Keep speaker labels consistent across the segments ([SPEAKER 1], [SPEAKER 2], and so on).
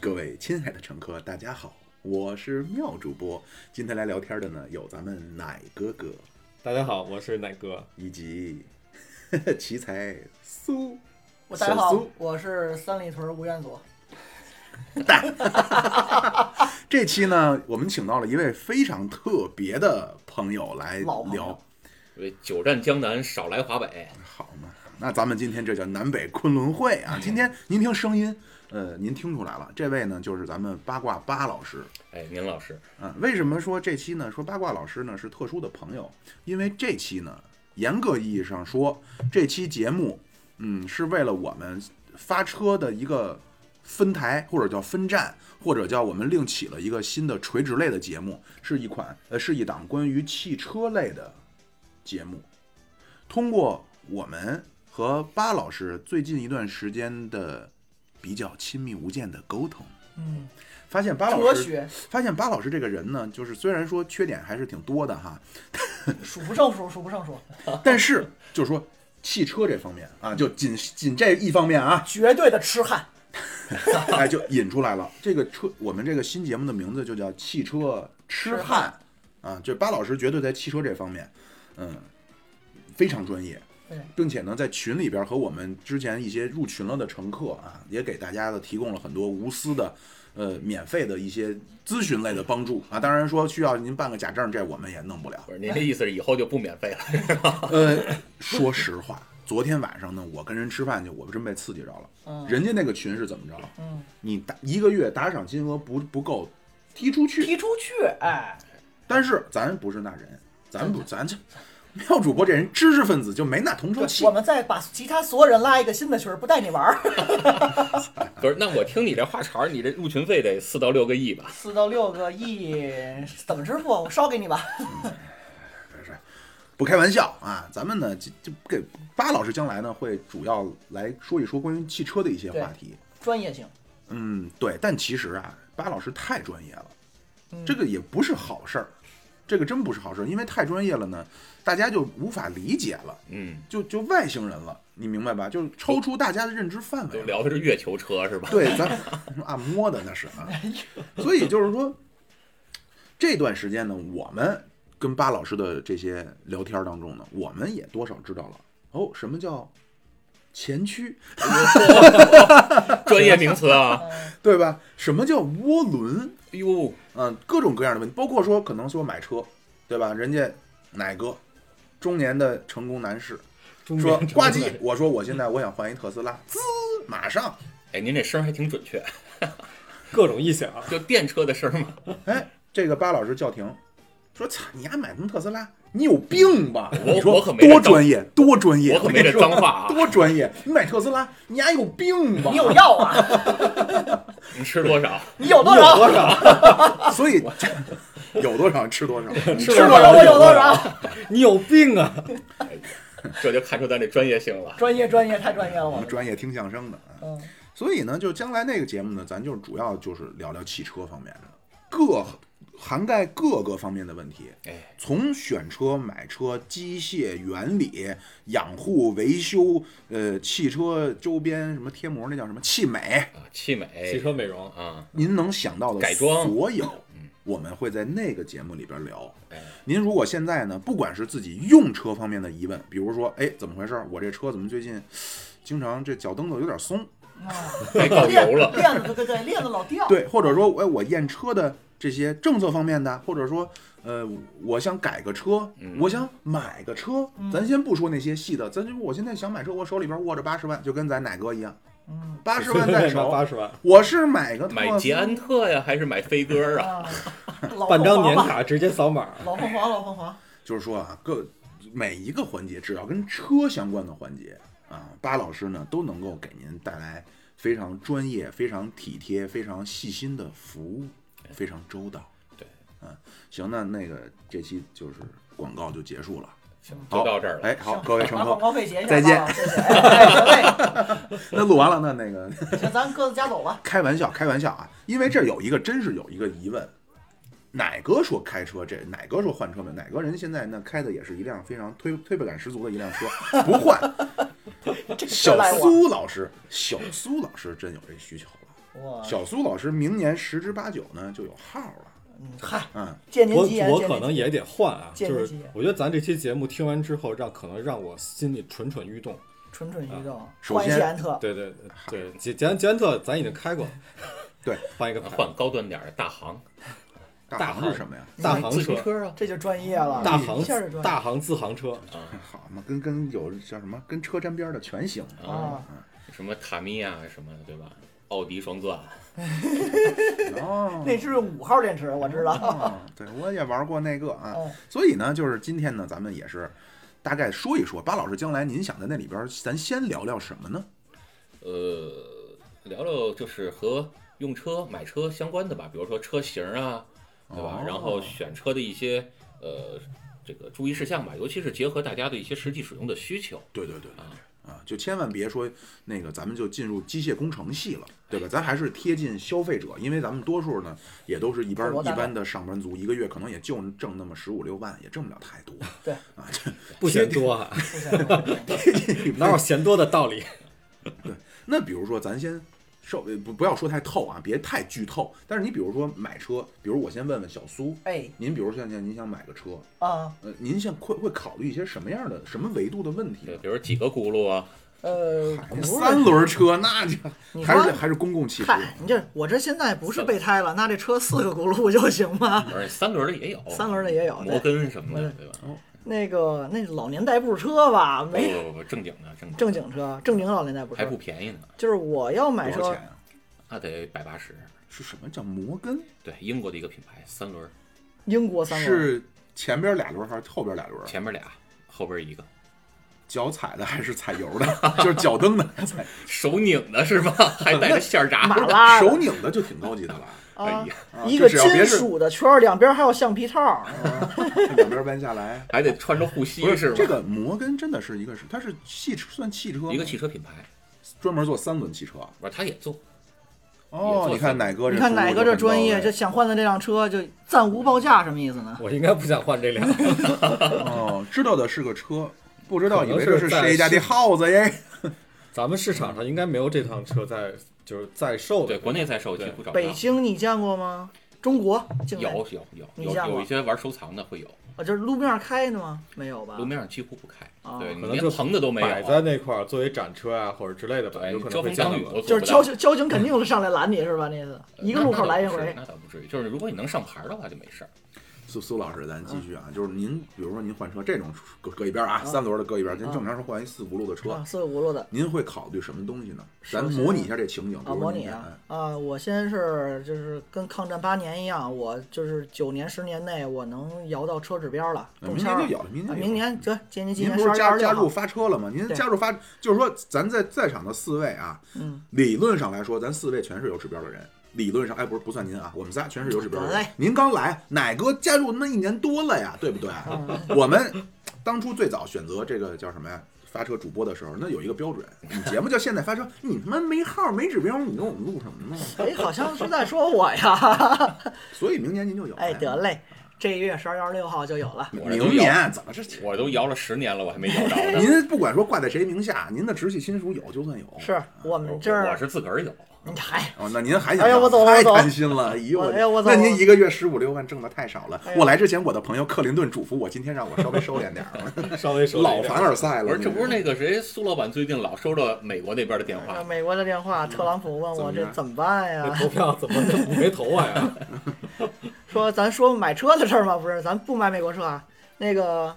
[SPEAKER 1] 各位亲爱的乘客，大家好，我是妙主播。今天来聊天的呢，有咱们奶哥哥
[SPEAKER 2] 大家好，我是奶哥。
[SPEAKER 1] 以及 奇才苏。
[SPEAKER 3] 我大家好
[SPEAKER 1] 小苏，
[SPEAKER 3] 我是三里屯吴彦祖。
[SPEAKER 1] 这期呢，我们请到了一位非常特别的朋友来
[SPEAKER 3] 老朋友
[SPEAKER 1] 聊，
[SPEAKER 4] 久战江南，少来华北。
[SPEAKER 1] 好嘛？那咱们今天这叫南北昆仑会
[SPEAKER 3] 嗯
[SPEAKER 1] 啊！今天您听声音，呃，您听出来了，这位呢就是咱们八卦八老师。
[SPEAKER 4] 哎，明老师，
[SPEAKER 1] 嗯，为什么说这期呢？说八卦老师呢是特殊的朋友，因为这期呢，严格意义上说，这期节目，嗯，是为了我们发车的一个分台，或者叫分站，或者叫我们另起了一个新的垂直类的节目，是一款呃是一档关于汽车类的节目。通过我们和巴老师最近一段时间的比较亲密无间的沟通，
[SPEAKER 3] 嗯，
[SPEAKER 1] 发现巴老
[SPEAKER 3] 哲
[SPEAKER 1] 师
[SPEAKER 3] 学
[SPEAKER 1] 发现巴老师这个人呢，就是虽然说缺点还是挺多的哈，
[SPEAKER 3] 数不胜数，数不胜数，
[SPEAKER 1] 但是就是说汽车这方面啊，就仅仅这一方面 啊，
[SPEAKER 3] 绝对的痴汉。
[SPEAKER 1] 哎，就引出来了。这个车，我们这个新节目的名字就叫《汽车痴汉》啊，就巴老师绝对在汽车这方面，嗯，非常专业
[SPEAKER 3] 对。
[SPEAKER 1] 并且呢，在群里边和我们之前一些入群了的乘客啊，也给大家的提供了很多无私的，呃，免费的一些咨询类的帮助啊。当然说需要您办个假证，这我们也弄不了。
[SPEAKER 4] 不是您的意思是以后就不免费了？
[SPEAKER 1] 呃，说实话，昨天晚上呢，我跟人吃饭去，我真被刺激着了。
[SPEAKER 3] 嗯，
[SPEAKER 1] 人家那个群是怎么着？
[SPEAKER 3] 嗯，
[SPEAKER 1] 你打一个月打赏金额不不够，踢出去。
[SPEAKER 3] 踢出去，哎，
[SPEAKER 1] 但是咱不是那人，咱不咱这妙主播这人知识分子就没那同仇
[SPEAKER 3] 对
[SPEAKER 1] 气
[SPEAKER 3] 我。们再把其他所有人拉一个新的群儿，不带你玩儿。
[SPEAKER 4] 不是，那我听你这话茬儿，你这入群费得四到六个亿吧？
[SPEAKER 3] 四到六个亿怎么支付？我烧给你吧。
[SPEAKER 1] 不开玩笑啊，咱们呢就就给巴老师将来呢会主要来说一说关于汽车的一些话题。
[SPEAKER 3] 专业性，
[SPEAKER 1] 嗯，对，但其实啊，巴老师太专业了，
[SPEAKER 3] 嗯
[SPEAKER 1] 这个也不是好事儿，这个真不是好事儿，因为太专业了呢，大家就无法理解了，
[SPEAKER 4] 嗯，
[SPEAKER 1] 就就外星人了，你明白吧？就是超出大家的认知范围
[SPEAKER 4] 就
[SPEAKER 1] 了。
[SPEAKER 4] 嗯聊的是月球车是吧？
[SPEAKER 1] 对，咱 按摩的那是啊，所以就是说，这段时间呢，我们跟巴老师的这些聊天当中呢，我们也多少知道了哦，什么叫前驱，
[SPEAKER 4] 专业名词 啊。
[SPEAKER 3] 嗯，
[SPEAKER 1] 对吧？什么叫涡轮？
[SPEAKER 4] 哎呦，
[SPEAKER 1] 嗯，各种各样的问题，包括说可能说买车，对吧？人家哪个中年的成功男士说呱唧，我说我现在我想换一特斯拉，滋，马上
[SPEAKER 4] 哎，您这声儿还挺准确，
[SPEAKER 2] 各种异响，
[SPEAKER 4] 就电车的声儿嘛。
[SPEAKER 1] 哎，这个巴老师叫停，说操，你还买什么特斯拉？你有病吧？
[SPEAKER 4] 我
[SPEAKER 1] 你说
[SPEAKER 4] 我可没这
[SPEAKER 1] 多
[SPEAKER 4] 脏
[SPEAKER 1] 专业，多专业，
[SPEAKER 4] 我可没这
[SPEAKER 1] 跟你说
[SPEAKER 4] 脏话啊
[SPEAKER 1] 多专业！你买特斯拉，你还有病吧？
[SPEAKER 3] 你有药啊？
[SPEAKER 4] 你吃多少？
[SPEAKER 3] 你有啊多
[SPEAKER 1] 你有
[SPEAKER 3] 少？
[SPEAKER 1] 多少？所以 有多少吃多少，
[SPEAKER 2] 吃
[SPEAKER 3] 吃
[SPEAKER 2] 多
[SPEAKER 3] 多
[SPEAKER 2] 少
[SPEAKER 3] 少
[SPEAKER 2] 我有
[SPEAKER 3] 我有啊
[SPEAKER 2] 多
[SPEAKER 3] 多
[SPEAKER 2] 少
[SPEAKER 3] 少？
[SPEAKER 2] 你有病啊！
[SPEAKER 4] 这就看出咱这专业性了。
[SPEAKER 3] 专业专业太专业了，
[SPEAKER 1] 我
[SPEAKER 3] 我
[SPEAKER 1] 们。专业听相声的。啊
[SPEAKER 3] 嗯，
[SPEAKER 1] 所以呢，就将来那个节目呢，咱就主要就是聊聊汽车方面的，各涵盖各个方面的问题。
[SPEAKER 4] 哎，
[SPEAKER 1] 从选车、买车、机械原理、养护、维修，呃，汽车周边什么贴膜，那叫什么汽美，
[SPEAKER 4] 啊，汽美，
[SPEAKER 2] 汽车美容，
[SPEAKER 4] 啊，
[SPEAKER 1] 您能想到的
[SPEAKER 4] 改装
[SPEAKER 1] 所有
[SPEAKER 4] 嗯，
[SPEAKER 1] 我们会在那个节目里边聊
[SPEAKER 4] 哎。
[SPEAKER 1] 您如果现在呢，不管是自己用车方面的疑问，比如说，哎，怎么回事儿？我这车怎么最近经常这脚蹬子有点松？
[SPEAKER 3] 啊，
[SPEAKER 4] 该告油 了。
[SPEAKER 3] 链子对对对，链子老掉。
[SPEAKER 1] 对，或者说，哎，我验车的这些政策方面的，或者说，呃，我想改个车，
[SPEAKER 4] 嗯
[SPEAKER 1] 我想买个车，
[SPEAKER 3] 嗯
[SPEAKER 1] 咱先不说那些细的，咱就说我现在想买车，我手里边握着八十万，就跟咱奶哥一样，
[SPEAKER 3] 嗯
[SPEAKER 1] 八十万在手，
[SPEAKER 2] 八十万，
[SPEAKER 1] 我是买个特
[SPEAKER 4] 买捷安特呀，还是买飞鸽啊？
[SPEAKER 3] 啊， 老
[SPEAKER 2] 办张
[SPEAKER 3] 凤凰
[SPEAKER 2] 年
[SPEAKER 3] 吧，
[SPEAKER 2] 卡直接扫码。
[SPEAKER 3] 老凤凰，老凤凰。
[SPEAKER 1] 就是说啊，各每一个环节，只要跟车相关的环节啊，巴老师呢都能够给您带来非常专业、非常体贴、非常细心的服务，非常周到。
[SPEAKER 4] 对，
[SPEAKER 1] 嗯，行，那那个这期就是广告就结束了。
[SPEAKER 4] 就到这儿了。
[SPEAKER 1] 哎，好，各位乘
[SPEAKER 3] 把广
[SPEAKER 1] 客，
[SPEAKER 3] 告费结一下，
[SPEAKER 1] 再见
[SPEAKER 3] 爸爸谢谢。哎得
[SPEAKER 1] 那录完了，那那个
[SPEAKER 3] 嘞，行，咱各自家走吧。
[SPEAKER 1] 开玩笑，开玩笑啊，因为这儿有一个真是有一个疑问。奶哥说开车这，奶哥说换车没？奶哥人现在那开的也是一辆非常推推背感十足的一辆车，不换。小
[SPEAKER 3] 赖我
[SPEAKER 1] 苏老师，小苏老师真有这需求了。
[SPEAKER 3] 哇，
[SPEAKER 1] 小苏老师明年十之八九呢就有号了。
[SPEAKER 3] 嗯嗨，
[SPEAKER 1] 嗯，
[SPEAKER 3] 见您
[SPEAKER 2] 我
[SPEAKER 3] 吉言，
[SPEAKER 2] 我
[SPEAKER 3] 见
[SPEAKER 2] 可
[SPEAKER 3] 您
[SPEAKER 2] 能
[SPEAKER 3] 吉言
[SPEAKER 2] 也得换啊，
[SPEAKER 3] 见
[SPEAKER 2] 就
[SPEAKER 3] 您
[SPEAKER 2] 是
[SPEAKER 3] 吉言
[SPEAKER 2] 我觉得咱这期节目听完之后，让可能让我心里蠢蠢欲动。
[SPEAKER 3] 蠢蠢欲动，
[SPEAKER 1] 首
[SPEAKER 3] 欢喜
[SPEAKER 1] 先
[SPEAKER 3] 安特，
[SPEAKER 2] 对对对，捷捷安捷安特咱已经开过了，
[SPEAKER 1] 对，
[SPEAKER 2] 换一个牌子
[SPEAKER 4] 啊换高端点儿的大行，
[SPEAKER 1] 大
[SPEAKER 2] 大
[SPEAKER 1] 行是
[SPEAKER 2] 号
[SPEAKER 1] 什么呀？
[SPEAKER 2] 大行
[SPEAKER 4] 自行
[SPEAKER 2] 车，
[SPEAKER 4] 车啊，
[SPEAKER 3] 这就专业了，
[SPEAKER 2] 大
[SPEAKER 3] 一下就
[SPEAKER 2] 行
[SPEAKER 3] 专业。
[SPEAKER 2] 大行自行车，
[SPEAKER 1] 好嘛，跟跟有叫什么，跟车沾边儿的全行。
[SPEAKER 4] 啊，
[SPEAKER 3] 啊，
[SPEAKER 4] 什么卡米亚什么的，对吧？奥迪双钻，
[SPEAKER 1] 哦，
[SPEAKER 3] 那是五号电池，我知道。
[SPEAKER 1] 哦，对，我也玩过那个啊。
[SPEAKER 3] 嗯
[SPEAKER 1] 所以呢，就是今天呢，咱们也是大概说一说，巴老师将来您想在那里边儿，咱先聊聊什么呢？
[SPEAKER 4] 呃，聊聊就是和用车、买车相关的吧，比如说车型啊，对吧？
[SPEAKER 1] 哦
[SPEAKER 4] 然后选车的一些呃这个注意事项吧，尤其是结合大家的一些实际使用的需求。
[SPEAKER 1] 对对对对对啊，就千万别说那个，咱们就进入机械工程系了，对
[SPEAKER 3] 哎
[SPEAKER 1] 吧？咱还是贴近消费者，因为咱们多数呢也都是一般
[SPEAKER 3] 普罗
[SPEAKER 1] 一
[SPEAKER 3] 大众
[SPEAKER 1] 般的上班族，一个月可能也就挣那么十五六万，也挣不了太 多。
[SPEAKER 3] 对
[SPEAKER 1] 啊，这
[SPEAKER 2] 不嫌多啊，
[SPEAKER 3] 不行不 行不行
[SPEAKER 2] 哪有嫌多的道理？
[SPEAKER 1] 那比如说，咱先稍微不不要说太透啊，别太剧透。但是你比如说买车，比如我先问问小苏，
[SPEAKER 3] 哎
[SPEAKER 1] 您比如现在您想买个车，
[SPEAKER 3] 啊，
[SPEAKER 1] 呃，您现在会会考虑一些什么样的、什么维度的问题
[SPEAKER 4] 对，
[SPEAKER 1] 呢？
[SPEAKER 4] 比如几个轱辘啊，
[SPEAKER 3] 呃，
[SPEAKER 1] 嗨那
[SPEAKER 3] 不是
[SPEAKER 1] 三轮车那就
[SPEAKER 3] 你
[SPEAKER 1] 还是
[SPEAKER 3] 说
[SPEAKER 1] 还是公共汽车，
[SPEAKER 3] 嗨，你这我这现在不是备胎了，那这车四个轱辘不就行吗？
[SPEAKER 4] 而且三轮的也有，
[SPEAKER 3] 三轮的也有嗯
[SPEAKER 4] 摩根什么的，对吧？
[SPEAKER 3] 那个那老年代步车吧，
[SPEAKER 4] 不
[SPEAKER 3] 没
[SPEAKER 4] 不不不，正经的正经的
[SPEAKER 3] 正经车，正经老年代步
[SPEAKER 4] 哦还
[SPEAKER 3] 车
[SPEAKER 4] 不，便宜呢，
[SPEAKER 3] 就是我要买
[SPEAKER 1] 多少
[SPEAKER 3] 车
[SPEAKER 1] 钱，啊？
[SPEAKER 4] 那得百八十。
[SPEAKER 1] 是什么叫摩根？
[SPEAKER 4] 对，英国的一个品牌，三轮，
[SPEAKER 3] 英国三轮，
[SPEAKER 1] 是前边俩轮还是后边俩轮？
[SPEAKER 4] 前面俩，后边一个，
[SPEAKER 1] 脚踩的还 是踩油的？ 就是脚蹬的，踩
[SPEAKER 4] 手拧的是吧？ 还带着线儿
[SPEAKER 3] 马
[SPEAKER 4] 闸。
[SPEAKER 3] 拉的
[SPEAKER 1] 手拧的就挺高级的 了。
[SPEAKER 4] 哎
[SPEAKER 3] 啊，
[SPEAKER 4] 呀，
[SPEAKER 1] 啊
[SPEAKER 3] 一个
[SPEAKER 1] 就只要别
[SPEAKER 3] 金
[SPEAKER 1] 是
[SPEAKER 3] 属的圈儿，两边还有橡皮套儿，
[SPEAKER 1] 两边弯下来，
[SPEAKER 4] 还得穿着护膝
[SPEAKER 1] 不
[SPEAKER 4] 是吧？
[SPEAKER 1] 这个摩根真的是一个是，它是汽车算汽车吗
[SPEAKER 4] 一个汽车品牌，
[SPEAKER 1] 专门做三轮汽车。
[SPEAKER 4] 我说他也做，
[SPEAKER 1] 哦，你看奶哥这，
[SPEAKER 3] 你看哪个这专业，这
[SPEAKER 1] 这
[SPEAKER 3] 想换的这辆车就暂无报价，什么意思呢？
[SPEAKER 2] 我应该不想换这辆，
[SPEAKER 1] 哦，知道的是个车，不知道以为
[SPEAKER 2] 可
[SPEAKER 1] 这
[SPEAKER 2] 能
[SPEAKER 1] 是
[SPEAKER 2] 是在
[SPEAKER 1] 谁家的耗子耶。
[SPEAKER 2] 咱们市场上应该没有这趟车在就是在售
[SPEAKER 4] 对，
[SPEAKER 2] 的，
[SPEAKER 4] 国内在售几乎找不
[SPEAKER 3] 北
[SPEAKER 4] 到。
[SPEAKER 3] 京你见过吗？中国境内
[SPEAKER 4] 有有有
[SPEAKER 3] 你
[SPEAKER 4] 有
[SPEAKER 3] 见过
[SPEAKER 4] 有一些玩收藏的会有，
[SPEAKER 3] 啊，就是路面开的吗？没有吧？
[SPEAKER 4] 路面上几乎不开，
[SPEAKER 3] 哦
[SPEAKER 4] 对，你
[SPEAKER 2] 可能
[SPEAKER 4] 连
[SPEAKER 2] 就
[SPEAKER 4] 横的都没
[SPEAKER 2] 摆
[SPEAKER 4] 有。
[SPEAKER 2] 在那块儿作为展车啊或者之类的吧，
[SPEAKER 4] 对，
[SPEAKER 2] 有
[SPEAKER 4] 你
[SPEAKER 2] 可能
[SPEAKER 4] 遮
[SPEAKER 2] 会
[SPEAKER 4] 风
[SPEAKER 2] 见到
[SPEAKER 4] 挡雨。都做
[SPEAKER 3] 就是
[SPEAKER 4] 不
[SPEAKER 3] 交
[SPEAKER 4] 到。
[SPEAKER 3] 警交警肯定是上来拦你是吧？那意思一个路口来一
[SPEAKER 4] 那
[SPEAKER 3] 回，
[SPEAKER 4] 那倒不至于。就是如果你能上牌的话就没事儿。
[SPEAKER 1] 苏苏老师，咱继续啊，就是您，比如说您换车这种搁搁一边啊，三轮的搁一边，您
[SPEAKER 3] 啊
[SPEAKER 1] 正常是换一四轱辘的车
[SPEAKER 3] 啊，，四个轱辘的
[SPEAKER 1] 您会考虑什么东西呢？咱
[SPEAKER 3] 首先
[SPEAKER 1] 模拟一下这情景，比
[SPEAKER 3] 啊，
[SPEAKER 1] 如
[SPEAKER 3] 模
[SPEAKER 1] 说
[SPEAKER 3] 拟
[SPEAKER 1] 您哎
[SPEAKER 3] 啊啊！我先是就是跟抗战八年一样，我就是九年十年内我能摇到车指标了，
[SPEAKER 1] 哎
[SPEAKER 3] 中
[SPEAKER 1] 明年
[SPEAKER 3] 签儿
[SPEAKER 1] 就
[SPEAKER 3] 了。
[SPEAKER 1] 有了，明
[SPEAKER 3] 啊
[SPEAKER 1] 年
[SPEAKER 3] 明
[SPEAKER 1] 有了。
[SPEAKER 3] 年这今年今
[SPEAKER 1] 您
[SPEAKER 3] 年
[SPEAKER 1] 不
[SPEAKER 3] 十
[SPEAKER 1] 是
[SPEAKER 3] 二月
[SPEAKER 1] 加
[SPEAKER 3] 二
[SPEAKER 1] 加入发车了吗？您
[SPEAKER 3] 对
[SPEAKER 1] 加入发，就是说咱在在场的四位啊，
[SPEAKER 3] 嗯，
[SPEAKER 1] 理论上来说，咱四位全是有指标的人。理论上，哎，不是不算您啊，我们仨全是有指标的
[SPEAKER 3] 得
[SPEAKER 1] 人
[SPEAKER 3] 嘞。
[SPEAKER 1] 您刚来，奶哥加入那一年多了呀，对不对？我们当初最早选择这个叫什么呀？发车主播的时候，那有一个标准，你节目叫现在发车，你他妈没号没指标，你跟我们录什么呢？
[SPEAKER 3] 哎，好像是在说我呀，
[SPEAKER 1] 所以明年您就有了
[SPEAKER 3] 哎，
[SPEAKER 1] 呀。
[SPEAKER 3] 得嘞，这一月十二月二十六号就有了。
[SPEAKER 4] 我这都
[SPEAKER 1] 明
[SPEAKER 4] 摇，
[SPEAKER 1] 年啊怎么这？
[SPEAKER 4] 我都摇了十年了，我还没摇着呢。
[SPEAKER 1] 您不管说挂在谁名下，您的直系亲属有就算有。
[SPEAKER 3] 是我们
[SPEAKER 4] 我
[SPEAKER 3] 这
[SPEAKER 4] 我
[SPEAKER 3] 儿，
[SPEAKER 4] 是自个儿有，
[SPEAKER 3] 嗨，
[SPEAKER 1] 哦，那您还想？
[SPEAKER 3] 哎呀我走了
[SPEAKER 1] 太
[SPEAKER 3] 我走了
[SPEAKER 1] 贪心了，哎呦
[SPEAKER 3] 哎呀我走
[SPEAKER 1] 那
[SPEAKER 3] 了
[SPEAKER 1] 您一个月十五六万挣的太少了。
[SPEAKER 3] 哎呀
[SPEAKER 1] 我来之前，我的朋友克林顿嘱咐我，今天让我稍微收敛点 儿，
[SPEAKER 2] 稍微说
[SPEAKER 1] 老啊凡尔赛了。
[SPEAKER 4] 我说这不是
[SPEAKER 1] 您
[SPEAKER 4] 那个谁苏老板最近老收到美国那边的电话，
[SPEAKER 3] 啊美国的电话，特朗普问
[SPEAKER 1] 怎么
[SPEAKER 3] 我这
[SPEAKER 1] 样
[SPEAKER 3] 怎么办呀？
[SPEAKER 2] 投票怎么你没投我啊 呀？
[SPEAKER 3] 说咱说买车的事儿吗？不是，咱不买美国车啊。那个，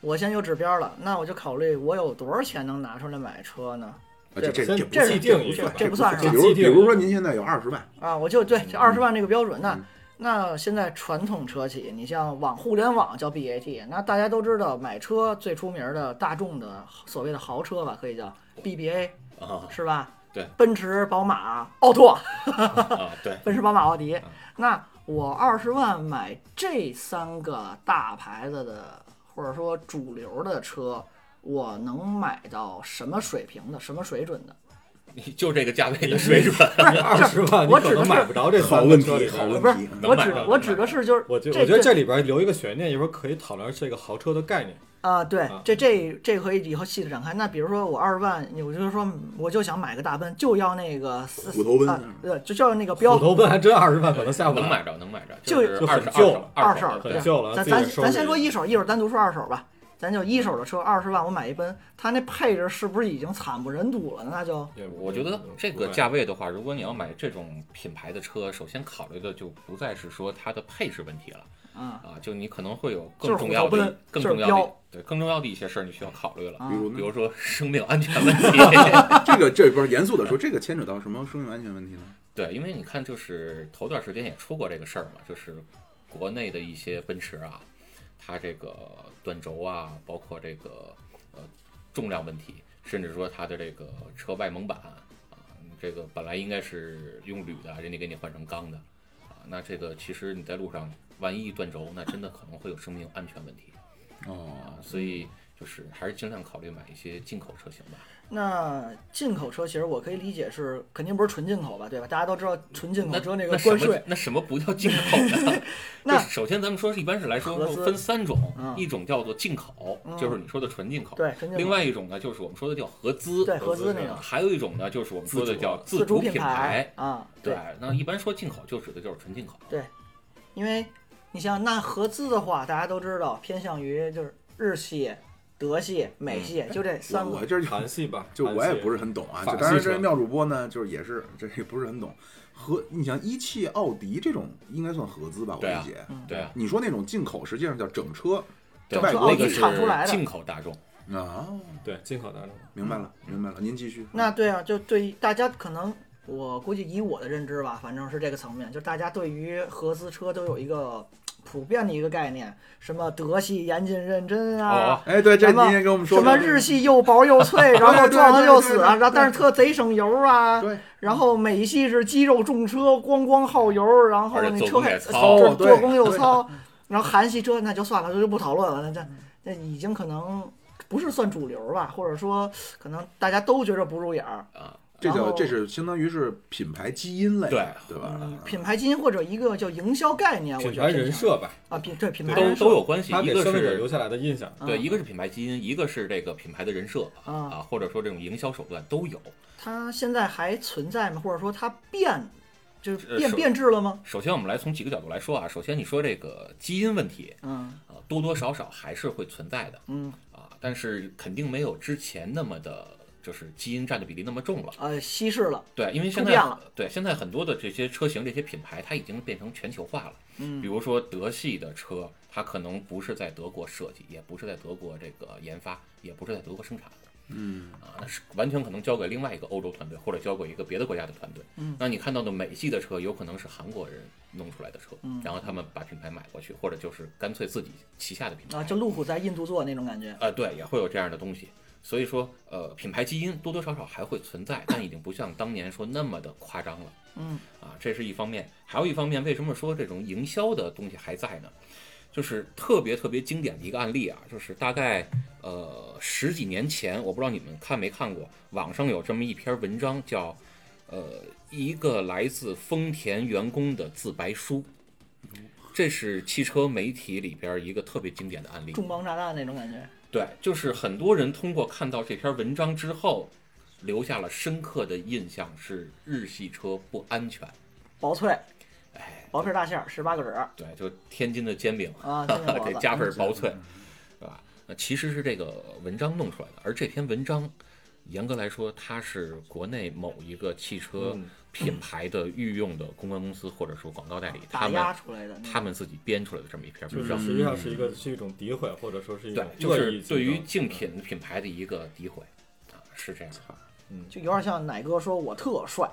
[SPEAKER 3] 我先有指标了，那我就考虑我有多少钱能拿出来买车呢？
[SPEAKER 1] 啊这这
[SPEAKER 2] 先
[SPEAKER 1] 这
[SPEAKER 3] 这
[SPEAKER 2] 既
[SPEAKER 3] 是
[SPEAKER 2] 定
[SPEAKER 1] 不
[SPEAKER 2] 一
[SPEAKER 1] 算
[SPEAKER 2] 下，
[SPEAKER 3] 这不算是
[SPEAKER 1] 比
[SPEAKER 3] 吧
[SPEAKER 1] 如
[SPEAKER 2] 既
[SPEAKER 1] 比
[SPEAKER 2] 定
[SPEAKER 1] 如说您现在有二 十万，
[SPEAKER 3] 啊，我就对这二十万这个标准。那、
[SPEAKER 1] 嗯
[SPEAKER 3] 那现在传统车企，你像网互联网叫 BAT，那大家都知道买车最出名的大众的所谓的豪车吧，可以叫 BBA
[SPEAKER 4] 啊，
[SPEAKER 3] 是吧？
[SPEAKER 4] 对，
[SPEAKER 3] 奔驰、宝马、奥拓，
[SPEAKER 4] 啊，对，
[SPEAKER 3] 奔驰、宝马、奥迪
[SPEAKER 4] 嗯。
[SPEAKER 3] 那我二十万买这三个大牌子的，或者说主流的车，我能买到什么水平的、什么水准的？
[SPEAKER 4] 你就这个价位的水准，
[SPEAKER 3] 不是，
[SPEAKER 2] 二十万你
[SPEAKER 3] 我
[SPEAKER 2] 可
[SPEAKER 3] 指
[SPEAKER 2] 能
[SPEAKER 3] 的
[SPEAKER 2] 买
[SPEAKER 3] 是
[SPEAKER 2] 不着这
[SPEAKER 1] 好
[SPEAKER 2] 三个
[SPEAKER 1] 问
[SPEAKER 2] 车
[SPEAKER 1] 题
[SPEAKER 2] 里边
[SPEAKER 1] 好
[SPEAKER 2] 儿
[SPEAKER 1] 问题
[SPEAKER 3] 不是
[SPEAKER 4] 能
[SPEAKER 3] 我
[SPEAKER 4] 买
[SPEAKER 3] 指
[SPEAKER 4] 到
[SPEAKER 3] 我
[SPEAKER 4] 能
[SPEAKER 3] 指
[SPEAKER 4] 买
[SPEAKER 3] 的是就是
[SPEAKER 2] 我觉
[SPEAKER 3] 这
[SPEAKER 2] 我觉得
[SPEAKER 3] 这
[SPEAKER 2] 这里边留一个悬念，一会儿可以讨论这个豪车的概念。
[SPEAKER 3] 啊，对
[SPEAKER 2] 啊，
[SPEAKER 3] 这这这可以以后细致展开。那比如说我二十万，我就是说我就想买个大奔，就要那个四
[SPEAKER 1] 虎头奔嗯
[SPEAKER 3] 啊，对，就就要那个标
[SPEAKER 2] 虎头奔还真二十万可能下不
[SPEAKER 4] 能
[SPEAKER 2] 来，
[SPEAKER 4] 买着，能买着，
[SPEAKER 3] 就是就
[SPEAKER 4] 二
[SPEAKER 2] 很
[SPEAKER 4] 十
[SPEAKER 2] 旧
[SPEAKER 4] 二
[SPEAKER 3] 二
[SPEAKER 4] 手
[SPEAKER 3] 手
[SPEAKER 4] 了，
[SPEAKER 3] 了
[SPEAKER 4] 对
[SPEAKER 3] 对
[SPEAKER 2] 很旧了。
[SPEAKER 3] 咱
[SPEAKER 2] 自己
[SPEAKER 3] 咱
[SPEAKER 2] 收
[SPEAKER 3] 咱
[SPEAKER 2] 拾
[SPEAKER 3] 先说
[SPEAKER 2] 一
[SPEAKER 3] 一手，一会儿单独说二手吧。咱就一手的车，二十万我买一奔，它那配置是不是已经惨不忍睹了呢？那就
[SPEAKER 2] 下，
[SPEAKER 4] 我觉得这个价位的话，如果你要买这种品牌的车，首先考虑的就不再是说它的配置问题了
[SPEAKER 3] 啊
[SPEAKER 4] 啊，就你可能会有
[SPEAKER 3] 就
[SPEAKER 4] 更
[SPEAKER 3] 是
[SPEAKER 4] 重要
[SPEAKER 3] 虎头
[SPEAKER 4] 的
[SPEAKER 3] 奔、
[SPEAKER 4] 更
[SPEAKER 3] 就是
[SPEAKER 4] 重要的
[SPEAKER 3] 标
[SPEAKER 4] 对更重要的一些事儿你需要考虑了，
[SPEAKER 3] 啊
[SPEAKER 1] 比，如
[SPEAKER 4] 比
[SPEAKER 1] 呢
[SPEAKER 4] 如说生命安全问 题。
[SPEAKER 1] 这个这不是严肃的说，这个牵扯到什么生命安全问题呢？
[SPEAKER 4] 对，因为你看，就是头段时间也出过这个事儿嘛，就是国内的一些奔驰啊，它这个短轴啊，包括这个呃重量问题，甚至说它的这个车外蒙板啊，这个本来应该是用铝的，人家给你换成钢的啊，那这个其实你在路上万一断轴，那真的可能会有生命安全问题
[SPEAKER 1] 哦
[SPEAKER 4] 啊，，所以就是还是尽量考虑买一些进口车型吧。
[SPEAKER 3] 那进口车其实我可以理解是肯定不是纯进口吧，对吧？大家都知道纯进口
[SPEAKER 4] 那
[SPEAKER 3] 车那
[SPEAKER 4] 那
[SPEAKER 3] 个
[SPEAKER 4] 什
[SPEAKER 3] 关
[SPEAKER 4] 么
[SPEAKER 3] 税，
[SPEAKER 4] 那什么不叫进口 呢？
[SPEAKER 3] 那
[SPEAKER 4] 就首先咱们说是一般是来说
[SPEAKER 3] 合资
[SPEAKER 4] 分三种，
[SPEAKER 3] 嗯
[SPEAKER 4] 一种叫做进口，
[SPEAKER 3] 嗯
[SPEAKER 4] 就是你说的纯进口。
[SPEAKER 3] 对，纯进口。
[SPEAKER 4] 另外一种呢，就是我们说的叫合资，
[SPEAKER 3] 对合资那种
[SPEAKER 4] 还有一种呢，就是我们说的叫
[SPEAKER 3] 自
[SPEAKER 4] 主
[SPEAKER 3] 主品
[SPEAKER 4] 牌。
[SPEAKER 3] 啊，
[SPEAKER 4] 对，那一般说进口就指的就是纯进口。
[SPEAKER 3] 因为你像那合资的话，大家都知道偏向于就是日系、德系、美系，
[SPEAKER 4] 嗯
[SPEAKER 3] 就这
[SPEAKER 1] 我
[SPEAKER 3] 三个
[SPEAKER 1] 我这
[SPEAKER 2] 韩系吧，
[SPEAKER 1] 就我也不
[SPEAKER 2] 是
[SPEAKER 1] 是很懂啊，就
[SPEAKER 2] 法系
[SPEAKER 1] 当然这
[SPEAKER 2] 车
[SPEAKER 1] 妙主播呢，就是也是这也不是很懂。合，你像一汽、奥迪这种应该算合资吧，我
[SPEAKER 4] 对啊
[SPEAKER 1] 理解。
[SPEAKER 3] 嗯
[SPEAKER 4] 对啊，
[SPEAKER 1] 你说那种进口，实际上叫整车
[SPEAKER 4] 对
[SPEAKER 1] 外国
[SPEAKER 4] 那个
[SPEAKER 3] 自己产出来
[SPEAKER 4] 是
[SPEAKER 3] 的
[SPEAKER 4] 进口大众。
[SPEAKER 1] 啊，
[SPEAKER 2] 对进口当中。
[SPEAKER 1] 明白了，
[SPEAKER 4] 嗯
[SPEAKER 1] 明白了，您继续。
[SPEAKER 3] 那对啊，就对于大家可能，我估计以我的认知吧，反正是这个层面，就是大家对于合资车都有一个普遍的一个概念，什么德系严谨认真啊，
[SPEAKER 1] 哎，对，这
[SPEAKER 3] 什么
[SPEAKER 1] 你也跟我们说
[SPEAKER 3] 什么日系又薄又脆，然后撞了就死啊，然后但是特贼省油啊，
[SPEAKER 1] 对，
[SPEAKER 3] 然后美系是肌肉重车，咣咣耗油，然后
[SPEAKER 4] 而且
[SPEAKER 3] 那
[SPEAKER 4] 做
[SPEAKER 3] 车
[SPEAKER 4] 工也
[SPEAKER 3] 还
[SPEAKER 4] 糙
[SPEAKER 3] 就是
[SPEAKER 1] 对
[SPEAKER 3] 做工又
[SPEAKER 1] 对
[SPEAKER 3] 糙，然后韩系车那就算了，就不讨论了，那这那已经可能不是算主流吧，或者说可能大家都觉着不入眼儿。
[SPEAKER 4] 啊，
[SPEAKER 1] 这
[SPEAKER 3] 然
[SPEAKER 1] 叫
[SPEAKER 3] 后
[SPEAKER 1] 这是相当于是品牌基因类，
[SPEAKER 4] 对
[SPEAKER 1] 对吧？
[SPEAKER 3] 嗯，品牌基因或者一个叫营销概念，我
[SPEAKER 2] 品
[SPEAKER 3] 觉
[SPEAKER 2] 牌
[SPEAKER 3] 得
[SPEAKER 2] 人设吧，
[SPEAKER 3] 啊，品对品牌
[SPEAKER 4] 都
[SPEAKER 3] 人
[SPEAKER 4] 都
[SPEAKER 3] 设
[SPEAKER 4] 有关系。
[SPEAKER 2] 他
[SPEAKER 4] 一
[SPEAKER 2] 给
[SPEAKER 4] 个
[SPEAKER 2] 消费者留
[SPEAKER 4] 是
[SPEAKER 2] 下来的印象，
[SPEAKER 4] 对，
[SPEAKER 3] 嗯
[SPEAKER 4] 一个是品牌基因，一个是这个品牌的人设
[SPEAKER 3] 啊
[SPEAKER 4] 啊，或者说这种营销手段都有。
[SPEAKER 3] 它现在还存在吗？或者说它变，就是
[SPEAKER 4] 呃
[SPEAKER 3] 变
[SPEAKER 4] 是
[SPEAKER 3] 变质了吗？
[SPEAKER 4] 首先，我们来从几个角度来说啊。首先，你说这个基因问题
[SPEAKER 3] 嗯
[SPEAKER 4] 啊，多多少少还是会存在的
[SPEAKER 3] 嗯，
[SPEAKER 4] 啊，但是肯定没有之前那么的，就是基因占的比例那么重了。
[SPEAKER 3] 呃，稀释了，
[SPEAKER 4] 对，因为现
[SPEAKER 3] 突
[SPEAKER 4] 在
[SPEAKER 3] 变了
[SPEAKER 4] 对现在很多的这些车型、这些品牌，它已经变成全球化了。比
[SPEAKER 3] 嗯
[SPEAKER 4] 如说德系的车，它可能不是在德国设计，也不是在德国这个研发，也不是在德国生产。
[SPEAKER 1] 嗯，
[SPEAKER 4] 啊，那是完全可能交给另外一个欧洲团队，或者交给一个别的国家的团队。
[SPEAKER 3] 嗯
[SPEAKER 4] 那你看到的美系的车，有可能是韩国人弄出来的车，
[SPEAKER 3] 嗯
[SPEAKER 4] 然后他们把品牌买过去，或者就是干脆自己旗下的品牌。
[SPEAKER 3] 啊，就路虎在印度做那种感觉，
[SPEAKER 4] 呃，对，也会有这样的东西。所以说，呃，品牌基因多多少少还会存在，但已经不像当年说那么的夸张了
[SPEAKER 3] 嗯
[SPEAKER 4] 啊。这是一方面，还有一方面，为什么说这种营销的东西还在呢？就是特别特别经典的一个案例啊，就是大概呃十几年前，我不知道你们看没看过，网上有这么一篇文章叫，呃，一个来自丰田员工的自白书，
[SPEAKER 3] 嗯
[SPEAKER 4] 这是汽车媒体里边一个特别经典的案例。
[SPEAKER 3] 重磅炸弹那种感觉，
[SPEAKER 4] 对，就是很多人通过看到这篇文章之后，留下了深刻的印象是日系车不安全。
[SPEAKER 3] 薄脆，
[SPEAKER 4] 哎，
[SPEAKER 3] 薄皮大馅儿，十八个褶儿
[SPEAKER 4] 对，就天津的煎饼， 哈
[SPEAKER 3] 啊，真是
[SPEAKER 4] 哈，
[SPEAKER 3] 薄
[SPEAKER 4] 这
[SPEAKER 3] 子
[SPEAKER 4] 加倍儿薄脆，对吧？那其实是这个文章弄出来的，而这篇文章，严格来说，它是国内某一个汽车
[SPEAKER 2] 嗯
[SPEAKER 4] 品牌的御用的公关公司或者说广告代理，他
[SPEAKER 3] 打
[SPEAKER 4] 们
[SPEAKER 3] 压出来的那种，
[SPEAKER 4] 他们自己编出来的这么一篇
[SPEAKER 2] 就
[SPEAKER 4] 文
[SPEAKER 2] 是
[SPEAKER 4] 章。
[SPEAKER 2] 实际
[SPEAKER 1] 嗯
[SPEAKER 2] 上是一个是一种诋毁，或者说是一
[SPEAKER 4] 对
[SPEAKER 2] 种，
[SPEAKER 4] 就
[SPEAKER 2] 恶
[SPEAKER 4] 是
[SPEAKER 2] 意竞争
[SPEAKER 4] 对于竞品品牌的一个诋毁啊，是这样的。
[SPEAKER 3] 就有点像奶哥说我特帅，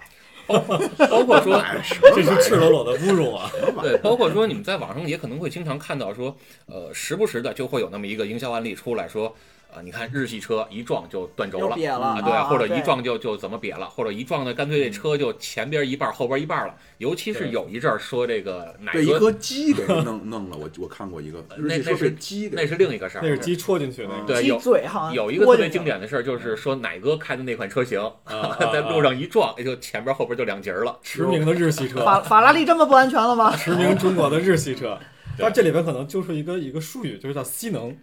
[SPEAKER 4] 包括说，
[SPEAKER 2] 这是赤裸裸的侮辱 啊！
[SPEAKER 4] 对，包括说你们在网上也可能会经常看到说，呃，时不时的就会有那么一个营销案例出来说，呃，你看日系车一撞就断轴
[SPEAKER 3] 又
[SPEAKER 4] 了，
[SPEAKER 3] 瘪了
[SPEAKER 4] 啊，对，
[SPEAKER 3] 啊
[SPEAKER 4] 或者一
[SPEAKER 3] 对
[SPEAKER 4] 撞就就怎么瘪了，或者一撞呢，干脆这车就前边一半儿后边一半儿了。尤其是
[SPEAKER 2] 对
[SPEAKER 4] 有一阵儿说这个哪
[SPEAKER 1] 啊被一
[SPEAKER 4] 个，
[SPEAKER 1] 颗鸡给弄弄了，我我看过一个，日
[SPEAKER 4] 那
[SPEAKER 1] 系
[SPEAKER 4] 那
[SPEAKER 1] 说被
[SPEAKER 4] 是
[SPEAKER 1] 鸡
[SPEAKER 4] 那
[SPEAKER 1] 给
[SPEAKER 4] 是另一个事儿。
[SPEAKER 2] 那是鸡戳进去那个，
[SPEAKER 4] 对
[SPEAKER 3] 鸡
[SPEAKER 4] 有
[SPEAKER 3] 嘴好像
[SPEAKER 4] 有一个
[SPEAKER 3] 多
[SPEAKER 4] 特
[SPEAKER 3] 进
[SPEAKER 4] 别
[SPEAKER 3] 去
[SPEAKER 4] 经典的事儿，就是说奶哥开的那款车型，
[SPEAKER 2] 啊啊
[SPEAKER 4] 在路上一撞，哎就前边后边就两截儿了。
[SPEAKER 2] 驰名的日系车，
[SPEAKER 3] 法法拉利这么不安全了吗？
[SPEAKER 2] 驰名中国的日系车。但这里边可能就是一个一个术语，就是叫吸能。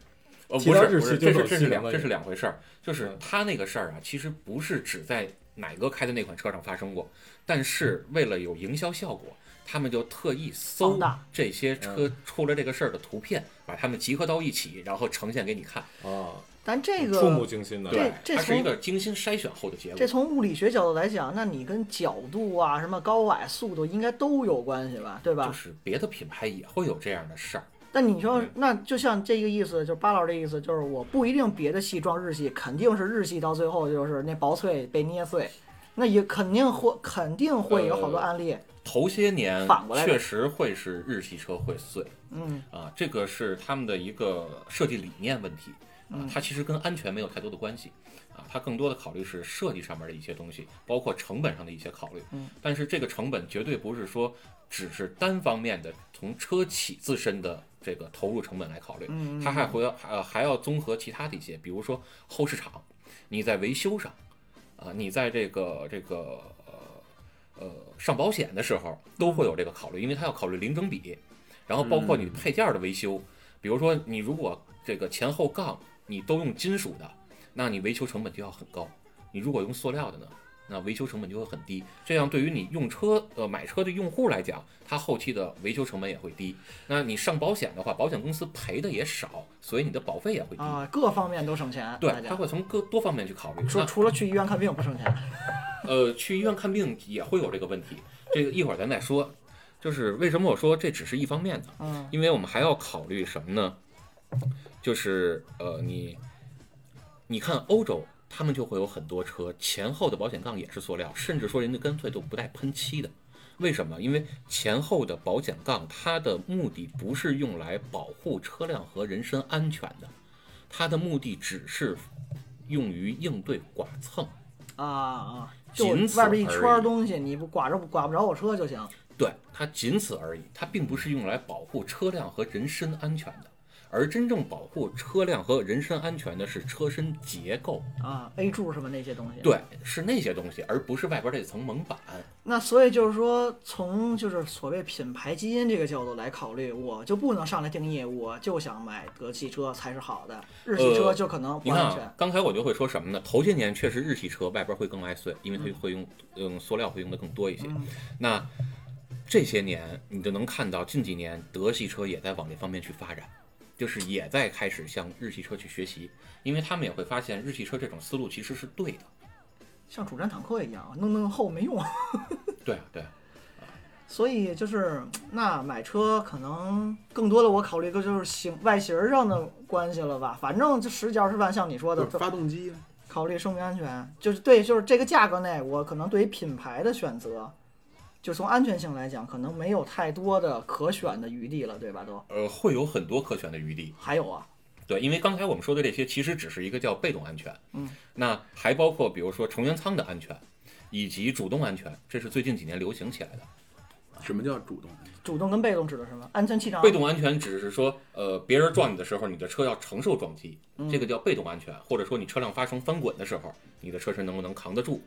[SPEAKER 4] 呃，
[SPEAKER 2] 提
[SPEAKER 4] 不
[SPEAKER 2] 到
[SPEAKER 4] 是
[SPEAKER 2] 日
[SPEAKER 4] 不是，
[SPEAKER 2] 系
[SPEAKER 4] 这
[SPEAKER 2] 就是有
[SPEAKER 4] 这
[SPEAKER 2] 西
[SPEAKER 4] 是两
[SPEAKER 2] 凉的
[SPEAKER 4] 这
[SPEAKER 2] 人
[SPEAKER 4] 是两回事儿。就是
[SPEAKER 2] 嗯
[SPEAKER 4] 他那个事儿啊，其实不是只在奶哥开的那款车上发生过，但
[SPEAKER 2] 嗯
[SPEAKER 4] 是为了有营销效果，他们就特意搜
[SPEAKER 3] 放大
[SPEAKER 4] 这些车
[SPEAKER 2] 嗯
[SPEAKER 4] 出了这个事儿的图片，把它们集合到一起，然后呈现给你看。
[SPEAKER 2] 啊，
[SPEAKER 3] 但这
[SPEAKER 2] 触目
[SPEAKER 3] 个
[SPEAKER 2] 惊心的。
[SPEAKER 3] 对这
[SPEAKER 4] 它是
[SPEAKER 3] 从
[SPEAKER 4] 一个精心筛选后的结果。
[SPEAKER 3] 这从物理学角度来讲，那你跟角度啊、什么高矮、速度应该都有关系吧，对
[SPEAKER 4] 就
[SPEAKER 3] 吧？
[SPEAKER 4] 是别的品牌也会有这样的事儿，
[SPEAKER 3] 那你说
[SPEAKER 4] 嗯，
[SPEAKER 3] 那就像这个意思，就是巴老师这意思，就是我不一定别的系撞日系，肯定是日系到最后就是那薄脆被捏碎，那也肯定会肯定会有好
[SPEAKER 4] 呃
[SPEAKER 3] 多案例，
[SPEAKER 4] 头些年
[SPEAKER 3] 反过来的
[SPEAKER 4] 确实会是日系车会碎，
[SPEAKER 3] 嗯，
[SPEAKER 4] 啊，这个是他们的一个设计理念问题啊
[SPEAKER 3] 嗯，
[SPEAKER 4] 它其实跟安全没有太多的关系啊，它更多的考虑是设计上面的一些东西，包括成本上的一些考虑
[SPEAKER 3] 嗯。
[SPEAKER 4] 但是这个成本绝对不是说只是单方面的从车企自身的这个投入成本来考虑，
[SPEAKER 3] 嗯
[SPEAKER 4] 它还会要呃还要综合其他的一些，比如说后市场，你在维修上，啊，你在这个这个呃呃上保险的时候都会有这个考虑，因为它要考虑零整比，然后包括你配件儿的维修，比如说你如果这个前后杠你都用金属的，那你维修成本就要很高；你如果用塑料的呢？那维修成本就会很低，这样对于你用车呃买车的用户来讲，它后期的维修成本也会低。那你上保险的话，保险公司赔的也少，所以你的保费也会低。
[SPEAKER 3] 啊，各方面都省钱，
[SPEAKER 4] 对
[SPEAKER 3] 大，
[SPEAKER 4] 他
[SPEAKER 3] 家
[SPEAKER 4] 会从各多方面去考虑。
[SPEAKER 3] 说除了去医院看病不省钱，
[SPEAKER 4] 那呃，去医院看病也会有这个问题，这个一会儿咱再说。就是为什么我说这只是一方面呢？
[SPEAKER 3] 嗯，
[SPEAKER 4] 因为我们还要考虑什么呢？就是呃，你你看欧洲，他们就会有很多车前后的保险杠也是塑料，甚至说人家干脆都不带喷漆的。为什么？因为前后的保险杠，它的目的不是用来保护车辆和人身安全的，它的目的只是用于应对剐蹭。
[SPEAKER 3] 啊啊，就
[SPEAKER 4] 仅此
[SPEAKER 3] 外边一圈
[SPEAKER 4] 而
[SPEAKER 3] 儿
[SPEAKER 4] 已
[SPEAKER 3] 东西，你不刮着刮不着我车就行，
[SPEAKER 4] 对，它仅此而已，它并不是用来保护车辆和人身安全的。而真正保护车辆和人身安全的是车身结构，
[SPEAKER 3] 啊，A 柱什么那些东西。，
[SPEAKER 4] 对，是那些东西，而不是外边这层蒙板。
[SPEAKER 3] 那所以就是说，从就是所谓品牌基因这个角度来考虑，我就不能上来定义，我就想买德系车才是好的，日系车就可能
[SPEAKER 4] 呃你
[SPEAKER 3] 不
[SPEAKER 4] 看
[SPEAKER 3] 安全
[SPEAKER 4] 啊，。刚才我就会说什么呢？头些年确实日系车外边会更爱碎，因为它会用用塑料会用的更多一些。
[SPEAKER 3] 嗯
[SPEAKER 4] 那这些年你就能看到，近几年德系车也在往这方面去发展，就是也在开始向日系车去学习，因为他们也会发现日系车这种思路其实是对的。
[SPEAKER 3] 像主战坦克一样，弄弄厚没用。
[SPEAKER 4] 对啊，对啊，
[SPEAKER 3] 所以就是那买车可能更多的我考虑一个就是形外形上的关系了吧，反正就十几二十万，像你说的
[SPEAKER 1] 不是发动机啊，
[SPEAKER 3] 考虑生命安全，就是对，就是这个价格内，我可能对于品牌的选择，就从安全性来讲，可能没有太多的可选的余地了，对吧？都
[SPEAKER 4] 呃，会有很多可选的余地。
[SPEAKER 3] 还有啊，
[SPEAKER 4] 对，因为刚才我们说的这些，其实只是一个叫被动安全，
[SPEAKER 3] 嗯，
[SPEAKER 4] 那还包括比如说乘员舱的安全，以及主动安全，这是最近几年流行起来的。啊
[SPEAKER 1] 什么叫主动？
[SPEAKER 3] 主动跟被动指的是什么？安全气囊
[SPEAKER 4] 被动安全只是说，呃，别人撞你的时候，你的车要承受撞击，这个叫被动安全，或者说你车辆发生翻滚的时候，你的车身能不能扛得住？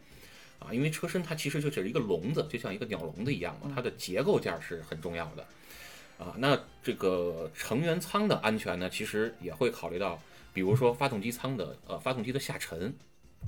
[SPEAKER 4] 啊，因为车身它其实就是一个笼子，就像一个鸟笼子一样嘛，它的结构件是很重要的。啊，那这个乘员舱的安全呢，其实也会考虑到，比如说发动机舱的呃发动机的下沉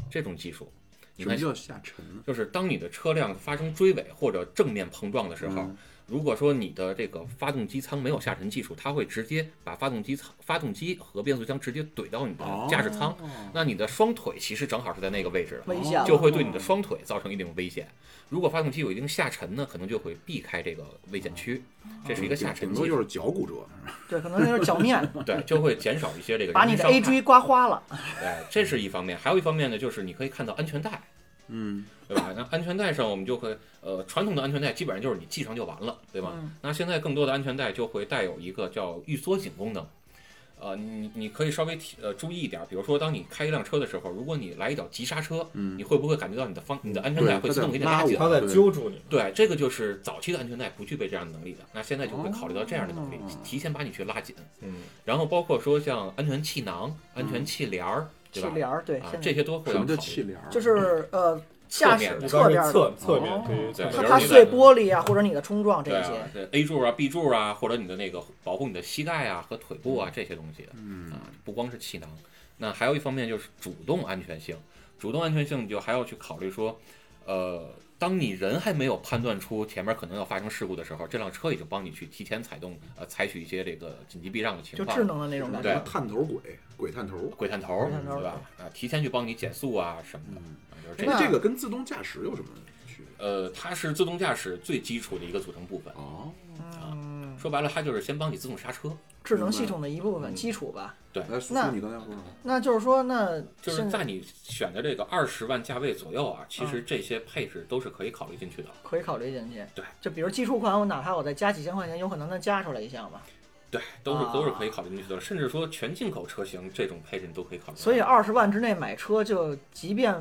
[SPEAKER 4] 这种技术。你
[SPEAKER 1] 什么
[SPEAKER 4] 看，
[SPEAKER 1] 叫下沉啊？
[SPEAKER 4] 就是当你的车辆发生追尾或者正面碰撞的时候，
[SPEAKER 1] 嗯
[SPEAKER 4] 如果说你的这个发动机舱没有下沉技术，它会直接把发动机舱、发动机和变速箱直接怼到你的驾驶舱，那你的双腿其实正好是在那个位置的，
[SPEAKER 3] 哦危险了
[SPEAKER 4] 就会对你的双腿造成一定危险。如果发动机有一定下沉呢，可能就会避开这个危险区，这是一个下沉
[SPEAKER 1] 顶
[SPEAKER 4] 技
[SPEAKER 1] 多就
[SPEAKER 4] 术，
[SPEAKER 1] 是脚骨折，
[SPEAKER 3] 对，可能就是脚面
[SPEAKER 4] 对，就会减少一些这个
[SPEAKER 3] 把
[SPEAKER 4] 人
[SPEAKER 3] 你
[SPEAKER 4] 身伤
[SPEAKER 3] 的 A
[SPEAKER 4] 害
[SPEAKER 3] G 刮花了，
[SPEAKER 4] 哎，这是一方面，还有一方面呢，就是你可以看到安全带，
[SPEAKER 1] 嗯，
[SPEAKER 4] 对吧？那安全带上我们就会，呃，传统的安全带基本上就是你系
[SPEAKER 3] 嗯
[SPEAKER 4] 上就完了，对吧？那现在更多的安全带就会带有一个叫预缩紧功能，呃，你你可以稍微提呃注意一点，比如说当你开一辆车的时候，如果你来一脚急刹车，
[SPEAKER 1] 嗯
[SPEAKER 4] 你，会不会感觉到你的方你的安全带
[SPEAKER 1] 对
[SPEAKER 4] 会
[SPEAKER 1] 它
[SPEAKER 4] 自动
[SPEAKER 1] 在
[SPEAKER 4] 给你
[SPEAKER 1] 拉
[SPEAKER 4] 拉紧
[SPEAKER 1] 我
[SPEAKER 2] 他在
[SPEAKER 1] 对
[SPEAKER 2] 揪住你，
[SPEAKER 4] 对，这个就是早期的安全带不具备这样的能力的，那现在就会考虑到这样的能力
[SPEAKER 1] 哦，
[SPEAKER 4] 提前把你去拉紧。
[SPEAKER 2] 嗯，
[SPEAKER 4] 然后包括说像安全气囊、安全气帘儿，对
[SPEAKER 3] 嗯气
[SPEAKER 4] 吧？
[SPEAKER 3] 帘儿，对，
[SPEAKER 4] 啊
[SPEAKER 3] 现，
[SPEAKER 4] 这
[SPEAKER 3] 在
[SPEAKER 4] 些都会
[SPEAKER 1] 什
[SPEAKER 4] 要
[SPEAKER 1] 么
[SPEAKER 4] 考虑。
[SPEAKER 1] 叫气帘儿？
[SPEAKER 3] 就是呃驾驶
[SPEAKER 4] 面的
[SPEAKER 3] 侧
[SPEAKER 2] 一
[SPEAKER 3] 边
[SPEAKER 2] 般
[SPEAKER 3] 儿
[SPEAKER 2] 是
[SPEAKER 3] 的，
[SPEAKER 2] 侧侧面
[SPEAKER 1] 哦
[SPEAKER 2] 对于
[SPEAKER 4] 对
[SPEAKER 2] 侧面
[SPEAKER 3] 它
[SPEAKER 4] 边
[SPEAKER 3] 怕
[SPEAKER 4] 儿
[SPEAKER 3] 碎玻璃啊，或者你的冲撞这
[SPEAKER 4] 对
[SPEAKER 3] 一
[SPEAKER 4] 啊
[SPEAKER 3] 些，，
[SPEAKER 4] 对 A 柱啊、B 柱啊，或者你的那个保护你的膝盖啊和腿部啊这些东西的
[SPEAKER 1] 嗯
[SPEAKER 4] 啊，不光是气囊。那还有一方面就是主动安全性，主动安全性你就还要去考虑说，呃，当你人还没有判断出前面可能要发生事故的时候，这辆车已经帮你去提前采动呃采取一些这个紧急避让的情
[SPEAKER 3] 就
[SPEAKER 4] 况
[SPEAKER 3] 智。能的那种感觉。
[SPEAKER 4] 对啊
[SPEAKER 1] 探头鬼，鬼探头。
[SPEAKER 4] 鬼探头，
[SPEAKER 3] 鬼探头
[SPEAKER 4] 对吧？啊，提前去帮你减速啊什么的，
[SPEAKER 1] 嗯，
[SPEAKER 4] 啊就是这
[SPEAKER 1] 哎
[SPEAKER 4] 样。
[SPEAKER 3] 那
[SPEAKER 1] 这个跟自动驾驶有什么区别？
[SPEAKER 4] 呃，它是自动驾驶最基础的一个组成部分。
[SPEAKER 1] 哦，
[SPEAKER 3] 嗯，
[SPEAKER 4] 说白了，它就是先帮你自动刹车，
[SPEAKER 3] 智能系统的一部分
[SPEAKER 1] 嗯
[SPEAKER 3] 基础
[SPEAKER 4] 哎
[SPEAKER 3] 吧。
[SPEAKER 1] 来，叔
[SPEAKER 3] 那
[SPEAKER 1] 哎叔，你刚才说什么？
[SPEAKER 3] 那就是嗯说，那
[SPEAKER 4] 就是
[SPEAKER 3] 现
[SPEAKER 4] 在你选的这个二十万价位左右啊，其实这些配置都是可以考虑进去的。
[SPEAKER 3] 可以考虑进去。
[SPEAKER 4] 对，
[SPEAKER 3] 就比如基础款，我哪怕我再加几千块钱，有可能能加出来一项吧。
[SPEAKER 4] 对，都是
[SPEAKER 3] 啊
[SPEAKER 4] 都是可以考虑进去的，甚至说全进口车型这种配置你都可以考虑。
[SPEAKER 3] 所以，啊二十万之内买车，就即便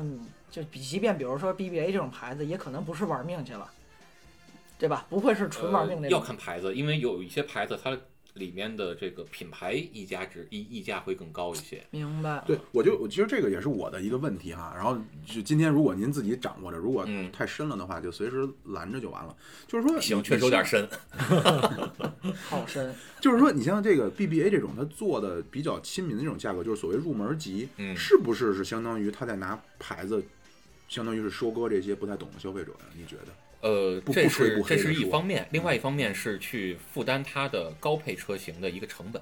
[SPEAKER 3] 就比即便比如说 BBA 这种牌子，也可能不是玩命去了，对吧？不会是纯玩命那
[SPEAKER 4] 呃、
[SPEAKER 3] 种。
[SPEAKER 4] 要看牌子，因为有一些牌子它里面的这个品牌溢价值溢溢价会更高一些。
[SPEAKER 3] 明白。
[SPEAKER 1] 对，我就我其实这个也是我的一个问题哈。然后就今天如果您自己掌握着，如果
[SPEAKER 4] 嗯哎
[SPEAKER 1] 太深了的话，就随时拦着就完了。就是说，
[SPEAKER 4] 行，确实有点 深。
[SPEAKER 3] 好深，
[SPEAKER 1] 就是说，你像这个 BBA 这种，它做的比较亲民的这种价格，就是所谓入门级，
[SPEAKER 4] 嗯
[SPEAKER 1] 是不是是相当于他在拿牌子，相当于是收割这些不太懂的消费者呀？你觉得？
[SPEAKER 4] 呃，
[SPEAKER 1] 不
[SPEAKER 4] 这
[SPEAKER 1] 不吹
[SPEAKER 4] 是
[SPEAKER 1] 不
[SPEAKER 4] 这
[SPEAKER 1] 黑
[SPEAKER 4] 是
[SPEAKER 1] 地
[SPEAKER 4] 一
[SPEAKER 1] 说
[SPEAKER 4] 方面，另外一方面是去负担它的高配车型的一个成本。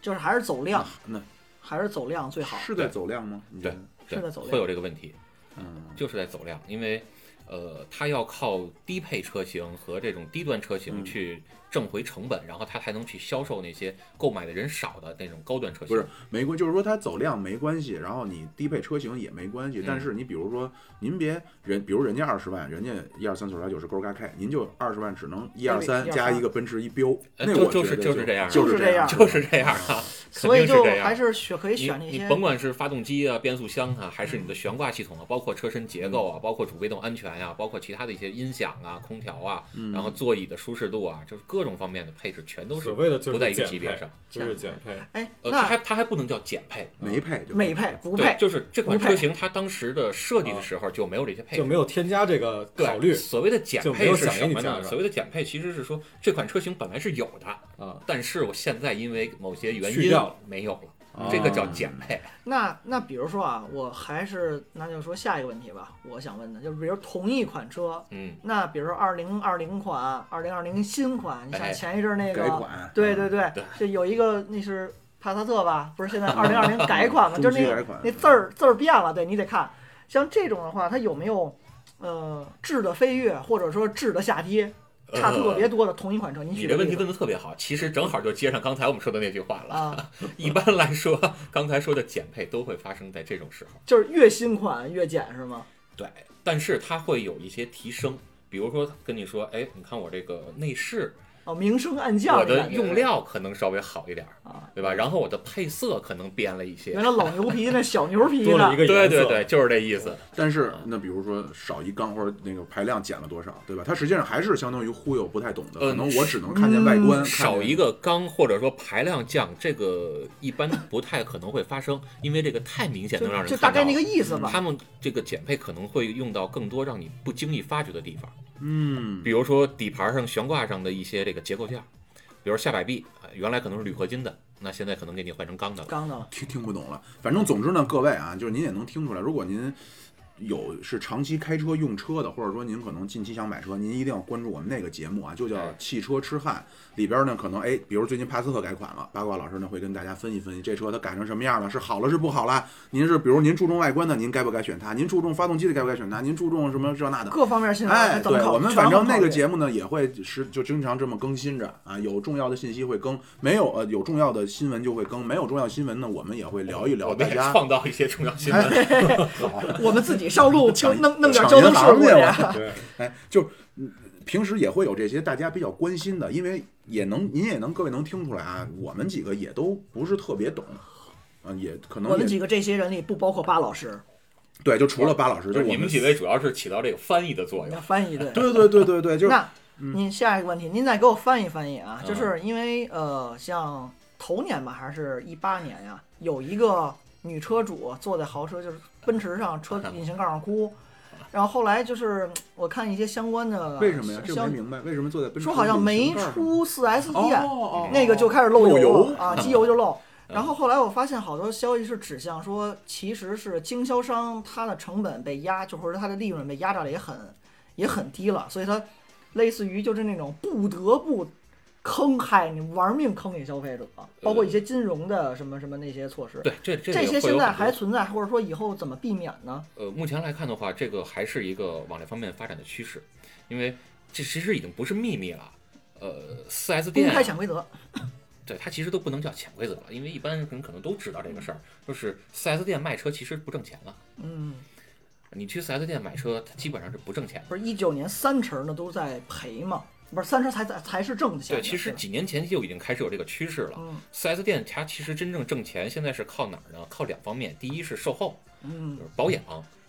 [SPEAKER 3] 就是还是走量，
[SPEAKER 1] 那
[SPEAKER 3] 还是走量最好。
[SPEAKER 1] 是在走量吗？你觉得
[SPEAKER 4] 对
[SPEAKER 3] 是的走量
[SPEAKER 4] 会有这个问题，
[SPEAKER 1] 嗯，
[SPEAKER 4] 就是在走量，因为呃，它要靠低配车型和这种低端车型
[SPEAKER 1] 嗯
[SPEAKER 4] 去挣回成本，然后它才能去销售那些购买的人少的那种高端车型。
[SPEAKER 1] 不是，没关，就是说它走量没关系，然后你低配车型也没关系。
[SPEAKER 4] 嗯
[SPEAKER 1] 但是你比如说，您别人，比如人家二十万，人家一二三四五六九是勾嘎 K，您就二十万只能一二三
[SPEAKER 3] 123
[SPEAKER 1] 加一个奔驰一标，
[SPEAKER 4] 呃
[SPEAKER 1] 那
[SPEAKER 4] 就
[SPEAKER 1] 我觉得
[SPEAKER 4] 就是就是这样
[SPEAKER 1] 就是这
[SPEAKER 3] 就是
[SPEAKER 4] 就是这样啊，肯
[SPEAKER 3] 所以
[SPEAKER 4] 定
[SPEAKER 3] 就是
[SPEAKER 4] 这样
[SPEAKER 3] 还。是选可以
[SPEAKER 4] 你
[SPEAKER 3] 选那
[SPEAKER 4] 你
[SPEAKER 3] 些
[SPEAKER 4] 甭管是发动机啊、变速箱啊，还是你的
[SPEAKER 2] 嗯
[SPEAKER 4] 悬挂系统啊，包括车身结构啊，包括主被动安全呀、包括其他的一些音响啊、空调啊，
[SPEAKER 2] 嗯
[SPEAKER 4] 然后座椅的舒适度啊，就是各种方面的配置全都是
[SPEAKER 2] 所谓的就是
[SPEAKER 4] 不在一个
[SPEAKER 2] 减
[SPEAKER 4] 级别
[SPEAKER 2] 配
[SPEAKER 4] 上。
[SPEAKER 2] 就是减配，
[SPEAKER 3] 哎，
[SPEAKER 4] 呃，它
[SPEAKER 3] 那
[SPEAKER 4] 还它还不能叫减配，
[SPEAKER 1] 嗯没配就
[SPEAKER 3] 美配不
[SPEAKER 4] 对
[SPEAKER 3] 配，，
[SPEAKER 4] 就是这款
[SPEAKER 3] 不配
[SPEAKER 4] 车型它当时的设计的时候就没有这些配置
[SPEAKER 2] 就，没有添加这个
[SPEAKER 4] 对
[SPEAKER 2] 考虑
[SPEAKER 4] 所谓的减
[SPEAKER 2] 就没
[SPEAKER 4] 配
[SPEAKER 2] 有
[SPEAKER 4] 是
[SPEAKER 2] 想
[SPEAKER 4] 什
[SPEAKER 2] 给你
[SPEAKER 4] 么
[SPEAKER 2] 加
[SPEAKER 4] 呢？
[SPEAKER 2] 是吧
[SPEAKER 4] 所谓的减配其实是说这款车型本来是有的，
[SPEAKER 2] 啊。
[SPEAKER 4] 但是我现在因为某些原
[SPEAKER 2] 去
[SPEAKER 4] 因
[SPEAKER 2] 掉了
[SPEAKER 4] 没有了，
[SPEAKER 1] 啊
[SPEAKER 4] 这个叫减配。
[SPEAKER 3] 那那比如说啊，我还是那就说下一个问题吧。我想问的就是，比如同一款车，
[SPEAKER 4] 嗯，
[SPEAKER 3] 那比如说二零二零款、二零二零新款，你像
[SPEAKER 4] 哎
[SPEAKER 3] 前一阵儿那
[SPEAKER 1] 改
[SPEAKER 3] 个，
[SPEAKER 1] 款。
[SPEAKER 3] 对对对
[SPEAKER 4] 嗯对，
[SPEAKER 3] 就有一个那是帕萨特吧？不是 现在二零二零改款嘛，就是
[SPEAKER 1] 中期
[SPEAKER 3] 那
[SPEAKER 1] 改款
[SPEAKER 4] 嗯
[SPEAKER 3] 那字儿字儿变了，对你得看。像这种的话，它有没有呃质的飞跃，或者说质的下跌，差特别多的同一款车？你
[SPEAKER 4] 呃你
[SPEAKER 3] 举
[SPEAKER 4] 这
[SPEAKER 3] 个
[SPEAKER 4] 问
[SPEAKER 3] 例
[SPEAKER 4] 题
[SPEAKER 3] 子
[SPEAKER 4] 问的特别好，其实正好就接上刚才我们说的那句话了。
[SPEAKER 3] 啊，
[SPEAKER 4] 一般来说，刚才说的减配都会发生在这种时候，
[SPEAKER 3] 就是越新款越减是吗？
[SPEAKER 4] 对，但是它会有一些提升。比如说跟你说，哎，你看我这个内饰，
[SPEAKER 3] 哦，明升暗降
[SPEAKER 4] 我
[SPEAKER 3] 的
[SPEAKER 4] 的
[SPEAKER 3] 感觉
[SPEAKER 4] 用料可能稍微好一点儿，
[SPEAKER 3] 啊，
[SPEAKER 4] 对吧？然后我的配色可能变了一些
[SPEAKER 3] 原，来老牛皮那小牛皮
[SPEAKER 2] 多了
[SPEAKER 3] 呢
[SPEAKER 2] 一？个
[SPEAKER 4] 对
[SPEAKER 2] 颜色
[SPEAKER 4] 对对，就是这意思。
[SPEAKER 1] 但是那比如说少一缸或者那个排量减了多少，对吧？它实际上还是相当于忽悠不太懂的，
[SPEAKER 4] 呃
[SPEAKER 1] 可能我只能看见外嗯观，看见
[SPEAKER 4] 少一个缸或者说排量降，这个一般不太可能会发生，因为这个太明显能让人
[SPEAKER 3] 就就
[SPEAKER 4] 看
[SPEAKER 3] 大
[SPEAKER 4] 到。嗯
[SPEAKER 3] 概那个意思吧。
[SPEAKER 4] 他们这个减配可能会用到更多让你不经意发觉的地方，
[SPEAKER 1] 嗯
[SPEAKER 4] 比如说底盘上、悬挂上的一些这个结构件儿，比如下摆臂，呃原来可能是铝合金的，那现在可能给你换成钢的了。
[SPEAKER 3] 刚的，
[SPEAKER 1] 听听不懂了。反正总之呢，各位啊，就是您也能听出来，如果您有是长期开车用车的，或者说您可能近期想买车，您一定要关注我们那个节目啊，就叫
[SPEAKER 4] 哎
[SPEAKER 1] 《汽车痴汉》里边呢，可能哎，比如最近帕萨特改款了，八卦老师呢会跟大家分析分析这车它改成什么样了，是好了是不好了。您是比如您注重外观的，您该不该选它？您注重发动机的该不该选它？您注重什么这那的？
[SPEAKER 3] 各方面信息
[SPEAKER 1] 哎，
[SPEAKER 3] 怎么
[SPEAKER 1] 对，
[SPEAKER 3] 考？
[SPEAKER 1] 我们
[SPEAKER 3] 全
[SPEAKER 1] 反
[SPEAKER 3] 都
[SPEAKER 1] 正
[SPEAKER 3] 考
[SPEAKER 1] 那个
[SPEAKER 3] 虑
[SPEAKER 1] 节目呢也会时就经常这么更新着啊，有重要的信息会更，没有呃有重要的新闻就会更，没有重要新闻呢我们也会聊一聊，
[SPEAKER 4] 我
[SPEAKER 1] 大
[SPEAKER 4] 们也
[SPEAKER 1] 家
[SPEAKER 4] 创造一些重要新闻。
[SPEAKER 1] 哎
[SPEAKER 3] 我们自己上路就
[SPEAKER 1] 抢
[SPEAKER 3] 弄弄点
[SPEAKER 1] 抢
[SPEAKER 3] 交
[SPEAKER 1] 银
[SPEAKER 3] 通事
[SPEAKER 1] 行
[SPEAKER 3] 故
[SPEAKER 1] 去
[SPEAKER 3] 去
[SPEAKER 1] 了。
[SPEAKER 2] 对，
[SPEAKER 1] 啊哎，就嗯平时也会有这些大家比较关心的，因为也能您也能各位能听出来啊，我们几个也都不是特别懂，啊，也可
[SPEAKER 3] 我
[SPEAKER 1] 能
[SPEAKER 3] 们
[SPEAKER 1] 也
[SPEAKER 3] 几个这些人里不包括巴老师，
[SPEAKER 1] 对，就除了巴老师，
[SPEAKER 4] 就
[SPEAKER 1] 就是我
[SPEAKER 4] 你们几位主要是起到这个翻译的作用
[SPEAKER 3] 要。翻译对。
[SPEAKER 1] 哎对对对对对，就是嗯
[SPEAKER 3] 那您下一个问题，您再给我翻译翻译啊，就是因为呃，像头年吧，还是一八年呀，有一个女车主坐在豪车，就是奔驰上 车引擎盖上哭，然后后来就是我看一些相关的
[SPEAKER 1] 为什么呀？这我
[SPEAKER 3] 消
[SPEAKER 1] 没明白，为什么坐在奔驰
[SPEAKER 3] 说好像没
[SPEAKER 1] 引擎盖上
[SPEAKER 3] 出四 S
[SPEAKER 1] 哦
[SPEAKER 3] 店，
[SPEAKER 1] 哦，
[SPEAKER 3] 那个就开始漏
[SPEAKER 1] 漏
[SPEAKER 3] 油
[SPEAKER 1] 油
[SPEAKER 3] 了啊， 机油就漏。
[SPEAKER 4] 嗯
[SPEAKER 3] 然后后来我发现好多消息是指向说，其实是经销商它的成本被压，就或者它的利润被压榨的也很也很低了，所以它类似于就是那种不得不坑害你，玩命坑你消费者，包括一些金融的什么什么那些措施。
[SPEAKER 4] 对，这这
[SPEAKER 3] 这
[SPEAKER 4] 个
[SPEAKER 3] 些
[SPEAKER 4] 会
[SPEAKER 3] 现
[SPEAKER 4] 有
[SPEAKER 3] 在
[SPEAKER 4] 很多
[SPEAKER 3] 还存在，或者说以后怎么避免呢？
[SPEAKER 4] 呃，目前来看的话，这个还是一个往这方面发展的趋势，因为这其实已经不是秘密了。呃，四 S
[SPEAKER 3] 公
[SPEAKER 4] 店啊、
[SPEAKER 3] 开潜规则，
[SPEAKER 4] 对它其实都不能叫潜规则了，因为一般人可能都知道这个事儿，就是四 S 店卖车其实不挣钱了。
[SPEAKER 3] 嗯，
[SPEAKER 4] 你去四 S 店买车，它基本上是不挣钱的。
[SPEAKER 3] 不是一九年三成的都在赔嘛，不是三成才才才是挣
[SPEAKER 4] 对，
[SPEAKER 3] 钱的。
[SPEAKER 4] 其实
[SPEAKER 3] 吧
[SPEAKER 4] 几年前就已经开始有这个趋势了。
[SPEAKER 3] 嗯
[SPEAKER 4] 四 S 店它其实真正挣钱，现在是靠哪儿呢？靠两方面，第一是售后，
[SPEAKER 3] 嗯
[SPEAKER 4] 就，是保养、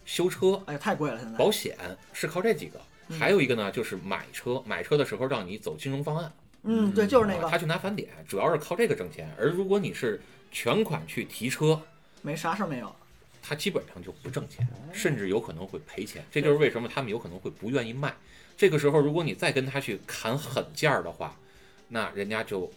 [SPEAKER 4] 修车、
[SPEAKER 3] 哎呀，太贵了现在。
[SPEAKER 4] 保险，是靠这几个。
[SPEAKER 3] 嗯
[SPEAKER 4] 还有一个呢，就是买车，买车的时候让你走金融方案，
[SPEAKER 3] 嗯，对，就是那
[SPEAKER 4] 啊他
[SPEAKER 3] 个，
[SPEAKER 4] 去拿返点，主要是靠这个挣钱。而如果你是全款去提车，
[SPEAKER 3] 没啥事儿没有。
[SPEAKER 4] 他基本上就不挣钱，
[SPEAKER 3] 哦
[SPEAKER 4] 甚至有可能会赔钱。这就是为什么他们有可能会不愿意卖。这个时候，如果你再跟他去砍狠价儿的话，那人家就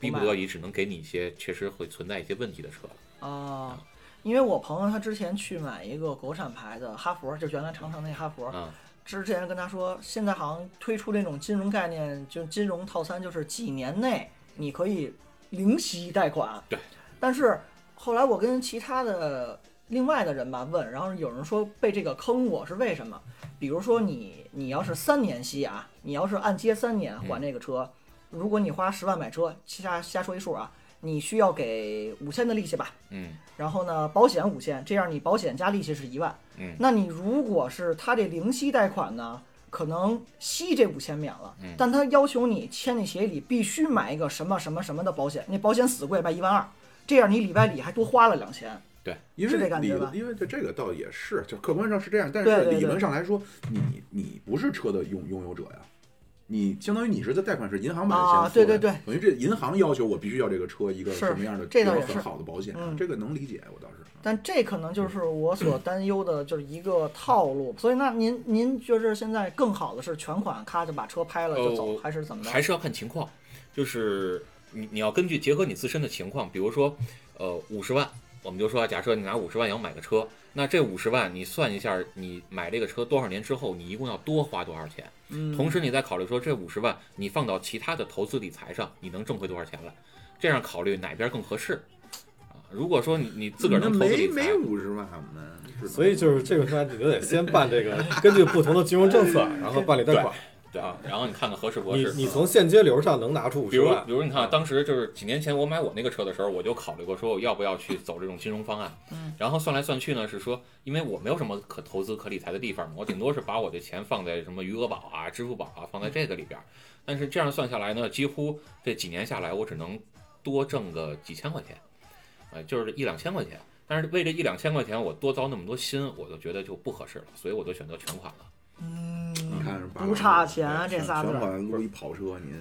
[SPEAKER 4] 逼不得已，只能给你一些确实会存在一些问题的车了。
[SPEAKER 3] 哦，因为我朋友他之前去买一个国产牌的哈佛，就原来长城那哈佛，
[SPEAKER 4] 啊、
[SPEAKER 3] 之前跟他说，现在好像推出那种金融概念，就金融套餐，就是几年内你可以零息贷款。
[SPEAKER 4] 对。
[SPEAKER 3] 但是后来我跟其他的另外的人吧问，然后有人说被这个坑我是为什么？比如说你你要是三年息啊，你要是按揭三年还这个车，如果你花十万买车，瞎瞎说一数啊，你需要给五千的利息吧，
[SPEAKER 4] 嗯，
[SPEAKER 3] 然后呢，保险五千，这样你保险加利息是一万。
[SPEAKER 4] 嗯
[SPEAKER 3] 那你如果是他这零息贷款呢，可能息这五千免了，
[SPEAKER 4] 嗯
[SPEAKER 3] 但他要求你签那协议里必须买一个什么什么什么的保险，那保险死贵，卖一万二，这样你里外里还多花了两千。
[SPEAKER 1] 因
[SPEAKER 3] 是这
[SPEAKER 1] 为
[SPEAKER 3] 感
[SPEAKER 1] 理
[SPEAKER 3] 觉吧，
[SPEAKER 1] 因为就这个倒也是，就客观上是这样，但
[SPEAKER 3] 对对
[SPEAKER 1] 是
[SPEAKER 3] 对
[SPEAKER 1] 理论上来说，你你不是车的拥拥有者呀，你相当于你是在贷款是银行把这钱付
[SPEAKER 3] 啊
[SPEAKER 1] 的
[SPEAKER 3] 对对对，
[SPEAKER 1] 等于这银行要求我必须要这个车一个
[SPEAKER 3] 是
[SPEAKER 1] 什么样的
[SPEAKER 3] 这
[SPEAKER 1] 比
[SPEAKER 3] 倒
[SPEAKER 1] 较
[SPEAKER 3] 也是
[SPEAKER 1] 很好的保险
[SPEAKER 3] 嗯，
[SPEAKER 1] 这个能理解，我倒是。
[SPEAKER 3] 但这可能就是我所担忧的，就是一个套路。所以那您您就是现在更好的是全款咔就把车拍了就走，
[SPEAKER 4] 哦
[SPEAKER 3] 还是怎么着？
[SPEAKER 4] 还是要看情况，就是你你要根据结合你自身的情况，比如说，呃，五十万，我们就说，假设你拿五十万要买个车，那这五十万你算一下，你买这个车多少年之后，你一共要多花多少钱？
[SPEAKER 3] 嗯
[SPEAKER 4] 同时你再考虑说，这五十万你放到其他的投资理财上，你能挣回多少钱来？这样考虑哪边更合适啊？如果说你你自个儿
[SPEAKER 1] 那
[SPEAKER 4] 能投资
[SPEAKER 1] 没
[SPEAKER 4] 理
[SPEAKER 1] 没
[SPEAKER 4] 财，
[SPEAKER 1] 五十万呢，是吧
[SPEAKER 2] 所以就是这个事儿，你就得先办 这个，根据不同的金融政策，然后办理贷款。
[SPEAKER 4] 对啊，然后你看看合适不合
[SPEAKER 2] 你
[SPEAKER 4] 适。啊
[SPEAKER 2] 你从现金流上能拿出五
[SPEAKER 4] 嗯比
[SPEAKER 2] 十
[SPEAKER 4] 如
[SPEAKER 2] 万
[SPEAKER 4] 比，如你看啊，当时就是几年前我买我那个车的时候，我就考虑过说我要不要去走这种金融方案。
[SPEAKER 3] 嗯，
[SPEAKER 4] 然后算来算去呢，是说因为我没有什么可投资可理财的地方嘛，我顶多是把我的钱放在什么余额宝啊、支付宝啊，放在这个里
[SPEAKER 3] 嗯
[SPEAKER 4] 边儿。但是这样算下来呢，几乎这几年下来，我只能多挣个几千块钱，呃，就是一两千块钱。但是为这一两千块钱，我多糟那么多心，我就觉得就不合适了，所以我就选择全款了。
[SPEAKER 3] 嗯
[SPEAKER 1] 你
[SPEAKER 4] 嗯
[SPEAKER 1] 看是吧
[SPEAKER 3] 不差钱啊这仨字儿
[SPEAKER 1] 全款撸一跑车， 您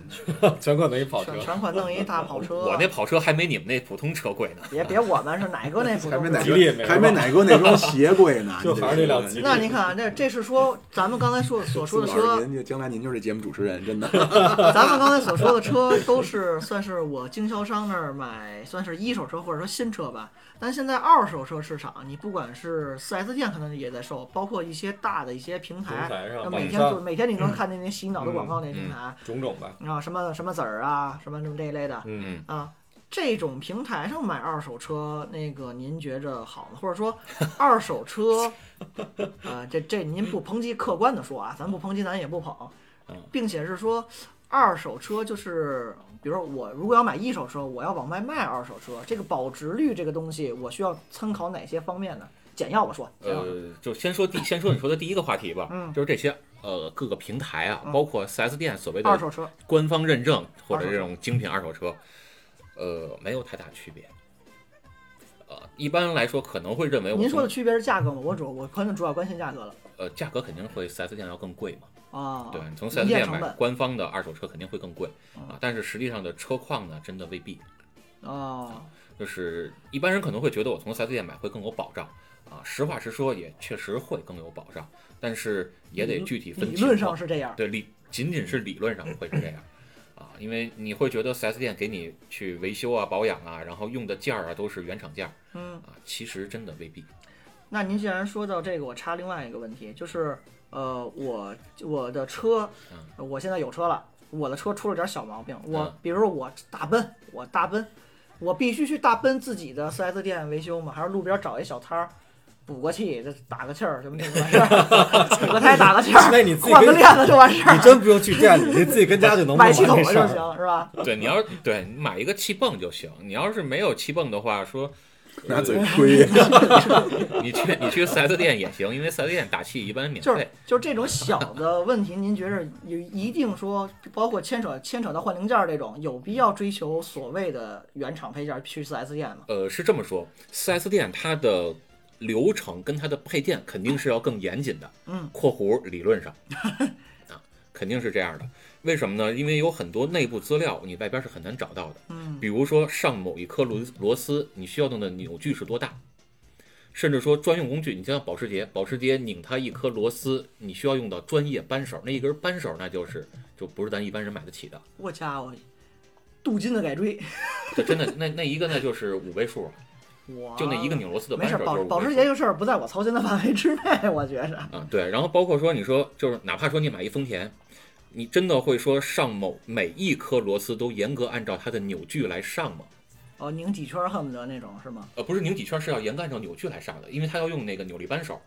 [SPEAKER 2] 全款等 于跑车
[SPEAKER 3] 全。全款弄一大跑车，
[SPEAKER 4] 我那跑车还没你们那普通车贵呢。
[SPEAKER 3] 别别我们是哪个那普
[SPEAKER 1] 还
[SPEAKER 3] 通
[SPEAKER 1] 没
[SPEAKER 3] 人
[SPEAKER 1] 哪
[SPEAKER 2] 吉利也没
[SPEAKER 1] 个还没哪个那双鞋贵呢
[SPEAKER 2] ，就还是那辆吉利
[SPEAKER 3] 那你看，啊，这这是说咱们刚才说所说的
[SPEAKER 1] 朱老
[SPEAKER 3] 车
[SPEAKER 1] 师，您就将来您就是这节目主持人， 真的。
[SPEAKER 3] 咱们刚才所说的车都是算是我经销商那儿买，算是一手车或者说新车吧。但现在二手车市场，你不管是 4S 店可能也在售，包括一些大的一些平
[SPEAKER 2] 平
[SPEAKER 3] 台，
[SPEAKER 2] 台上
[SPEAKER 3] 每
[SPEAKER 2] 网
[SPEAKER 3] 天就
[SPEAKER 2] 上嗯
[SPEAKER 3] 每天你能看见那洗脑的广告那平台，
[SPEAKER 2] 种种 吧，
[SPEAKER 3] 然后什么什么籽儿啊，什么什么这一类的
[SPEAKER 2] 嗯，
[SPEAKER 3] 啊。这种平台上买二手车，那个您觉着好吗？或 者说，二手车，呃，这这您不抨击，客观的说啊，咱不抨击，咱也不捧，
[SPEAKER 4] 嗯
[SPEAKER 3] 并且是说，二手车就是，比如说我如果要买一手车，我要往外卖二手车，这个保值率这个东西，我需要参考
[SPEAKER 4] 呃
[SPEAKER 3] 哪些方面呢？简要我说，简要我说
[SPEAKER 4] 呃，就先说第先说你说的第一个话题吧，
[SPEAKER 3] 嗯
[SPEAKER 4] 就是这些呃各个平台啊，
[SPEAKER 3] 嗯
[SPEAKER 4] 包括 4S 店所谓
[SPEAKER 3] 二
[SPEAKER 4] 的
[SPEAKER 3] 手车，
[SPEAKER 4] 官方认证或者
[SPEAKER 3] 二手车
[SPEAKER 4] 这种精品二手车，呃，没有太大区别。呃，一般来说可能会哎认为我
[SPEAKER 3] 您说的
[SPEAKER 4] 从
[SPEAKER 3] 区别是价格吗？我主我关主要关心价格了
[SPEAKER 4] 呃价格肯定会 4S 店要更贵嘛，
[SPEAKER 3] 啊。
[SPEAKER 4] 对你从
[SPEAKER 3] 零
[SPEAKER 4] 4S
[SPEAKER 3] 件
[SPEAKER 4] 店
[SPEAKER 3] 成
[SPEAKER 4] 买
[SPEAKER 3] 本
[SPEAKER 4] 官方的二手车肯定会更贵
[SPEAKER 3] 嗯
[SPEAKER 4] 啊，但是实际上的车况呢，真的未必。
[SPEAKER 3] 啊，
[SPEAKER 4] 就是一般人可能会觉得我从 4S 店买会更有保障啊，实话实说也确实会更有保障，但是也得具体分
[SPEAKER 3] 理
[SPEAKER 4] 情
[SPEAKER 3] 论
[SPEAKER 4] 况
[SPEAKER 3] 上是这样。
[SPEAKER 4] 对理仅仅是理论上会是这样啊，因为你会觉得 4S 店给你去维修啊、保养啊，然后用的件儿啊都是原厂件儿
[SPEAKER 3] 嗯，
[SPEAKER 4] 啊，其实真的未必。
[SPEAKER 3] 那您既然说到这个，我插另外一个问题，就是呃，我我的车，
[SPEAKER 2] 嗯
[SPEAKER 3] 我现在有车了，我的车出了点小毛病，我
[SPEAKER 4] 嗯
[SPEAKER 3] 比如说我大奔，我大奔，我必须去大奔自己的 4S 店维修吗？还是路边找一小摊儿？补个气，这打个气儿，什么这个完事儿， 补个胎，打个气儿，
[SPEAKER 2] 那你自己
[SPEAKER 3] 换个
[SPEAKER 2] 跟
[SPEAKER 3] 链子就完事儿
[SPEAKER 2] 你，真不用去店里，你自己跟家就能
[SPEAKER 3] 买
[SPEAKER 2] 完
[SPEAKER 3] 气
[SPEAKER 2] 这
[SPEAKER 3] 筒了
[SPEAKER 2] 事
[SPEAKER 3] 就
[SPEAKER 2] 儿。
[SPEAKER 3] 行，是吧？
[SPEAKER 4] 对，你要对你买一个气泵就行，你要是没有气泵的话，说
[SPEAKER 1] 拿嘴 吹，
[SPEAKER 4] 你去你去 4S 店也行，因为 4S 店打气一般免
[SPEAKER 3] 就是
[SPEAKER 4] 费。
[SPEAKER 3] 就是这种小的问题，您觉着有一定说，包括牵扯牵扯到换零件儿这种，有必要追求所谓的原厂配件儿去 4S 店吗？
[SPEAKER 4] 呃，是这么说，4S 店它的流程跟它的配件肯定是要更严谨的。
[SPEAKER 3] 嗯，
[SPEAKER 4] 括弧理论 上啊，肯定是这样的。为什么呢？因为有很多内部资料你外边是很难找到的。
[SPEAKER 3] 嗯，
[SPEAKER 4] 比如说上某一颗螺螺丝，你需要用的扭矩是多大，甚至说专用工具，你像保时捷，保时捷拧它一颗螺丝，你需要用到专业扳手，那一根扳手那就是就不是咱一般人买得起的，
[SPEAKER 3] 我家伙，镀金的改锥，
[SPEAKER 4] 这真的那那一个那就是五位数啊，
[SPEAKER 3] 我
[SPEAKER 4] 就那一个拧螺丝的
[SPEAKER 3] 啊没
[SPEAKER 4] 扳
[SPEAKER 3] 事
[SPEAKER 4] 手
[SPEAKER 3] 儿，
[SPEAKER 4] 就是
[SPEAKER 3] 保
[SPEAKER 4] 五
[SPEAKER 3] 保时
[SPEAKER 4] 位
[SPEAKER 3] 捷
[SPEAKER 4] 数。
[SPEAKER 3] 这事儿不在我操心的范围之内，我觉着。
[SPEAKER 4] 啊，对，然后包括说，你说就是哪怕说你买一丰田，你真的会说上某每一颗螺丝都严格按照它的扭矩来上吗？
[SPEAKER 3] 哦，拧几圈儿恨不得那种是吗？
[SPEAKER 4] 呃，不是拧几圈是要严格按照扭矩来上的，因为它要用那个扭力扳手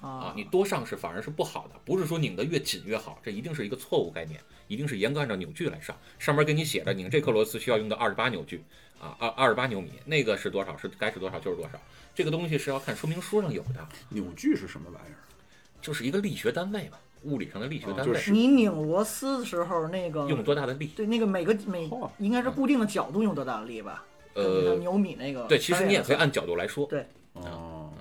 [SPEAKER 4] 啊
[SPEAKER 3] 啊，，
[SPEAKER 4] 你多上是反而是不好的，不是说拧得越紧越好，这一定是一个错误概念，一定是严格按照扭矩来上，上面给你写着拧这颗螺丝需要用到二十八扭矩啊，二二十八牛米，那个是多少是该是多少就是多少，这个东西是要看说明书上有的，
[SPEAKER 1] 扭矩是什么玩意儿？
[SPEAKER 4] 就是一个力学单位嘛，物理上的力学
[SPEAKER 1] 啊
[SPEAKER 4] 单
[SPEAKER 1] 就
[SPEAKER 4] 位，
[SPEAKER 1] 是
[SPEAKER 3] 你拧螺丝的时候那个
[SPEAKER 4] 用多大的力。
[SPEAKER 3] 对那个每个每
[SPEAKER 1] 哦
[SPEAKER 3] 应该是固定的角度用多大的力吧？跟那个
[SPEAKER 4] 呃，
[SPEAKER 3] 牛米那个
[SPEAKER 4] 对，其实你也可以
[SPEAKER 3] 以。
[SPEAKER 4] 按角度来说。
[SPEAKER 1] 哦，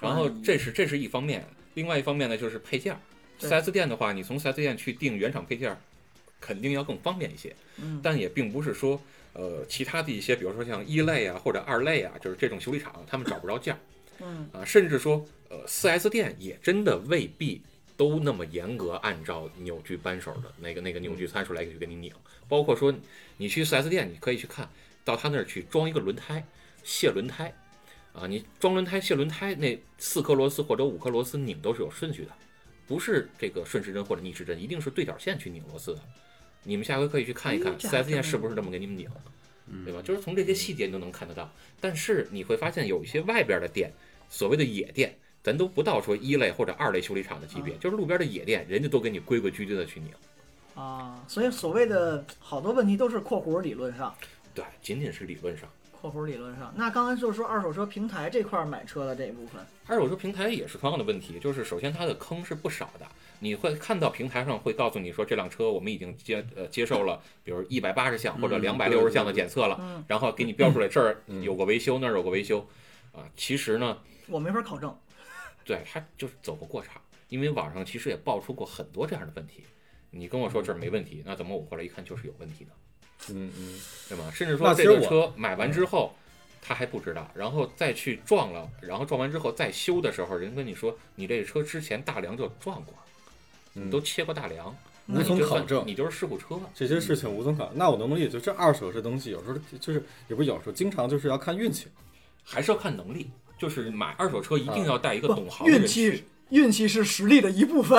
[SPEAKER 4] 然后
[SPEAKER 3] 嗯
[SPEAKER 4] 这是这是一方面，另外一方面呢就是配件儿。
[SPEAKER 3] 对
[SPEAKER 4] 4S 店的话，你从 4S 店去订原厂配件儿，肯定要更方便一些，
[SPEAKER 3] 嗯
[SPEAKER 4] 但也并不是说。呃，其他的一些，比如说像一类啊或者二类啊，就是这种修理厂，他们找不着件儿
[SPEAKER 3] 嗯
[SPEAKER 4] 啊，甚至说，呃，4S 店也真的未必都那么严格按照扭矩扳手的那个那个扭
[SPEAKER 3] 嗯
[SPEAKER 4] 矩参数来去给你拧。包括说，你去 4S 店，你可以去看到他那儿去装一个轮胎，卸轮胎，啊，你装轮胎、卸轮胎那四颗螺丝或者五颗螺丝拧都是有顺序的，不是这个顺时针或者逆时针，一定是对角线去拧螺丝的。你们下回可以去看一看
[SPEAKER 3] 哎这还
[SPEAKER 4] 4S
[SPEAKER 3] 嗯真
[SPEAKER 4] 店是不是这么给你们拧，对吧？就是从这些细节你都能看得到。但是你会发现有一些外边的店，所谓的野店，咱都不到说一类或者二类修理厂的级
[SPEAKER 3] 嗯
[SPEAKER 4] 别，就是路边的野店，人家都给你规规矩矩的去拧。
[SPEAKER 3] 啊，所以所谓的好多问题都是括弧理论上。
[SPEAKER 4] 对，仅仅是理论上。
[SPEAKER 3] 括弧理论上，那刚才就是说二手车平台这块儿买车的这一部分，
[SPEAKER 4] 二手车平台也是同样的问题，就是首先它的坑是不少的，你会看到平台上会告诉你说这辆车我们已经接呃接受了，比如一百八十项或者
[SPEAKER 1] 嗯
[SPEAKER 4] 两百六十项的检测了，
[SPEAKER 3] 嗯，
[SPEAKER 4] 然后给你标出来这儿
[SPEAKER 2] 嗯
[SPEAKER 4] 有个维修，那儿有个维修，啊，其实呢，
[SPEAKER 3] 我没法考证。
[SPEAKER 4] 对它就是走不过场，因为网上其实也爆出过很多这样的问题，你跟我说这儿没问题，那怎么我后来一看就是有问题呢？
[SPEAKER 2] 嗯嗯，
[SPEAKER 4] 对吗？甚至说
[SPEAKER 2] 那其
[SPEAKER 4] 这
[SPEAKER 2] 实
[SPEAKER 4] 个
[SPEAKER 2] 我
[SPEAKER 4] 车买完之后，他还不知道，然后再去撞了，然后撞完之后再修的时候，人跟你说你这车之前大梁就撞过，
[SPEAKER 2] 嗯
[SPEAKER 4] 你都切过大梁，
[SPEAKER 2] 无
[SPEAKER 4] 那你
[SPEAKER 2] 从
[SPEAKER 4] 就
[SPEAKER 2] 考
[SPEAKER 4] 算
[SPEAKER 2] 证
[SPEAKER 4] 你就是事故车。
[SPEAKER 2] 这些事情无从考。那我能不能理解，这二手这东西有时候就是也不是有时候，经常就是要看运气。
[SPEAKER 4] 还是要看能力，就是买二手车一
[SPEAKER 2] 啊
[SPEAKER 4] 定要带一个
[SPEAKER 3] 不
[SPEAKER 4] 懂行的人
[SPEAKER 3] 运
[SPEAKER 4] 去
[SPEAKER 3] 气，，运气是实力的一部分。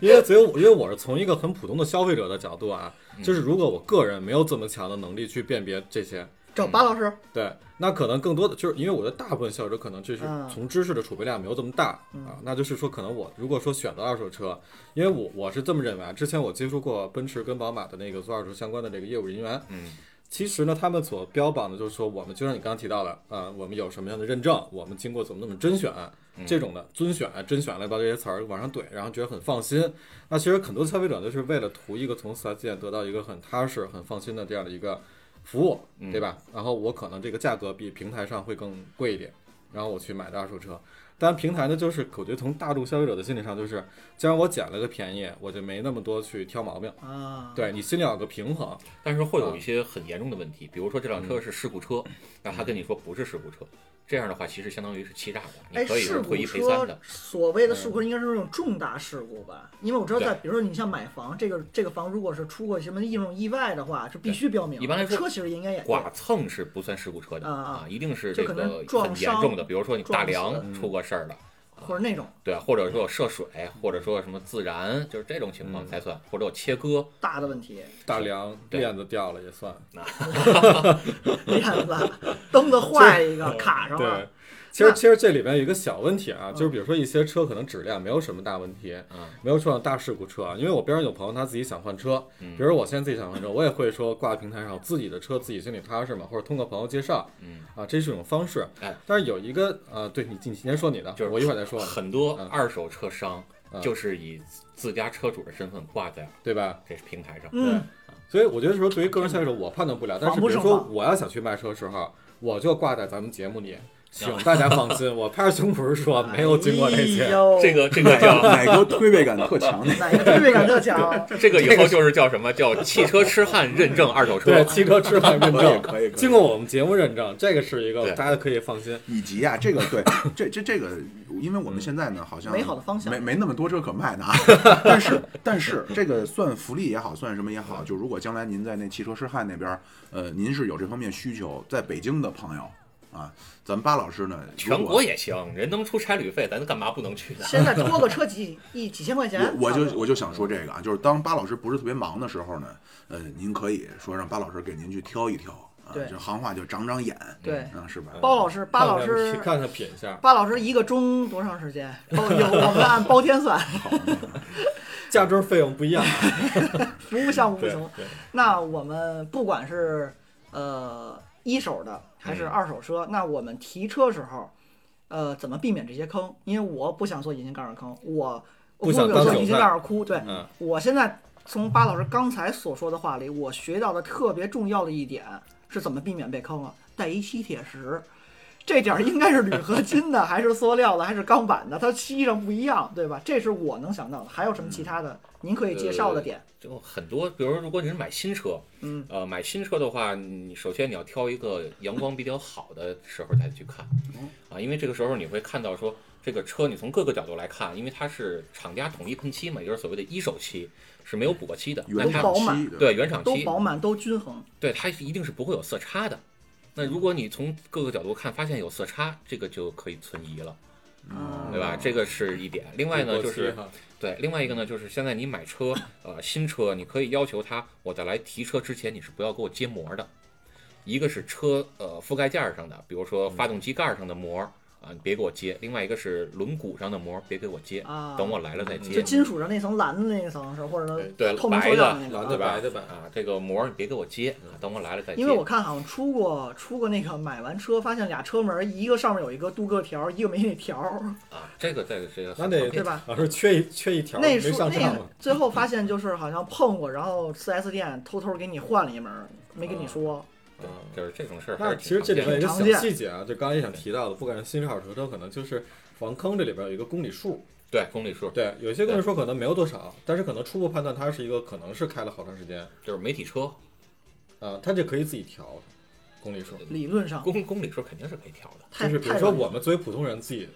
[SPEAKER 2] 因为所以我，因为我是从一个很普通的消费者的角度啊，
[SPEAKER 4] 嗯
[SPEAKER 2] 就是如果我个人没有这么强的能力去辨别这些，
[SPEAKER 3] 找
[SPEAKER 4] 嗯
[SPEAKER 3] 巴老师，
[SPEAKER 2] 对，那可能更多的就是因为我的大部分消费者可能就是
[SPEAKER 3] 嗯
[SPEAKER 2] 从知识的储备量没有这么大、
[SPEAKER 3] 嗯
[SPEAKER 2] 啊，那就是说可能我如果说选择二手车，因为我我是这么认为啊，之前我接触过奔驰跟宝马的那个做二手车相关的这个业务人员，
[SPEAKER 4] 嗯，
[SPEAKER 2] 其实呢，他们所呃标榜的就是说，我们就像你刚刚提到的，啊、我们有什么样的认证，我们经过怎么怎么甄选，
[SPEAKER 4] 嗯
[SPEAKER 2] 这种的尊选、啊甄选来把这些词儿往上怼，然后觉得很放心。那其实很多消费者就是为了图一个从四 S 店得到一个很踏实、很放心的这样的一个服务，
[SPEAKER 4] 嗯
[SPEAKER 2] 对吧？然后我可能这个价格比平台上会更贵一点，然后我去买的二手车。但平台呢，就是我觉得从大众消费者的心理上，就是既然我捡了个便宜，我就没那么多去挑毛病。
[SPEAKER 3] 啊，
[SPEAKER 2] 对你心里要有个平衡，
[SPEAKER 4] 但是
[SPEAKER 2] 啊
[SPEAKER 4] 会有一些很严重的问题，比如说这辆
[SPEAKER 2] 嗯
[SPEAKER 4] 车是事故 车，那他跟你说不是事故车，这样的话其实相当于是欺诈我，
[SPEAKER 3] 哎，
[SPEAKER 4] 你可以
[SPEAKER 3] 事
[SPEAKER 4] 是
[SPEAKER 3] 故
[SPEAKER 4] 退一赔三
[SPEAKER 3] 车
[SPEAKER 4] 的。嗯
[SPEAKER 3] 所谓的事故应该是那种重大事故吧？因为我知道在，比如说你像买房，这个这个房如果是出过什么这种意外的话，就必须标明。
[SPEAKER 4] 一般来说
[SPEAKER 3] 车其实应该也
[SPEAKER 4] 剐蹭是不算事故车的
[SPEAKER 3] 啊
[SPEAKER 4] 啊
[SPEAKER 3] 啊，
[SPEAKER 4] 一定是这
[SPEAKER 3] 就可
[SPEAKER 4] 个
[SPEAKER 3] 能撞
[SPEAKER 4] 很严
[SPEAKER 3] 伤
[SPEAKER 4] 重的，比如说你大
[SPEAKER 3] 撞
[SPEAKER 4] 梁出过事儿了，
[SPEAKER 3] 或者那种
[SPEAKER 4] 对，啊或者说有涉水，或者说什么自燃，就是这种情况才算，或者有切割，
[SPEAKER 3] 大的问题，
[SPEAKER 2] 大梁
[SPEAKER 4] 对
[SPEAKER 2] 链子掉了也算。
[SPEAKER 3] 链子、灯子坏 一个卡上
[SPEAKER 2] 对
[SPEAKER 3] 了，，
[SPEAKER 2] 其实
[SPEAKER 3] 那
[SPEAKER 2] 其实这里面有一个小问题啊，就是比如说一些车可能质量没有什么大问题，
[SPEAKER 4] 嗯
[SPEAKER 2] 没有出现大事故车啊。因为我边上有朋友他自己想换车，
[SPEAKER 4] 嗯
[SPEAKER 2] 比如我现在自己想换车，我也会说挂在平台上自己的车自己心里踏实嘛，或者通过朋友介绍
[SPEAKER 4] 嗯，
[SPEAKER 2] 啊，这是一种方式
[SPEAKER 4] 哎。
[SPEAKER 2] 但是有一个啊，对你你先说你的，
[SPEAKER 4] 就是
[SPEAKER 2] 我一会儿再说，
[SPEAKER 4] 很多
[SPEAKER 2] 嗯
[SPEAKER 4] 二手车商
[SPEAKER 2] 嗯
[SPEAKER 4] 就是以自家车主的身份挂在
[SPEAKER 2] 对吧？
[SPEAKER 4] 这平台上，
[SPEAKER 3] 嗯，
[SPEAKER 2] 所以我觉得说对于个人消费者我判断不了，但是
[SPEAKER 3] 防
[SPEAKER 2] 比
[SPEAKER 3] 不
[SPEAKER 2] 如
[SPEAKER 3] 胜
[SPEAKER 2] 说
[SPEAKER 3] 防
[SPEAKER 2] 我要想去卖车的时候，我就挂在咱们节目里。请大家放心，我拍着胸脯说没有经过这些。
[SPEAKER 3] 哎呦
[SPEAKER 4] 这嗯个这个 叫
[SPEAKER 1] 哪个推背感特强的？
[SPEAKER 3] 哪个对位感特强？
[SPEAKER 4] 这个以后就是叫什么叫汽车痴汉认证二手车，
[SPEAKER 2] 对，汽车置换认
[SPEAKER 1] 可 以
[SPEAKER 2] 证，
[SPEAKER 1] 可以可以。
[SPEAKER 2] 经过我们节目认证，这个是一个
[SPEAKER 4] 对
[SPEAKER 2] 大家可以放心。
[SPEAKER 1] 以及啊，这个对，这这这个，因为我们现在呢，好像
[SPEAKER 3] 美好的方向
[SPEAKER 1] 没没那么多车可卖的啊。但是但是这个算福利也好，算什么也好，就如果将来您在那汽车痴汉那边儿，呃，您是有这方面需求，在北京的朋友啊，咱们巴老师呢，如
[SPEAKER 4] 全
[SPEAKER 1] 果
[SPEAKER 4] 国也行，人能出差旅费，咱干嘛不能去呢？
[SPEAKER 3] 现在拖个车几一几千块钱，
[SPEAKER 1] 我我
[SPEAKER 3] 差不
[SPEAKER 1] 就
[SPEAKER 3] 多
[SPEAKER 1] 我就想说这个啊，就是当巴老师不是特别忙的时候呢，呃，您可以说让巴老师给您去挑一挑啊，
[SPEAKER 3] 对
[SPEAKER 1] 这行话就长长眼，
[SPEAKER 3] 对
[SPEAKER 1] 嗯，是吧？
[SPEAKER 3] 包老师，巴老
[SPEAKER 2] 看
[SPEAKER 3] 师
[SPEAKER 2] 看，看看品一下，
[SPEAKER 3] 巴老师一个钟多长时间？包有我们按包 天算，
[SPEAKER 2] 价值费用不一样啊。
[SPEAKER 3] 服务项目不
[SPEAKER 2] 对
[SPEAKER 3] 同。
[SPEAKER 2] 对
[SPEAKER 3] 那我们不管是呃一手的还是
[SPEAKER 4] 嗯
[SPEAKER 3] 二手车，那我们提车时候，呃，怎么避免这些坑？因为我不想做隐形杠杆坑，我
[SPEAKER 2] 不
[SPEAKER 3] 我
[SPEAKER 2] 想
[SPEAKER 3] 有
[SPEAKER 2] 当
[SPEAKER 3] 做
[SPEAKER 2] 韭
[SPEAKER 3] 隐形
[SPEAKER 2] 菜
[SPEAKER 3] 杠杆窟。对，
[SPEAKER 2] 嗯
[SPEAKER 3] 我现在从巴老师刚才所说的话里，我学到的特别重要的一点是怎么避免被坑啊？带一吸铁石。这点儿应该是铝合金的，还是塑料的，还是钢板的？它吸上不一样，对吧？这是我能想到的。还有什么其他的您可以介绍的点？
[SPEAKER 4] 就很多，比如说，如果你是买新车，
[SPEAKER 3] 嗯，
[SPEAKER 4] 呃，买新车的话，你首先你要挑一个阳光比较好的时候再去看，
[SPEAKER 3] 哦
[SPEAKER 4] 啊，因为这个时候你会看到说这个车你从各个角度来看，因为它是厂家统一喷漆嘛，也就是所谓的一手漆，是没有补过漆的，那
[SPEAKER 1] 原
[SPEAKER 4] 它
[SPEAKER 1] 厂
[SPEAKER 3] 饱满
[SPEAKER 1] 期
[SPEAKER 4] 对原厂
[SPEAKER 3] 都
[SPEAKER 4] 漆，
[SPEAKER 3] 饱满，都均衡。
[SPEAKER 4] 对它一定是不会有色差的。那如果你从各个角度看，发现有色差，这个就可以存疑了，
[SPEAKER 3] 嗯
[SPEAKER 4] 对吧？这个是一点。另外呢，
[SPEAKER 2] 国
[SPEAKER 4] 就
[SPEAKER 2] 旗
[SPEAKER 4] 是
[SPEAKER 2] 哈
[SPEAKER 4] 对，另外一个呢，就是现在你买车，呃，新车，你可以要求他，我在来提车之前，你是不要给我揭膜的。一个是车呃覆盖架上的，比如
[SPEAKER 3] 嗯
[SPEAKER 4] 说发动机盖上的膜啊，你别给我揭；另外一个是轮毂上的膜，别给我揭，
[SPEAKER 3] 啊，
[SPEAKER 4] 等我来了再
[SPEAKER 3] 就
[SPEAKER 4] 揭。
[SPEAKER 3] 金属上那层蓝的那层是，或者
[SPEAKER 4] 对
[SPEAKER 3] 透明
[SPEAKER 4] 白
[SPEAKER 3] 塑料
[SPEAKER 4] 的
[SPEAKER 3] 那
[SPEAKER 2] 蓝
[SPEAKER 3] 个
[SPEAKER 2] 的
[SPEAKER 3] 啊。
[SPEAKER 2] 白的白，
[SPEAKER 4] 啊，这个膜你别给我揭，啊等我来了再揭。
[SPEAKER 3] 因为我看好像出过出过那个买完车，发现俩车门，一个上面有一个镀铬条，一个没那条，
[SPEAKER 4] 啊，这个这个这个
[SPEAKER 2] 那
[SPEAKER 4] 很
[SPEAKER 2] 得
[SPEAKER 4] 常见
[SPEAKER 3] 对吧？
[SPEAKER 2] 老师缺一缺一条
[SPEAKER 3] 那
[SPEAKER 2] 没
[SPEAKER 3] 说
[SPEAKER 2] 上
[SPEAKER 3] 那
[SPEAKER 2] 架
[SPEAKER 3] 个
[SPEAKER 2] 嘛？
[SPEAKER 3] 最后发现就是好像碰过，然后四 S 店偷偷给你换了一门，没跟你
[SPEAKER 2] 哦
[SPEAKER 3] 说。
[SPEAKER 4] 对就是这种事儿还
[SPEAKER 2] 啊嗯那
[SPEAKER 4] 是
[SPEAKER 2] 其
[SPEAKER 4] 挺
[SPEAKER 2] 实这
[SPEAKER 4] 常
[SPEAKER 2] 里
[SPEAKER 4] 见的。
[SPEAKER 2] 面有一个
[SPEAKER 3] 常
[SPEAKER 2] 小
[SPEAKER 3] 见
[SPEAKER 2] 细节啊，就刚才也想提到的，不管是新车二手车，可能就是防坑这里边有一个公里数。
[SPEAKER 4] 对公里数，
[SPEAKER 2] 对，有些公里数可能没有多少，但是可能初步判断它是一个可能是开了好长时间
[SPEAKER 4] 就是媒体车
[SPEAKER 2] 啊，它就可以自己调公里数。
[SPEAKER 3] 理论上
[SPEAKER 4] 公公里数肯定是可以调的。
[SPEAKER 2] 就
[SPEAKER 3] 太
[SPEAKER 2] 是比如
[SPEAKER 3] 太
[SPEAKER 2] 说
[SPEAKER 3] 容易
[SPEAKER 2] 我们作为普通人自己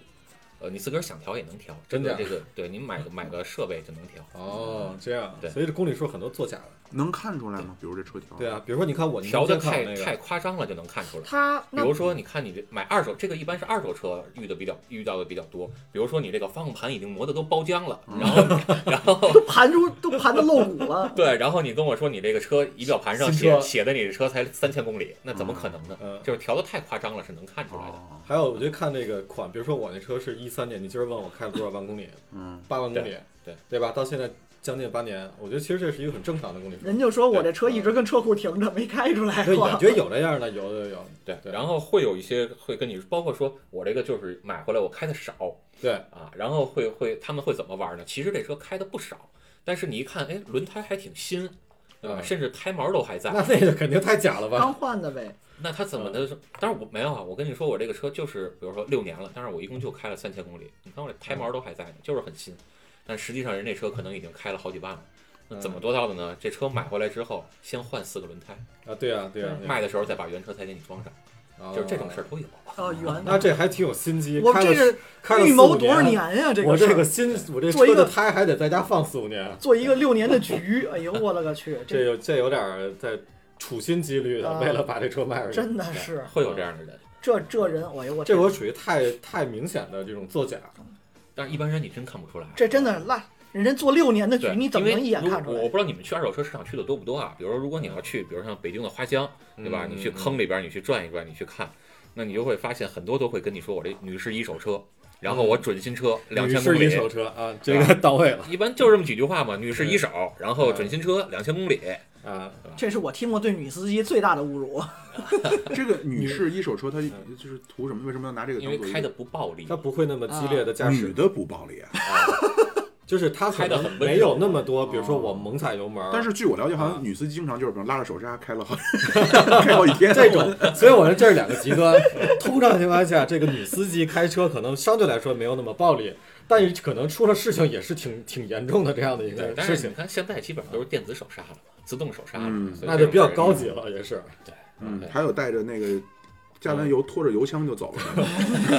[SPEAKER 4] 呃，你自个儿想调也能调，
[SPEAKER 2] 真的
[SPEAKER 4] 这个对你买个买个设备就能调。
[SPEAKER 2] 哦，这样，
[SPEAKER 4] 嗯对
[SPEAKER 2] 所以这公里数很多作假的。
[SPEAKER 1] 能看出来吗？比如这车条，
[SPEAKER 2] 对，啊，比如说你看我，你
[SPEAKER 4] 调的
[SPEAKER 2] 之前
[SPEAKER 4] 太
[SPEAKER 2] 看我那
[SPEAKER 4] 太
[SPEAKER 2] 个，
[SPEAKER 4] 夸张了就能看出来。
[SPEAKER 3] 它
[SPEAKER 4] 比
[SPEAKER 3] 那
[SPEAKER 4] 如说，你看你这买二手，这个一般是二手车遇的比较遇到的比较多。比如说你这个方向盘已经磨得都包浆
[SPEAKER 2] 嗯
[SPEAKER 4] 了，然后然后，
[SPEAKER 3] 都盘出都盘的露骨了
[SPEAKER 4] 对，然后你跟我说你这个车仪表盘上
[SPEAKER 2] 新车
[SPEAKER 4] 写写的你的车才三千公里，那怎么可能呢？
[SPEAKER 2] 嗯，
[SPEAKER 4] 就是调的太夸张了，是能看出来的。
[SPEAKER 1] 哦，
[SPEAKER 2] 还有我就看那个款，比如说我那车是一三年，你今儿问我开了多少万公里，
[SPEAKER 1] 嗯，
[SPEAKER 2] 八万公里，
[SPEAKER 4] 对对
[SPEAKER 2] 对吧？到现在将近八年，我觉得其实这是一个很正常的公里数。
[SPEAKER 3] 人就说我这车一直跟车库停着，没开出来
[SPEAKER 2] 对，
[SPEAKER 3] 过
[SPEAKER 2] 也。觉得有这样的，有有有，
[SPEAKER 4] 对，
[SPEAKER 2] 对
[SPEAKER 4] 然后会有一些会跟你，包括说我这个就是买回来我开的少
[SPEAKER 2] 对，
[SPEAKER 4] 啊，然后会会他们会怎么玩呢？其实这车开的不少，但是你一看，哎，轮胎还挺新，对吧？
[SPEAKER 2] 嗯
[SPEAKER 4] 甚至胎毛都还在，
[SPEAKER 2] 那那个肯定太假了吧？
[SPEAKER 3] 刚换的呗，
[SPEAKER 4] 那他怎么
[SPEAKER 3] 嗯
[SPEAKER 4] 的？当然我没有啊，我跟你说，我这个车就是，比如说六年了，但是我一共就开了三千公里，你看我这胎毛都还在呢，就是很新。但实际上人这车可能已经开了好几万了，
[SPEAKER 3] 嗯
[SPEAKER 4] 那怎么做到的呢？这车买回来之后，先换四个轮胎，
[SPEAKER 2] 啊，对啊，对啊，
[SPEAKER 3] 嗯
[SPEAKER 4] 卖的时候再把原车才给你装上，
[SPEAKER 2] 啊
[SPEAKER 4] 就是这种事儿。都有。
[SPEAKER 3] 哦，原
[SPEAKER 2] 那这还挺有心机，
[SPEAKER 3] 我
[SPEAKER 2] 开
[SPEAKER 3] 这
[SPEAKER 2] 了
[SPEAKER 3] 是
[SPEAKER 2] 开了
[SPEAKER 3] 预
[SPEAKER 2] 四
[SPEAKER 3] 谋
[SPEAKER 2] 五
[SPEAKER 3] 多少
[SPEAKER 2] 年
[SPEAKER 3] 年呀？这
[SPEAKER 2] 我
[SPEAKER 3] 个
[SPEAKER 2] 这
[SPEAKER 3] 事
[SPEAKER 2] 个
[SPEAKER 3] 儿
[SPEAKER 2] 心，我这
[SPEAKER 3] 做一
[SPEAKER 2] 车的
[SPEAKER 3] 个
[SPEAKER 2] 胎还得在家放四五年，
[SPEAKER 3] 做一个六年的局，哎呦我勒个去，
[SPEAKER 2] 这
[SPEAKER 3] 这
[SPEAKER 2] 有这有点儿在处心积虑的，
[SPEAKER 3] 啊
[SPEAKER 2] 为了把这车卖出去。
[SPEAKER 3] 真的是
[SPEAKER 4] 会有这样的人，
[SPEAKER 3] 这这人，哎呦我
[SPEAKER 2] 这我属于太太明显的这种作假，
[SPEAKER 4] 但是一般人你真看不出来。啊
[SPEAKER 3] 这真的赖人家做六年的局
[SPEAKER 4] 对，，
[SPEAKER 3] 你怎么
[SPEAKER 4] 因
[SPEAKER 3] 能
[SPEAKER 4] 为
[SPEAKER 3] 一眼
[SPEAKER 4] 如
[SPEAKER 3] 看出
[SPEAKER 4] 我
[SPEAKER 3] 来
[SPEAKER 4] 我？不知道你们去二手车市场去的多不多啊？比如说，如果你要去，比如像北京的花江，对吧？
[SPEAKER 2] 嗯
[SPEAKER 4] 你去坑里边，你去转一转，你去看，那你就会发现很多都会跟你说我这女士一手车，然后我准新车两千公
[SPEAKER 2] 嗯女士一
[SPEAKER 4] 里。
[SPEAKER 2] 手车 啊，这个到位了
[SPEAKER 4] 一般就这么几句话嘛，女士一手，然后准新
[SPEAKER 2] 嗯
[SPEAKER 4] 车两千公里，
[SPEAKER 2] 啊。
[SPEAKER 3] 这是我听过对女司机最大的侮辱。
[SPEAKER 1] 这个女士一手车，它就是图什么？为什么要拿这个
[SPEAKER 4] 因
[SPEAKER 1] 当
[SPEAKER 4] 为
[SPEAKER 1] 做一
[SPEAKER 4] 开的
[SPEAKER 1] 个
[SPEAKER 4] 不暴力
[SPEAKER 2] 他，不会那么激烈的驾驶
[SPEAKER 1] 女，的不暴力啊？
[SPEAKER 2] 就是他可
[SPEAKER 4] 开得
[SPEAKER 2] 能
[SPEAKER 4] 很温柔啊哦
[SPEAKER 2] 没有那么多，比如说我猛踩油门，
[SPEAKER 1] 但是据我了解，好
[SPEAKER 2] 啊
[SPEAKER 1] 像女司机经常就是，比如拉着手刹开了好 开好几天。
[SPEAKER 2] 这种，所以我说这是两个极端。通常情况下，这个女司机开车可能相对来说没有那么暴力，但是可能出了事情也是挺挺严重的这样的一
[SPEAKER 4] 对
[SPEAKER 2] 个
[SPEAKER 4] 但
[SPEAKER 2] 事
[SPEAKER 4] 是你
[SPEAKER 2] 情，
[SPEAKER 4] 看现在基本上都是电子手刹了，自动手刹了，
[SPEAKER 1] 嗯
[SPEAKER 4] 所以
[SPEAKER 2] 那
[SPEAKER 4] 这
[SPEAKER 2] 就
[SPEAKER 4] 种
[SPEAKER 2] 比较
[SPEAKER 4] 人
[SPEAKER 2] 高级。了，也是
[SPEAKER 4] 对，
[SPEAKER 1] 嗯
[SPEAKER 4] 对，
[SPEAKER 1] 还有带着那个加完油拖着油枪就走了，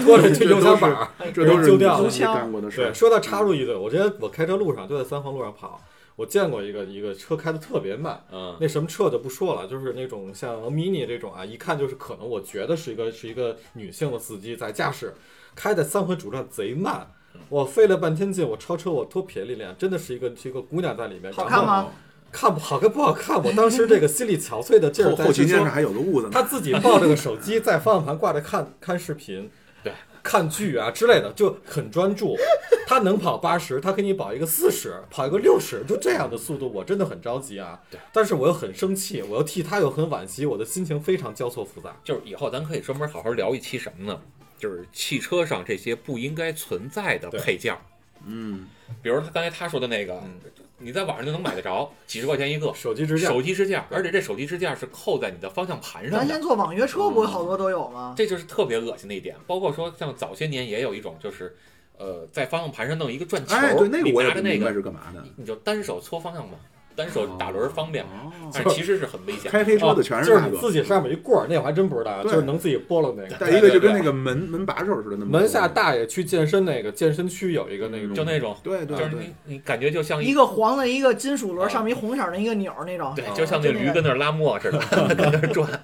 [SPEAKER 2] 拖着 这油箱板儿。
[SPEAKER 1] 这都是
[SPEAKER 2] 丢
[SPEAKER 1] 女
[SPEAKER 2] 掉了
[SPEAKER 1] 司机干过的事
[SPEAKER 2] 对，
[SPEAKER 1] 儿。
[SPEAKER 2] 说到插入一嘴，我之前我开车路上就在三环路上跑，我见过一个一个车开的特别慢，
[SPEAKER 4] 嗯，
[SPEAKER 2] 那什么车我就不说了，就是那种像 mini 这种啊，一看就是可能我觉得是一个是一个女性的司机在驾驶，开在三环主站贼慢。
[SPEAKER 1] 嗯
[SPEAKER 2] 我费了半天劲，我超车，我多瞥了一眼，真的是一个是一个姑娘在里面。
[SPEAKER 3] 好
[SPEAKER 2] 然
[SPEAKER 3] 看
[SPEAKER 2] 后
[SPEAKER 3] 吗？
[SPEAKER 2] 看不好看不好看，我当时这个心里憔悴的劲儿
[SPEAKER 1] 后
[SPEAKER 2] 在
[SPEAKER 1] 后
[SPEAKER 2] 是
[SPEAKER 1] 旗
[SPEAKER 2] 说
[SPEAKER 1] 肩上还有个痦子呢。
[SPEAKER 2] 他自己抱着个手机在方向盘挂着看 看视频，
[SPEAKER 4] 对，
[SPEAKER 2] 看剧啊之类的，就很专注。 他能跑八十，他给你跑一个四十，跑一个六十，就这样的速度，我真的很着急啊。
[SPEAKER 4] 对，
[SPEAKER 2] 但是我又很生气，我又替他又很惋惜，我的心情非常交错复杂。
[SPEAKER 4] 就是以后咱可以专门好好聊一期什么呢？就是汽车上这些不应该存在的
[SPEAKER 2] 对
[SPEAKER 4] 配件儿，
[SPEAKER 1] 嗯，
[SPEAKER 4] 比如他刚才他说的那个，
[SPEAKER 2] 嗯
[SPEAKER 4] 你在网上就能买得着，几十块钱一个
[SPEAKER 2] 手机支架，
[SPEAKER 4] 手机支架，
[SPEAKER 2] 对
[SPEAKER 4] 而且这手机支架是扣在你的方向盘上
[SPEAKER 3] 咱
[SPEAKER 4] 的
[SPEAKER 3] 先，坐网约嗯车，不是好多都有吗？
[SPEAKER 4] 这就是特别恶心的一点。包括说像早些年也有一种就是，呃，在方向盘上弄一个转球，
[SPEAKER 1] 哎，对，那个
[SPEAKER 4] 你
[SPEAKER 1] 我也
[SPEAKER 4] 拿
[SPEAKER 1] 不
[SPEAKER 4] 着那
[SPEAKER 1] 明白
[SPEAKER 4] 个，
[SPEAKER 1] 是干嘛的
[SPEAKER 4] 你。你就单手搓方向盘，单手打轮方便，
[SPEAKER 1] 哦
[SPEAKER 4] 但是其实是很危险的。
[SPEAKER 1] 开黑车的全是
[SPEAKER 2] 哦就是
[SPEAKER 1] 那
[SPEAKER 2] 你
[SPEAKER 1] 个，
[SPEAKER 2] 自己上面一棍儿，那我还真不知道，就
[SPEAKER 1] 对
[SPEAKER 2] 是能自己拨弄那个。
[SPEAKER 1] 带一个就
[SPEAKER 2] 对对
[SPEAKER 1] 跟那个门门把手似的，那么
[SPEAKER 2] 门下大爷去健身那个健身区有一个那种，
[SPEAKER 4] 就那种，
[SPEAKER 1] 对
[SPEAKER 4] 就
[SPEAKER 1] 对
[SPEAKER 4] 是
[SPEAKER 1] 嗯对
[SPEAKER 4] 你，你感觉就像
[SPEAKER 3] 一
[SPEAKER 4] 一
[SPEAKER 3] 个黄的，一个金属轮，
[SPEAKER 4] 啊
[SPEAKER 3] 上面一红色的一个钮儿那种。
[SPEAKER 4] 对
[SPEAKER 1] 哦
[SPEAKER 2] 啊，
[SPEAKER 4] 就像那
[SPEAKER 3] 就那
[SPEAKER 4] 驴
[SPEAKER 3] 个
[SPEAKER 4] 跟那儿拉磨 似的，跟那儿转。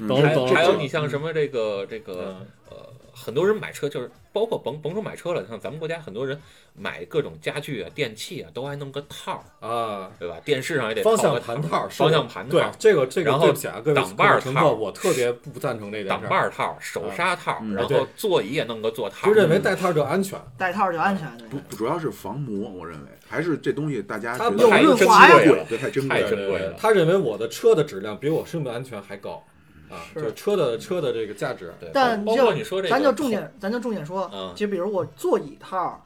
[SPEAKER 1] 嗯
[SPEAKER 2] 懂了
[SPEAKER 4] 还
[SPEAKER 2] 懂了
[SPEAKER 4] 还有
[SPEAKER 2] 懂了
[SPEAKER 4] 你像什么这个这个
[SPEAKER 2] 嗯
[SPEAKER 4] 呃，很多人买车就是包括甭甭说买车了，像咱们国家很多人买各种家具啊、电器啊，都还弄个套儿，
[SPEAKER 2] 啊，
[SPEAKER 4] 对吧？电视上也得
[SPEAKER 2] 方
[SPEAKER 4] 套
[SPEAKER 2] 向
[SPEAKER 4] 个
[SPEAKER 2] 盘套儿是
[SPEAKER 4] 方向
[SPEAKER 2] 我
[SPEAKER 4] 盘套
[SPEAKER 2] 对
[SPEAKER 4] 儿，
[SPEAKER 2] 这个这个
[SPEAKER 4] 然后
[SPEAKER 2] 对不起啊，各位
[SPEAKER 4] 挡把儿
[SPEAKER 2] 乘
[SPEAKER 4] 套
[SPEAKER 2] 客，我特别不赞成这件事儿啊
[SPEAKER 4] 挡把，儿套儿、手刹套儿，
[SPEAKER 1] 嗯
[SPEAKER 4] 然
[SPEAKER 2] 对
[SPEAKER 4] 后座椅也弄个座套
[SPEAKER 2] 就
[SPEAKER 4] 儿，
[SPEAKER 2] 认为戴套儿就安全。
[SPEAKER 3] 带套就安全。对
[SPEAKER 1] 不主要是防磨，我认为还是这东西大家
[SPEAKER 2] 它
[SPEAKER 1] 觉
[SPEAKER 4] 嗯
[SPEAKER 2] 有
[SPEAKER 1] 得
[SPEAKER 2] 润
[SPEAKER 1] 珍
[SPEAKER 3] 滑呀
[SPEAKER 1] 贵了，对，太珍贵
[SPEAKER 4] 太
[SPEAKER 1] 了。
[SPEAKER 4] 珍贵了。
[SPEAKER 2] 他认为我的车的质量比我生命安全还高啊，就是车的车的这个价值。啊
[SPEAKER 4] 对，
[SPEAKER 3] 但
[SPEAKER 4] 包包
[SPEAKER 3] 就
[SPEAKER 4] 括你说这个，
[SPEAKER 3] 咱就重点，咱就重点说
[SPEAKER 4] 嗯，
[SPEAKER 3] 就比如我座椅套，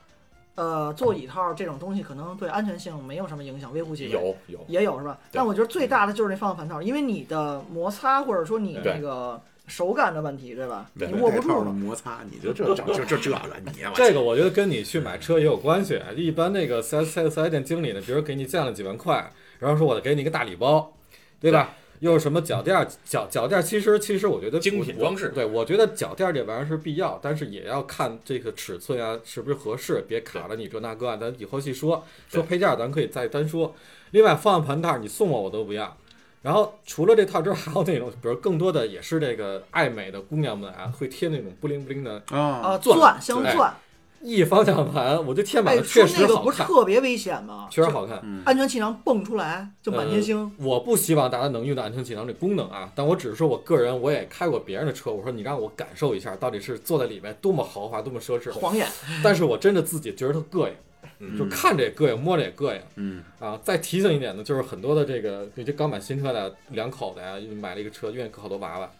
[SPEAKER 3] 呃，座椅套这种东西可能对安全性没有什么影响，微乎其微。
[SPEAKER 4] 有有
[SPEAKER 3] 也有是吧？
[SPEAKER 4] 对
[SPEAKER 3] 但我觉得最大的就是那方向盘套，因为你的摩擦或者说你那个手感的问题，对吧？
[SPEAKER 4] 对
[SPEAKER 3] 你握不
[SPEAKER 1] 带套
[SPEAKER 3] 住
[SPEAKER 1] 的
[SPEAKER 3] 了。
[SPEAKER 1] 摩擦，你就 这这这这这个你我
[SPEAKER 2] 这个我觉得跟你去买车也有关系。一般那个四 S 四 S 店经理呢，比如给你降了几万块，然后说我给你一个大礼包，对吧？又是什么脚垫儿？脚脚垫儿其实其实我觉得
[SPEAKER 4] 精品
[SPEAKER 2] 我
[SPEAKER 4] 装饰
[SPEAKER 2] 对，我觉得脚垫儿这玩意儿是必要，但是也要看这个尺寸啊是不是合适，别卡了你这那个啊，咱以后细说。说
[SPEAKER 4] 对
[SPEAKER 2] 配件儿咱可以再单说。另外方向盘套儿你送我我都不要。然后除了这套之后，还有那种，比如更多的也是这个爱美的姑娘们啊，会贴那种布灵布灵的
[SPEAKER 1] 啊
[SPEAKER 3] 啊，
[SPEAKER 2] 钻
[SPEAKER 3] 钻镶
[SPEAKER 2] 对
[SPEAKER 3] 钻，
[SPEAKER 2] 一方向盘，我就贴满
[SPEAKER 3] 哎，
[SPEAKER 2] 了，
[SPEAKER 3] 说
[SPEAKER 2] 确实
[SPEAKER 3] 那个
[SPEAKER 2] 好
[SPEAKER 3] 不是
[SPEAKER 2] 看，
[SPEAKER 3] 特别危险吗？
[SPEAKER 2] 确实好看。
[SPEAKER 1] 嗯
[SPEAKER 3] 安全气囊蹦出来就满天星，
[SPEAKER 2] 我不希望大家能用到安全气囊这功能啊，但我只是说我个人我也开过别人的车，我说你让我
[SPEAKER 1] 呃
[SPEAKER 2] 感受一下到底是坐在里面多么豪华、多么奢侈，
[SPEAKER 3] 晃眼。
[SPEAKER 2] 但是我真的自己觉得特膈应，就
[SPEAKER 1] 嗯
[SPEAKER 2] 看着也膈应，摸着也膈应。
[SPEAKER 1] 嗯
[SPEAKER 2] 啊，再提醒一点呢，就是很多的这个，你这刚买新车的两口子呀，买了一个车，愿意搁好多娃娃。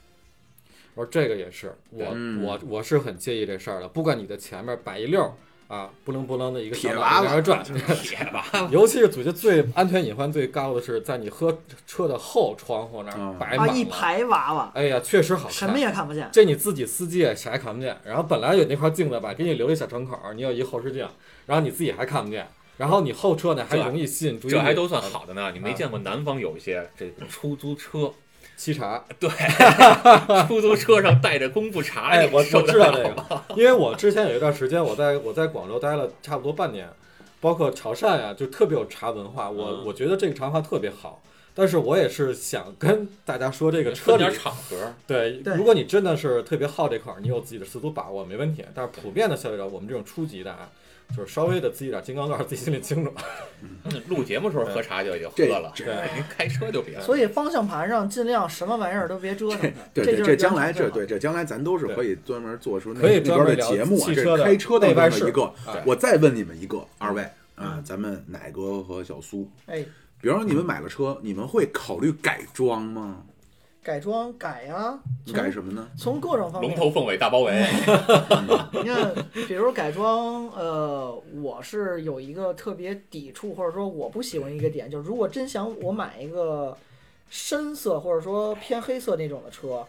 [SPEAKER 2] 我说这个也是，我、
[SPEAKER 1] 嗯
[SPEAKER 2] 我我是很介意这事儿的。不管你的前面摆一溜儿啊，不灵不楞的一个小
[SPEAKER 1] 铁
[SPEAKER 2] 脑
[SPEAKER 1] 娃
[SPEAKER 2] 袋在那
[SPEAKER 1] 娃
[SPEAKER 2] 儿转，
[SPEAKER 4] 铁吧，
[SPEAKER 2] 尤其是我觉得最安全隐患最高的是在你喝车的后窗户那
[SPEAKER 1] 啊
[SPEAKER 2] 儿摆
[SPEAKER 3] 啊，
[SPEAKER 2] 满了，
[SPEAKER 3] 一排娃娃，
[SPEAKER 2] 哎呀，确实好
[SPEAKER 3] 什
[SPEAKER 2] 看
[SPEAKER 3] 么。也看不见。
[SPEAKER 2] 这你自己司机也啥也看不见，然后本来有那块镜子吧，给你留一小窗口，你有一后视镜，然后你自己还看不见，然后你后车呢还
[SPEAKER 4] 这
[SPEAKER 2] 容易吸引注意力，
[SPEAKER 4] 这还都
[SPEAKER 2] 嗯
[SPEAKER 4] 算好的呢。你没见过南方有一些这个出租车，
[SPEAKER 2] 沏茶。
[SPEAKER 4] 对，出租车上带着功夫茶，
[SPEAKER 2] 哎，
[SPEAKER 4] 你
[SPEAKER 2] 我
[SPEAKER 4] 受
[SPEAKER 2] 我
[SPEAKER 4] 得
[SPEAKER 2] 知道
[SPEAKER 4] 了
[SPEAKER 2] 这
[SPEAKER 4] 吗
[SPEAKER 2] 个，因为我之前有一段时间，我在我在广州待了差不多半年，包括潮汕呀、就特别有茶文化。我
[SPEAKER 4] 嗯
[SPEAKER 2] 我觉得这个茶文化特别好，但是我也是想跟大家说，这个车
[SPEAKER 4] 分
[SPEAKER 2] 里
[SPEAKER 4] 点场合，
[SPEAKER 2] 对，
[SPEAKER 3] 对
[SPEAKER 2] 如果你真的是特别好这块儿，你有自己的十足把握，没问题。但是普遍的消费者，我们这种初级的啊，就是稍微的自己点金刚钻，自己心里清楚。
[SPEAKER 4] 嗯录节目时候喝茶就已经喝了，
[SPEAKER 1] 这。
[SPEAKER 2] 对，
[SPEAKER 4] 您 开车就别了。
[SPEAKER 3] 所以方向盘上尽量什么玩意儿都别折腾它
[SPEAKER 1] 对
[SPEAKER 3] 这
[SPEAKER 1] 对，
[SPEAKER 3] 就是
[SPEAKER 1] 这
[SPEAKER 3] 原
[SPEAKER 1] 将
[SPEAKER 3] 厂
[SPEAKER 1] 来
[SPEAKER 3] 最
[SPEAKER 1] 这
[SPEAKER 3] 好
[SPEAKER 1] 对这将来咱都是
[SPEAKER 2] 对
[SPEAKER 1] 可以专门做出那
[SPEAKER 2] 可以
[SPEAKER 1] 那边
[SPEAKER 2] 专门
[SPEAKER 1] 的
[SPEAKER 2] 聊
[SPEAKER 1] 节目啊，
[SPEAKER 2] 汽
[SPEAKER 1] 这
[SPEAKER 2] 车的
[SPEAKER 1] 开车当
[SPEAKER 2] 内外
[SPEAKER 1] 中的
[SPEAKER 2] 饰
[SPEAKER 1] 一个
[SPEAKER 2] 哎。
[SPEAKER 1] 我再问你们一个，二位
[SPEAKER 2] 嗯
[SPEAKER 1] 啊，咱们奶哥和小苏，
[SPEAKER 3] 哎，
[SPEAKER 1] 比方说你们买了车，你们会考虑改装吗？
[SPEAKER 3] 改装改呀，
[SPEAKER 1] 你改什么呢？
[SPEAKER 3] 从各种方
[SPEAKER 4] 龙
[SPEAKER 3] 面。
[SPEAKER 4] 头凤尾大包围，
[SPEAKER 2] 嗯
[SPEAKER 3] 你看，比如改装，呃，我是有一个特别抵触或者说我不喜欢一个点，就是如果真想我买一个深色或者说偏黑色那种的车，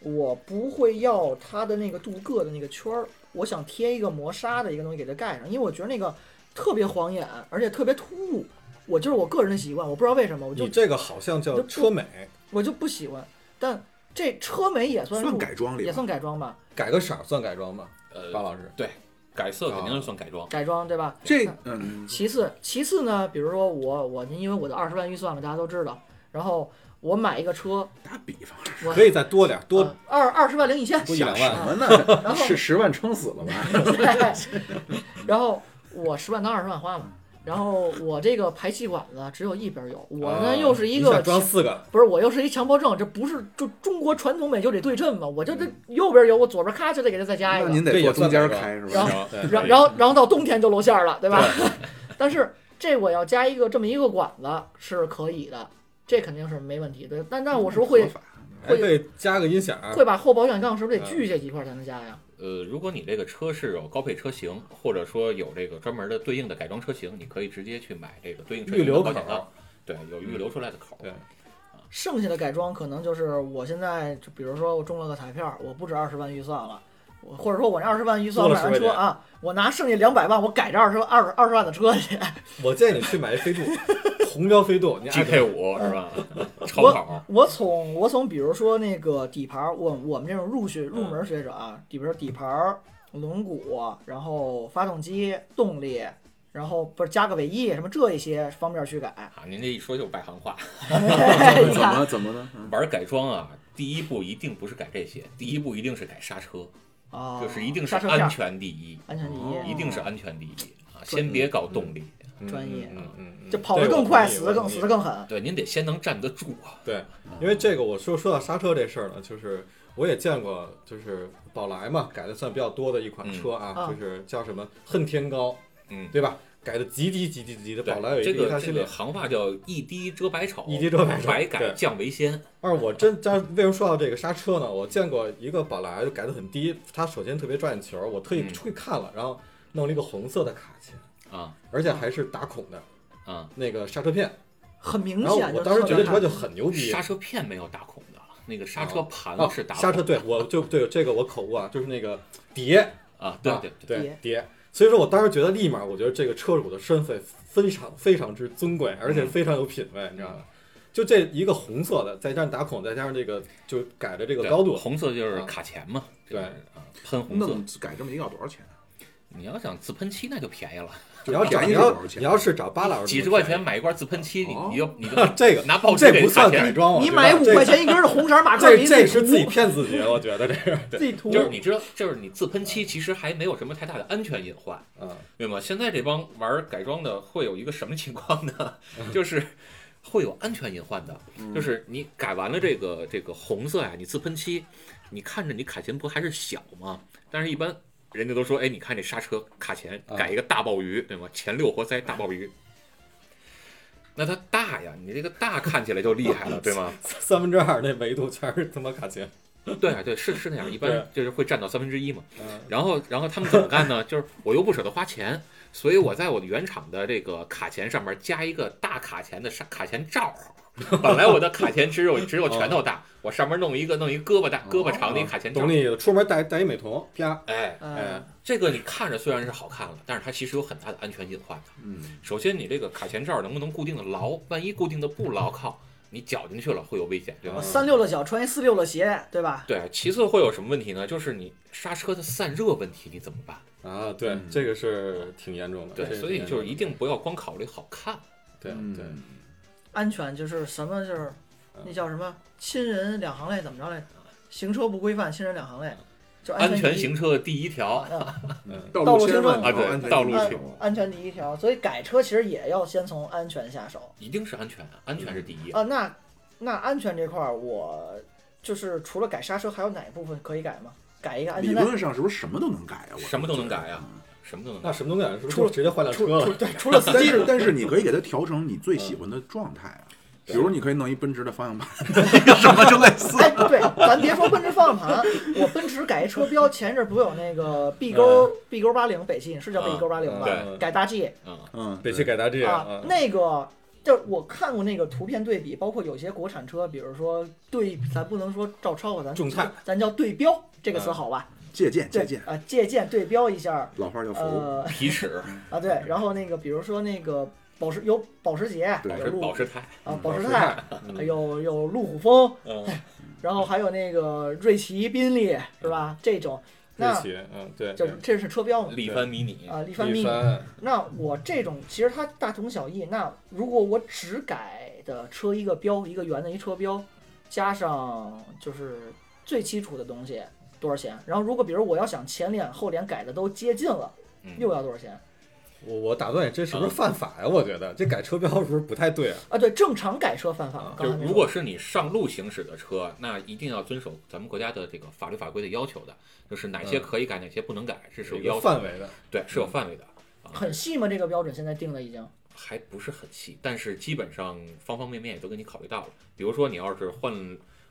[SPEAKER 3] 我不会要它的那个镀铬的那个圈儿，我想贴一个磨砂的一个东西给它盖上，因为我觉得那个特别晃眼，而且特别突兀。我就是我个人的习惯，我不知道为什么，我就
[SPEAKER 2] 你这个好像叫
[SPEAKER 3] 就
[SPEAKER 2] 车美，
[SPEAKER 3] 我就不喜欢。但这车眉也算
[SPEAKER 1] 算
[SPEAKER 3] 入
[SPEAKER 1] 改装里
[SPEAKER 3] 也
[SPEAKER 1] 吧，
[SPEAKER 3] 算改装吧，
[SPEAKER 2] 改个色儿算改装吗？
[SPEAKER 4] 呃，
[SPEAKER 2] 巴老师，
[SPEAKER 4] 对，改色肯定是算改装。
[SPEAKER 3] 改装对吧？
[SPEAKER 1] 这嗯，
[SPEAKER 3] 其次，其次呢，比如说我我因为我的二十万预算嘛，大家都知道，然后我买一个车，
[SPEAKER 1] 打比方，
[SPEAKER 3] 我
[SPEAKER 2] 可以再多点儿，多
[SPEAKER 3] 呃二二十万零一千，
[SPEAKER 2] 多一两
[SPEAKER 1] 什
[SPEAKER 2] 万。啊
[SPEAKER 1] 么呢？
[SPEAKER 3] 然后
[SPEAKER 1] 是十万撑死了吧？
[SPEAKER 3] 然后我十万当二十万花嘛，然后我这个排气管子只有一边有，我
[SPEAKER 2] 啊
[SPEAKER 3] 呢又是一
[SPEAKER 2] 你
[SPEAKER 3] 个
[SPEAKER 2] 想装
[SPEAKER 3] 强
[SPEAKER 2] 四个，
[SPEAKER 3] 不是我又是一强迫症，这不是就中国传统美就得对称嘛，我就
[SPEAKER 2] 嗯
[SPEAKER 3] 这右边有，我左边咔就得给它再加一
[SPEAKER 1] 那
[SPEAKER 3] 个，
[SPEAKER 1] 您
[SPEAKER 2] 这
[SPEAKER 1] 得
[SPEAKER 2] 也
[SPEAKER 1] 坐中
[SPEAKER 2] 算
[SPEAKER 1] 间
[SPEAKER 2] 改
[SPEAKER 1] 开
[SPEAKER 2] 装
[SPEAKER 1] 是吧
[SPEAKER 3] 然？
[SPEAKER 4] 后
[SPEAKER 2] 对
[SPEAKER 3] 然然后然后到冬天就露馅儿了，对吧？ 但是这我要加一个这么一个管子是可以的，这肯定是没问题的。但那我是不是
[SPEAKER 1] 嗯合
[SPEAKER 3] 会
[SPEAKER 1] 法
[SPEAKER 2] 还可以加个音响啊儿，
[SPEAKER 3] 会把后保险杠是不是得锯下几块才能加呀？
[SPEAKER 4] 呃，如果你这个车是有高配车型，或者说有这个专门的对应的改装车型，你可以直接去买这个对应车
[SPEAKER 2] 预
[SPEAKER 4] 型
[SPEAKER 2] 留
[SPEAKER 4] 的
[SPEAKER 2] 口
[SPEAKER 4] 保
[SPEAKER 2] 儿嗯
[SPEAKER 4] 险杠，对，有预留出来的口儿。
[SPEAKER 2] 对
[SPEAKER 3] 剩下的改装可能就是我现在就比如说我中了个彩票，我不止二十万预算了。我或者说，我这二十万预算
[SPEAKER 2] 多了
[SPEAKER 3] 买完
[SPEAKER 2] 10
[SPEAKER 3] 车
[SPEAKER 2] 万点
[SPEAKER 3] 啊，我拿剩下两百万，我改这二十万二二十万的车去。
[SPEAKER 2] 我建议你去买一飞度，红标飞度，你爱
[SPEAKER 4] GK
[SPEAKER 2] 怎么
[SPEAKER 4] 五是吧？
[SPEAKER 2] 嗯
[SPEAKER 4] 超跑，
[SPEAKER 3] 我从我从比如说那个底盘儿，我我们这种入学入门学者啊，比如说底盘儿、轮毂，然后发动机、动力，然后不是加个尾翼什么这一些方面 去改。
[SPEAKER 4] 啊，您这一说就是外行话。
[SPEAKER 1] 怎么怎么呢？嗯
[SPEAKER 4] 玩改装啊，第一步一定不是改这些，第一步一定是改刹车，
[SPEAKER 2] 哦
[SPEAKER 3] 啊，
[SPEAKER 4] 就是一定是
[SPEAKER 3] 刹车片
[SPEAKER 4] 安
[SPEAKER 3] 儿、
[SPEAKER 4] 全第一，
[SPEAKER 2] 嗯
[SPEAKER 3] 安全第一，
[SPEAKER 4] 一定是安全第一啊，先别搞动力。
[SPEAKER 2] 嗯
[SPEAKER 3] 专业
[SPEAKER 2] 嗯嗯嗯，
[SPEAKER 3] 就跑
[SPEAKER 2] 这
[SPEAKER 3] 得
[SPEAKER 2] 个
[SPEAKER 3] 更
[SPEAKER 2] 我
[SPEAKER 3] 快，
[SPEAKER 2] 同意
[SPEAKER 3] 死得更死得。更狠。
[SPEAKER 4] 对，您得先能站得住啊。
[SPEAKER 2] 对，因为这个，我说说到刹车这事儿呢，就是我也见过，就是宝来嘛，改的算比较多的一款车啊，
[SPEAKER 3] 嗯啊
[SPEAKER 2] 就是叫什么恨天高，
[SPEAKER 4] 嗯
[SPEAKER 2] 对吧？改的极低极低极低的，
[SPEAKER 4] 对
[SPEAKER 2] 宝来有一
[SPEAKER 4] 这
[SPEAKER 2] 个一
[SPEAKER 4] 个
[SPEAKER 2] 大
[SPEAKER 4] 这
[SPEAKER 2] 系列
[SPEAKER 4] 个。行话叫一滴遮百丑，
[SPEAKER 2] 一滴遮百丑
[SPEAKER 4] 百
[SPEAKER 2] 对
[SPEAKER 4] 改降为先。
[SPEAKER 2] 二，我真但是为什么说到这个刹车呢？我见过一个宝来改的很低，它首先特别抓眼球，我特意
[SPEAKER 4] 嗯
[SPEAKER 2] 出去看了，然后弄了一个红色的卡钳，
[SPEAKER 4] 啊
[SPEAKER 2] 而且还是打孔的
[SPEAKER 4] 啊，
[SPEAKER 2] 那个刹车片，
[SPEAKER 3] 很明
[SPEAKER 2] 然后
[SPEAKER 3] 显，
[SPEAKER 2] 我
[SPEAKER 3] 就
[SPEAKER 2] 当时
[SPEAKER 3] 特
[SPEAKER 2] 觉得
[SPEAKER 3] 别
[SPEAKER 2] 这
[SPEAKER 3] 看
[SPEAKER 2] 车就很牛逼，
[SPEAKER 4] 刹车片没有打孔的，那个刹车盘
[SPEAKER 2] 哦，
[SPEAKER 4] 是打孔
[SPEAKER 2] 刹车，对我就对这个我口误啊，就是那个碟，
[SPEAKER 4] 啊，对
[SPEAKER 2] 啊
[SPEAKER 4] 对对，
[SPEAKER 2] 对
[SPEAKER 3] 碟
[SPEAKER 2] 碟。所以说我当时觉得立马，我觉得这个车主的身份非常非常之尊贵，而
[SPEAKER 4] 嗯
[SPEAKER 2] 且非常有品位，你知道吗？就这一个红色的，再加上打孔，再加上这个就改的这个
[SPEAKER 4] 对
[SPEAKER 2] 高度，
[SPEAKER 4] 红色就是
[SPEAKER 2] 啊
[SPEAKER 4] 卡钳嘛，
[SPEAKER 2] 对
[SPEAKER 4] 就是啊，喷红色
[SPEAKER 1] 弄。改这么一个要多少钱啊？
[SPEAKER 4] 你要想自喷漆，那就便宜了，
[SPEAKER 2] 你要找
[SPEAKER 1] 便宜
[SPEAKER 2] 你
[SPEAKER 1] 是多
[SPEAKER 2] 要
[SPEAKER 1] 少钱
[SPEAKER 2] 你要是找巴老师
[SPEAKER 4] 几十块钱，买一罐自喷漆，你
[SPEAKER 1] 哦
[SPEAKER 4] 你就你就
[SPEAKER 2] 这个
[SPEAKER 4] 拿报纸
[SPEAKER 2] 这
[SPEAKER 4] 给
[SPEAKER 2] 不
[SPEAKER 4] 卡
[SPEAKER 2] 算改
[SPEAKER 4] 钳。
[SPEAKER 2] 装，
[SPEAKER 3] 你
[SPEAKER 2] 我觉得
[SPEAKER 3] 买五
[SPEAKER 2] 这
[SPEAKER 3] 块钱一根儿的红色马克
[SPEAKER 2] 这
[SPEAKER 3] 笔，
[SPEAKER 2] 这是自己
[SPEAKER 3] 涂
[SPEAKER 2] 骗自己，我觉得这是
[SPEAKER 3] 自己涂。
[SPEAKER 4] 就是你知道，就是你自喷漆，其实还没有什么太大的安全隐患，
[SPEAKER 2] 啊，
[SPEAKER 4] 对吗？现在这帮玩改装的会有一个什么情况呢？就是会有安全隐患的，就是你改完了这个这个红色呀、你自喷漆，你看着你卡钳不还是小吗？但是一般人家都说，哎，你看这刹车卡钳，
[SPEAKER 1] 啊
[SPEAKER 4] 改一个大鲍鱼，对吗？前六活塞大鲍鱼。那它大呀，你这个大看起来就厉害了，对吗？
[SPEAKER 2] 三分之二那维度全是他妈卡钳，
[SPEAKER 4] 对啊，对，是是那样，一般就是会占到三分之一嘛。
[SPEAKER 2] 嗯，
[SPEAKER 4] 然后，然后他们怎么干呢？ 就是我又不舍得花钱，所以我在我的原厂的这个卡钳上面加一个大卡钳的上卡钳罩。本来我的卡钳只有只有拳头大，我上面弄一个弄一胳膊大胳膊长的一卡钳罩
[SPEAKER 2] 哦懂。你意思。啊出门带带一美瞳，啪，
[SPEAKER 4] 哎哎
[SPEAKER 3] 嗯，
[SPEAKER 4] 这个你看着虽然是好看了，但是它其实有很大的安全隐患的。
[SPEAKER 1] 嗯，
[SPEAKER 4] 首先，你这个卡钳罩能不能固定的牢？万一固定的不牢靠，你绞进去了会有危险，对吧
[SPEAKER 2] 哦
[SPEAKER 3] 我？三六了脚穿一四六了鞋，对吧？
[SPEAKER 4] 对，其次会有什么问题呢？就是你刹车的散热问题，你怎么办？
[SPEAKER 2] 啊，对
[SPEAKER 1] 嗯，
[SPEAKER 2] 这个是挺严重的。这
[SPEAKER 4] 对，
[SPEAKER 2] 个
[SPEAKER 4] 所以
[SPEAKER 2] 挺
[SPEAKER 4] 就是
[SPEAKER 2] 严
[SPEAKER 4] 一定嗯不要光考虑好看。
[SPEAKER 2] 重的对对，
[SPEAKER 3] 安全就是什么就是
[SPEAKER 2] 嗯
[SPEAKER 3] 那叫什么亲人两行泪怎么着嘞？行车不规范，亲人两行泪，就
[SPEAKER 4] 安
[SPEAKER 3] 全
[SPEAKER 4] 全
[SPEAKER 3] 第一
[SPEAKER 4] 行车第一条，
[SPEAKER 3] 啊
[SPEAKER 1] 嗯，
[SPEAKER 3] 道
[SPEAKER 1] 道
[SPEAKER 3] 路
[SPEAKER 1] 千
[SPEAKER 3] 清
[SPEAKER 1] 万
[SPEAKER 3] 楚
[SPEAKER 1] 条
[SPEAKER 4] 啊对
[SPEAKER 1] 安全
[SPEAKER 4] 道路
[SPEAKER 1] 第一
[SPEAKER 4] 清
[SPEAKER 1] 条
[SPEAKER 3] 安全第一条，所以改车其实也要先从安全下手
[SPEAKER 4] 一定是安全，安全是第一。
[SPEAKER 3] 啊。那那安全这块儿，我就是除了改刹车，还有哪一部分可以改吗？改一个安
[SPEAKER 1] 理
[SPEAKER 3] 全带，
[SPEAKER 1] 论上是不是什么都能改啊？我
[SPEAKER 4] 什么都能改 啊，什么都能
[SPEAKER 2] 那
[SPEAKER 4] 干。
[SPEAKER 2] 什么东西啊是不是就直接换辆车了？
[SPEAKER 3] 对， 除了司
[SPEAKER 1] 但
[SPEAKER 3] 机，
[SPEAKER 1] 是但是你可以给它调成你
[SPEAKER 4] 嗯
[SPEAKER 1] 最喜欢的状态啊，比如你可以弄一奔驰的方向盘，什么就类似。
[SPEAKER 3] 哎，对，咱别说奔驰方向盘， 我奔驰改一车标，前一阵儿不是有那个 B 勾 B 勾八零北汽是叫 B 勾八零吧？
[SPEAKER 2] 嗯
[SPEAKER 3] 改大 G
[SPEAKER 4] 嗯，
[SPEAKER 1] 嗯，
[SPEAKER 2] 北汽改达 G
[SPEAKER 3] 啊，那个。就是我看过那个图片对比，包括有些国产车，比如说对，咱不能说照抄吧，咱
[SPEAKER 2] 众泰
[SPEAKER 3] 咱叫对标这个词好吧？
[SPEAKER 1] 借鉴
[SPEAKER 3] 对
[SPEAKER 1] 嗯借鉴，
[SPEAKER 3] 啊，借鉴对标一下，
[SPEAKER 1] 老话叫服。
[SPEAKER 3] 呃
[SPEAKER 4] 皮尺、
[SPEAKER 3] 啊对，然后那个比如说那个保时有保时捷，
[SPEAKER 1] 对
[SPEAKER 4] 保
[SPEAKER 3] 有
[SPEAKER 4] 时
[SPEAKER 3] 路
[SPEAKER 4] 保时泰，
[SPEAKER 3] 啊
[SPEAKER 2] 保
[SPEAKER 3] 保时
[SPEAKER 2] 时
[SPEAKER 3] 泰，
[SPEAKER 2] 嗯
[SPEAKER 3] 有有路虎风，
[SPEAKER 4] 嗯，
[SPEAKER 3] 然后还有那个瑞奇、宾利是吧？这种，
[SPEAKER 2] 瑞
[SPEAKER 3] 那
[SPEAKER 2] 奇，嗯，对，
[SPEAKER 3] 就是这是车标嘛
[SPEAKER 4] 力帆嗯迷你，
[SPEAKER 3] 啊，力帆
[SPEAKER 2] 力
[SPEAKER 3] 迷你。
[SPEAKER 2] 帆，
[SPEAKER 3] 那我这种其实它大同小异。那如果我只改的车一个标，一个圆的一车标，加上就是最基础的东西多少钱？然后如果比如我要想前脸后脸改的都接近了，
[SPEAKER 4] 嗯
[SPEAKER 3] 又要多少钱？
[SPEAKER 2] 我我打断你，这是
[SPEAKER 4] 啊
[SPEAKER 2] 不是犯法呀？我觉得这改车标是不是不太对啊？
[SPEAKER 3] 啊，对，正常改车犯法
[SPEAKER 2] 啊。
[SPEAKER 3] 刚
[SPEAKER 4] 就
[SPEAKER 3] 才
[SPEAKER 4] 是
[SPEAKER 3] 没
[SPEAKER 4] 如
[SPEAKER 3] 说
[SPEAKER 4] 果是你上路行驶的车，那一定要遵守咱们国家的这个法律法规的要求的，就是哪些可以改，哪些不能改，这是
[SPEAKER 2] 有
[SPEAKER 4] 有
[SPEAKER 2] 一
[SPEAKER 4] 要
[SPEAKER 2] 个
[SPEAKER 4] 求的，
[SPEAKER 2] 范围的，
[SPEAKER 4] 对，是有范围的。啊
[SPEAKER 3] 很细吗？这个标准现在定的已经
[SPEAKER 4] 还不是很细，但是基本上方方面面也都给你考虑到了。比如说你要是换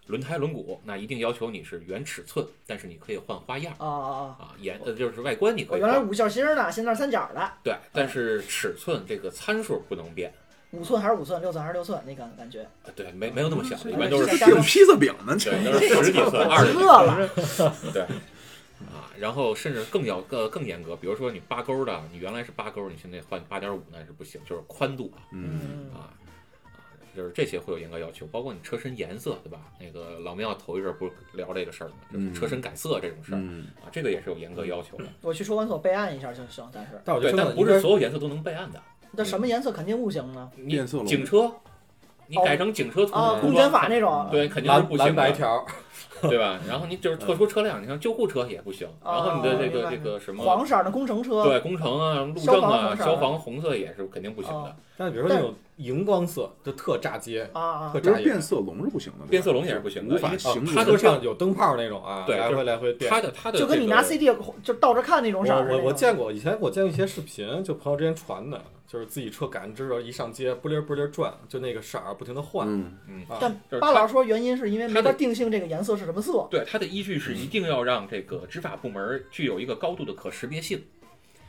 [SPEAKER 4] 轮胎轮毂，那一定要求你是原尺寸，但是你可以换花样
[SPEAKER 3] 啊啊啊！
[SPEAKER 4] 啊，颜呃就是外观你可
[SPEAKER 3] 我
[SPEAKER 4] 以
[SPEAKER 3] 哦原来
[SPEAKER 4] 换，
[SPEAKER 3] 五角星儿的，现在是三角儿的，
[SPEAKER 4] 对，但是尺寸这个参数不能变。
[SPEAKER 3] 五寸还是五寸，六寸还是六寸，那感感觉。
[SPEAKER 4] 啊对，没没有那么小，一般都
[SPEAKER 3] 这
[SPEAKER 4] 是
[SPEAKER 3] 这
[SPEAKER 4] 十
[SPEAKER 1] 这有披萨饼呢，这
[SPEAKER 4] 对，都是十几寸、二十几
[SPEAKER 3] 饿
[SPEAKER 4] 寸
[SPEAKER 3] 了，
[SPEAKER 4] 啊。然后甚至更要更更严格，比如说你八勾的，你原来是八勾，你现在换八点五那是不行，就是宽度啊
[SPEAKER 1] 嗯，
[SPEAKER 3] 嗯，
[SPEAKER 4] 啊，就是这些会有严格要求，包括你车身颜色，对吧？那个老庙头一阵儿不是聊这个事儿吗？就是车身改色这种事儿、
[SPEAKER 1] 嗯，
[SPEAKER 4] 啊，这个也是有严格要求的。
[SPEAKER 3] 我去车管所备案一下就行，但是
[SPEAKER 2] 但我觉
[SPEAKER 4] 对，
[SPEAKER 2] 得
[SPEAKER 4] 但不是所有颜色都能备案的。
[SPEAKER 3] 那什么颜色肯定不行呢？
[SPEAKER 4] 你
[SPEAKER 1] 变色龙
[SPEAKER 4] 警车，你改成警车涂
[SPEAKER 3] 啊，
[SPEAKER 4] 涂
[SPEAKER 3] 公
[SPEAKER 4] 装
[SPEAKER 3] 检，法那种，
[SPEAKER 4] 对，肯定是
[SPEAKER 2] 蓝
[SPEAKER 4] 不
[SPEAKER 2] 蓝
[SPEAKER 4] 行
[SPEAKER 2] 白
[SPEAKER 4] 的，
[SPEAKER 2] 条，
[SPEAKER 4] 对吧？然后你就是特殊车辆，你像救护车也不行，
[SPEAKER 3] 啊
[SPEAKER 4] 然后你的这
[SPEAKER 3] 明
[SPEAKER 4] 个
[SPEAKER 3] 白
[SPEAKER 4] 这个什么。
[SPEAKER 3] 黄色儿的工程车，
[SPEAKER 4] 对工程啊、路政啊、
[SPEAKER 3] 消防红色
[SPEAKER 4] 消防红色也是肯定不行的
[SPEAKER 3] 哦，
[SPEAKER 2] 但比如说那种荧光色，就特炸街，
[SPEAKER 3] 啊啊
[SPEAKER 2] 特，
[SPEAKER 1] 就
[SPEAKER 2] 扎
[SPEAKER 1] 是
[SPEAKER 2] 眼
[SPEAKER 1] 变。色龙是不行的，对吧
[SPEAKER 4] 变色龙也是不行的
[SPEAKER 1] 无法
[SPEAKER 4] 因为哦
[SPEAKER 1] 形
[SPEAKER 2] 它
[SPEAKER 1] 容。
[SPEAKER 2] 啊车上有灯泡那种啊，
[SPEAKER 4] 对
[SPEAKER 2] 来
[SPEAKER 4] 就
[SPEAKER 2] 回来回变
[SPEAKER 4] 它。的它的
[SPEAKER 3] 就跟你
[SPEAKER 4] 这个
[SPEAKER 3] 拿 CD 就倒着看那种
[SPEAKER 2] 我
[SPEAKER 3] 色儿似的那
[SPEAKER 2] 我
[SPEAKER 3] 种。
[SPEAKER 2] 我见过，以前我见过一些视频，就朋友之间传的，就是自己车感知到一上街，不灵不灵转，就那个色儿不停的换。
[SPEAKER 1] 嗯，
[SPEAKER 2] 啊
[SPEAKER 3] 但
[SPEAKER 4] 就是
[SPEAKER 3] 巴
[SPEAKER 4] 它
[SPEAKER 3] 老师说原因是因为没
[SPEAKER 4] 它
[SPEAKER 3] 法
[SPEAKER 4] 的
[SPEAKER 3] 定性这个颜色是什么色，
[SPEAKER 4] 对，它的依据
[SPEAKER 3] 嗯
[SPEAKER 4] 是一定要让这个执法部门儿具有一个高度的可识别性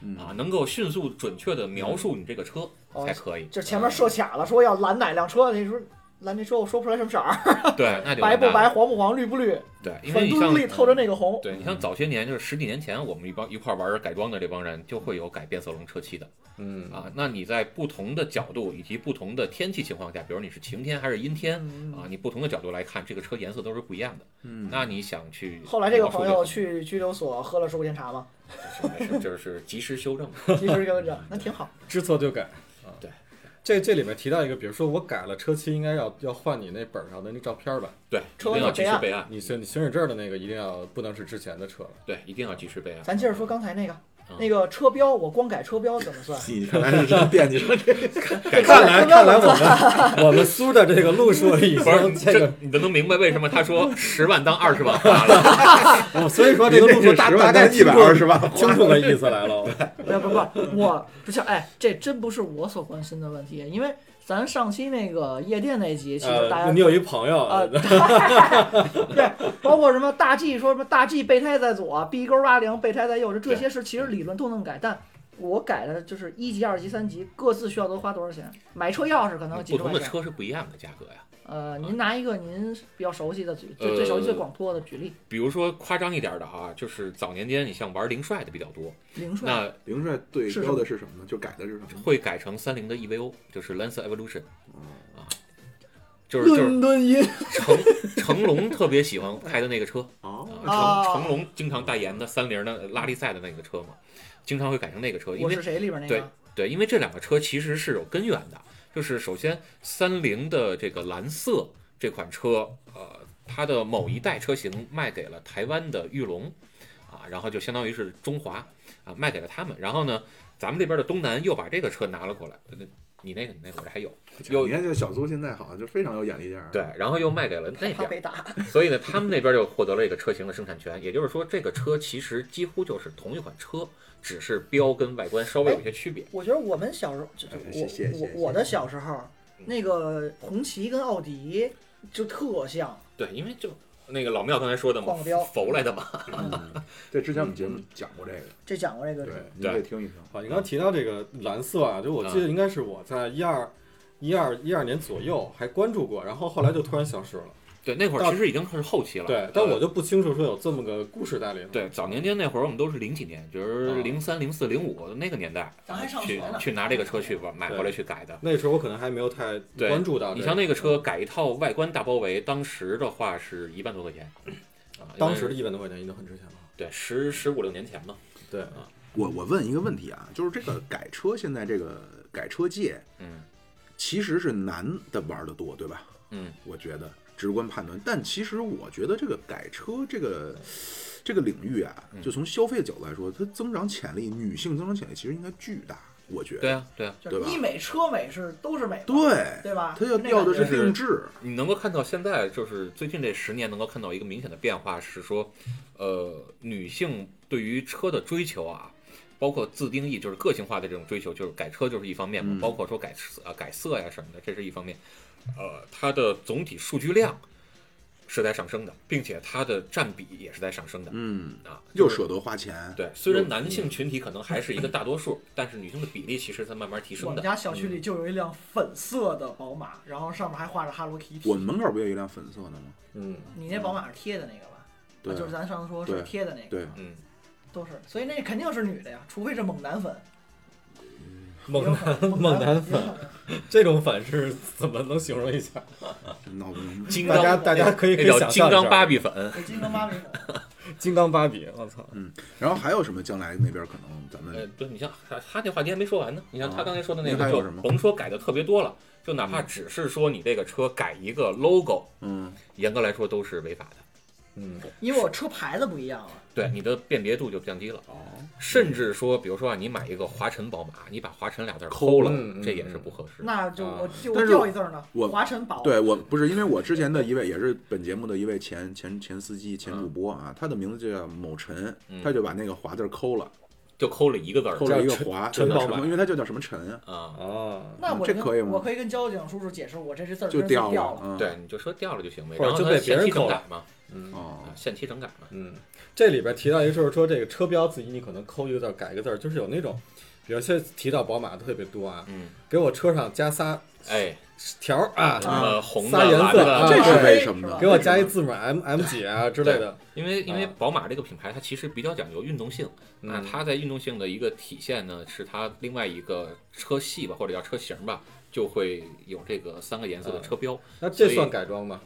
[SPEAKER 1] 嗯
[SPEAKER 4] 啊，能够迅速准确的描述你这个车
[SPEAKER 3] 嗯哦
[SPEAKER 4] 才 可以。
[SPEAKER 3] 就前面设卡了，说要拦哪辆车，那时候拦这车我说不出来什么色儿，
[SPEAKER 4] 对，那就
[SPEAKER 3] 白不
[SPEAKER 4] 完蛋
[SPEAKER 3] 白，
[SPEAKER 4] 了？
[SPEAKER 3] 黄不黄，绿不绿，
[SPEAKER 4] 对，因为
[SPEAKER 3] 反
[SPEAKER 4] 你
[SPEAKER 3] 蹲
[SPEAKER 4] 像
[SPEAKER 3] 里透着那个红。
[SPEAKER 4] 对你像早些年，就是十几年前，我们一帮一块儿玩儿改装的这帮人，就会有改变色龙车漆的
[SPEAKER 2] 嗯
[SPEAKER 4] 啊。那你在不同的角度以及不同的天气情况下，比如你是晴天还是阴天
[SPEAKER 3] 嗯
[SPEAKER 4] 啊，你不同的角度来看，这个车颜色都是不一样的。
[SPEAKER 1] 嗯
[SPEAKER 4] 那你想去
[SPEAKER 3] 后来这个
[SPEAKER 4] 描述
[SPEAKER 3] 朋友
[SPEAKER 4] 个
[SPEAKER 3] 去拘留所喝了十五 天茶嘛，
[SPEAKER 4] 没事就是及时修正。
[SPEAKER 3] 及时跟着，那挺好。
[SPEAKER 2] 知错就改。啊
[SPEAKER 4] 对，
[SPEAKER 2] 这这里面提到一个，比如说我改了车漆，应该要要换你那本上的那照片吧？
[SPEAKER 4] 对，
[SPEAKER 3] 车
[SPEAKER 4] 一定要
[SPEAKER 3] 辆备
[SPEAKER 4] 及时
[SPEAKER 3] 案
[SPEAKER 4] 备案。
[SPEAKER 2] 你行你行驶证的那个一定要不能是之前的车了。
[SPEAKER 4] 对，一定要及时备案。
[SPEAKER 3] 咱接着说刚才那个，
[SPEAKER 4] 嗯
[SPEAKER 3] 那个车标，我光改车标怎么算？
[SPEAKER 1] 你看来是真惦记着这个，
[SPEAKER 2] 看来看来我们我们苏的这个路数 已
[SPEAKER 4] 不是
[SPEAKER 2] 经 这
[SPEAKER 4] 这
[SPEAKER 2] 个，
[SPEAKER 4] 你都能明白为什么他说十万当二十万花了，
[SPEAKER 2] 我所以说这个路数大
[SPEAKER 1] 十
[SPEAKER 2] 大
[SPEAKER 1] 万
[SPEAKER 2] 概
[SPEAKER 1] 单一百二十万，
[SPEAKER 2] 清 楚的意思来了。
[SPEAKER 3] 不不不，我不是，哎，这真不是我所关心的问题，因为咱上期那个夜店那集，其实大
[SPEAKER 2] 呃，
[SPEAKER 3] 家
[SPEAKER 2] 你有一朋友
[SPEAKER 3] 啊， 对，包括什么大 G 说什么大 G 备胎在左，B 勾八零备胎在右，这这些是其实理论都能改，但我改的就是一级、二级、三级各自需要都花多少钱？买车钥匙可能几
[SPEAKER 4] 不
[SPEAKER 3] 十
[SPEAKER 4] 同
[SPEAKER 3] 块
[SPEAKER 4] 的
[SPEAKER 3] 钱。
[SPEAKER 4] 车是不一样的价格呀。
[SPEAKER 3] 呃，您拿一个您比较熟悉的举，
[SPEAKER 4] 呃
[SPEAKER 3] 最最熟悉、最广阔的举例，
[SPEAKER 4] 比如说夸张一点的啊，就是早年间你像玩零帅的比较多，
[SPEAKER 3] 零税
[SPEAKER 4] 那
[SPEAKER 1] 凌帅对
[SPEAKER 3] 是
[SPEAKER 1] 标的是什么呢？就改的是什么？
[SPEAKER 4] 会改成三菱的 EVO，就是 Lancer Evolution 啊，就是就是
[SPEAKER 1] 嗯
[SPEAKER 2] 伦敦音，
[SPEAKER 4] 成成龙特别喜欢开的那个车
[SPEAKER 1] 哦
[SPEAKER 4] 啊，
[SPEAKER 3] 啊
[SPEAKER 4] 成成龙经常代言的三菱的拉力赛的那个车嘛，经常会改成那个车，因
[SPEAKER 3] 我
[SPEAKER 4] 为
[SPEAKER 3] 是谁里边那
[SPEAKER 4] 对
[SPEAKER 3] 个？
[SPEAKER 4] 对，因为这两个车其实是有根源的，就是首先三菱的这个蓝色这款车，呃，它的某一代车型卖给了台湾的玉龙，啊，然后就相当于是中华啊卖给了他们，然后呢，咱们这边的东南又把这个车拿了过来，呃那你那个你那会儿还有，有
[SPEAKER 1] 你看这小苏现在好像就非常有眼力见儿。啊
[SPEAKER 4] 对，然后又卖给了那边
[SPEAKER 3] 怕
[SPEAKER 4] 儿，
[SPEAKER 3] 被打。
[SPEAKER 4] 所以呢，他们那边就获得了这个车型的生产权，也就是说，这个车其实几乎就是同一款车，只是标跟外观稍微有一些区别。
[SPEAKER 3] 我觉得我们小时候，就
[SPEAKER 1] 哎谢谢
[SPEAKER 3] 就我
[SPEAKER 1] 谢谢嗯
[SPEAKER 3] 我我的小时候，那个红旗跟奥迪就特像，
[SPEAKER 4] 对，因为就那个老庙刚才说的嘛
[SPEAKER 3] 晃个标，
[SPEAKER 4] 浮来的 嘛。
[SPEAKER 1] 嗯，这之前我们节目讲过这个，
[SPEAKER 3] 这讲过这个。
[SPEAKER 1] 对，你可以听一听。
[SPEAKER 2] 啊，你刚刚提到这个蓝色啊，就我记得应该是我在一二一二一二年左右还关注过，然后后来就突然消失了。
[SPEAKER 4] 对，那会儿其实已经是后期了。
[SPEAKER 2] 对，但我
[SPEAKER 4] 就
[SPEAKER 2] 就不清楚说有这么个故事在里头。
[SPEAKER 4] 对早年间那会儿，我们都是零几年，就是
[SPEAKER 2] 啊
[SPEAKER 4] 零三、零四、零五那个年代，
[SPEAKER 3] 咱还上学
[SPEAKER 4] 去
[SPEAKER 3] 呢
[SPEAKER 4] 去拿这个车去玩买
[SPEAKER 2] 对
[SPEAKER 4] 回来去改的。
[SPEAKER 2] 那时候我可能还没有太
[SPEAKER 4] 啊对
[SPEAKER 2] 关注到这个。
[SPEAKER 4] 你像那个车改一套外观大包围，当时的话是一万多块钱，啊，因为
[SPEAKER 2] 当时的一万多块钱已经很值钱了。
[SPEAKER 4] 对十十五六年前嘛，
[SPEAKER 2] 对，
[SPEAKER 1] 我我问一个问题啊，就是这个改车现在这个改车界
[SPEAKER 4] 嗯
[SPEAKER 1] 其实是男的玩的多，对吧？
[SPEAKER 4] 嗯，
[SPEAKER 1] 我觉得直观判断，但其实我觉得这个改车这个这个领域啊，就从消费的角度来说，它增长潜力，女性增长潜力其实应该巨大，我觉得。
[SPEAKER 4] 对啊对啊，
[SPEAKER 3] 就是
[SPEAKER 1] 对吧
[SPEAKER 3] 医美、车美是都是美嘛，
[SPEAKER 1] 对，
[SPEAKER 3] 对吧？
[SPEAKER 1] 它要
[SPEAKER 3] 那
[SPEAKER 1] 要的
[SPEAKER 3] 感觉
[SPEAKER 1] 是定制，
[SPEAKER 4] 你能够看到现在就是最近这十年能够看到一个明显的变化是说，呃，女性对于车的追求啊，包括自定义就是个性化的这种追求，就是改车就是一方面嘛，
[SPEAKER 1] 嗯
[SPEAKER 4] 包括说改色啊改色呀什么的，这是一方面。呃，它的总体数据量是在上升呃的，并且呃它的占比也是在上升的
[SPEAKER 1] 嗯，
[SPEAKER 4] 啊，
[SPEAKER 1] 又
[SPEAKER 4] 是。
[SPEAKER 1] 舍得花钱，
[SPEAKER 4] 对，虽然男性群体可能还是一个大多数，
[SPEAKER 2] 嗯
[SPEAKER 4] 但是女性的比例其实在慢慢提
[SPEAKER 3] 我
[SPEAKER 4] 升
[SPEAKER 3] 们
[SPEAKER 4] 的。
[SPEAKER 3] 家小区
[SPEAKER 1] 嗯
[SPEAKER 3] 里就有一辆粉色的宝马，然后上面还画着 Hello
[SPEAKER 1] 我
[SPEAKER 3] Kitty。
[SPEAKER 1] 们门口不也有一辆粉色的吗？
[SPEAKER 2] 嗯，
[SPEAKER 3] 你那宝马是贴的那个吧？
[SPEAKER 1] 对
[SPEAKER 3] 啊就是咱上次说
[SPEAKER 1] 对
[SPEAKER 3] 是贴的那个，
[SPEAKER 1] 对，
[SPEAKER 4] 嗯，
[SPEAKER 3] 都是，所以那肯定是女的呀，除非是猛男粉。
[SPEAKER 2] 猛
[SPEAKER 3] 有可
[SPEAKER 2] 男
[SPEAKER 3] 能
[SPEAKER 2] 猛男
[SPEAKER 3] 粉，也有
[SPEAKER 2] 粉，
[SPEAKER 3] 可能
[SPEAKER 2] 这种粉是怎么能形容一下？
[SPEAKER 1] 闹钟
[SPEAKER 4] 金
[SPEAKER 2] 大家
[SPEAKER 4] 刚
[SPEAKER 2] 大家可以可
[SPEAKER 4] 那
[SPEAKER 2] 以
[SPEAKER 4] 叫
[SPEAKER 2] 想
[SPEAKER 4] 嗯金
[SPEAKER 2] 象一
[SPEAKER 4] 刚
[SPEAKER 2] 下
[SPEAKER 4] 芭比粉，
[SPEAKER 3] 有金刚芭比粉。
[SPEAKER 2] 金刚芭比，我操！
[SPEAKER 1] 然后还有什么？将来那边可能
[SPEAKER 2] 嗯
[SPEAKER 1] 咱
[SPEAKER 4] 呃
[SPEAKER 1] 们，
[SPEAKER 4] 对，你像他他那话题还没说完呢。你像
[SPEAKER 2] 哦
[SPEAKER 4] 他刚才说的那
[SPEAKER 1] 那
[SPEAKER 4] 个，
[SPEAKER 1] 还
[SPEAKER 4] 就
[SPEAKER 1] 有什么
[SPEAKER 4] 甭说改的特别多了，就哪怕
[SPEAKER 2] 嗯
[SPEAKER 4] 只是说你这个车改一个 logo，
[SPEAKER 1] 嗯，
[SPEAKER 4] 严格来说都是违法的。
[SPEAKER 2] 嗯，
[SPEAKER 3] 因为我车牌子不一样了，啊
[SPEAKER 4] 对，你的辨别度就降低了。
[SPEAKER 1] 哦，
[SPEAKER 4] 甚至说，比如说啊，你买一个华晨宝马，你把华晨俩字儿
[SPEAKER 1] 抠
[SPEAKER 4] 抠了
[SPEAKER 2] 嗯嗯，
[SPEAKER 4] 这也是不合适的。
[SPEAKER 3] 那就我就
[SPEAKER 1] 啊但
[SPEAKER 3] 我
[SPEAKER 1] 是
[SPEAKER 3] 掉一字儿呢。
[SPEAKER 1] 我
[SPEAKER 3] 华晨宝，
[SPEAKER 1] 对我不是因为我之前的一位也是本节目的一位前前前司机前主播啊，他的名字就叫某晨，
[SPEAKER 4] 嗯
[SPEAKER 1] 他就把那个华字抠了，
[SPEAKER 4] 就抠了一个字儿
[SPEAKER 1] 抠了一个
[SPEAKER 2] 叫陈
[SPEAKER 1] 华，就
[SPEAKER 2] 陈
[SPEAKER 1] 叫
[SPEAKER 2] 宝
[SPEAKER 1] 什么？
[SPEAKER 2] 马
[SPEAKER 1] 因为他就叫什么晨啊，
[SPEAKER 4] 啊。
[SPEAKER 2] 啊，
[SPEAKER 3] 那我
[SPEAKER 1] 这
[SPEAKER 3] 跟
[SPEAKER 1] 可以吗
[SPEAKER 3] 我可以跟交警叔叔解释，我这这字儿
[SPEAKER 1] 就
[SPEAKER 3] 真是
[SPEAKER 1] 掉
[SPEAKER 3] 掉了。
[SPEAKER 1] 嗯，
[SPEAKER 4] 对，你就说掉了就行呗，
[SPEAKER 2] 或者
[SPEAKER 4] 然后
[SPEAKER 2] 就
[SPEAKER 4] 它
[SPEAKER 2] 被别
[SPEAKER 4] 限
[SPEAKER 2] 人
[SPEAKER 4] 期整
[SPEAKER 2] 抠了
[SPEAKER 4] 改嘛，
[SPEAKER 2] 嗯
[SPEAKER 1] 哦
[SPEAKER 4] 啊，，限期整改嘛。
[SPEAKER 2] 嗯，这里边提到一个就是说这个车标自己你可能抠一个字儿改一个字儿，就是有那种，比如现在提到宝马特别多啊，
[SPEAKER 4] 嗯，
[SPEAKER 2] 给我车上加仨
[SPEAKER 4] 哎，
[SPEAKER 2] 条儿啊，
[SPEAKER 4] 什么红的、
[SPEAKER 2] 仨颜
[SPEAKER 4] 蓝
[SPEAKER 2] 色
[SPEAKER 4] 的
[SPEAKER 2] 啊，
[SPEAKER 1] 这是
[SPEAKER 3] 对
[SPEAKER 1] 为什么呢
[SPEAKER 2] 给？我加一字母 M M 几啊之类的，
[SPEAKER 4] 因为因为
[SPEAKER 2] 啊
[SPEAKER 4] 宝马这个品牌，它其实比较讲究运动性。那
[SPEAKER 2] 嗯
[SPEAKER 4] 啊它在运动性的一个体现呢，是它另外一个车系吧，或者叫车型吧，就会有这个三个颜色
[SPEAKER 2] 嗯
[SPEAKER 4] 的车标。
[SPEAKER 2] 那这算改装吗？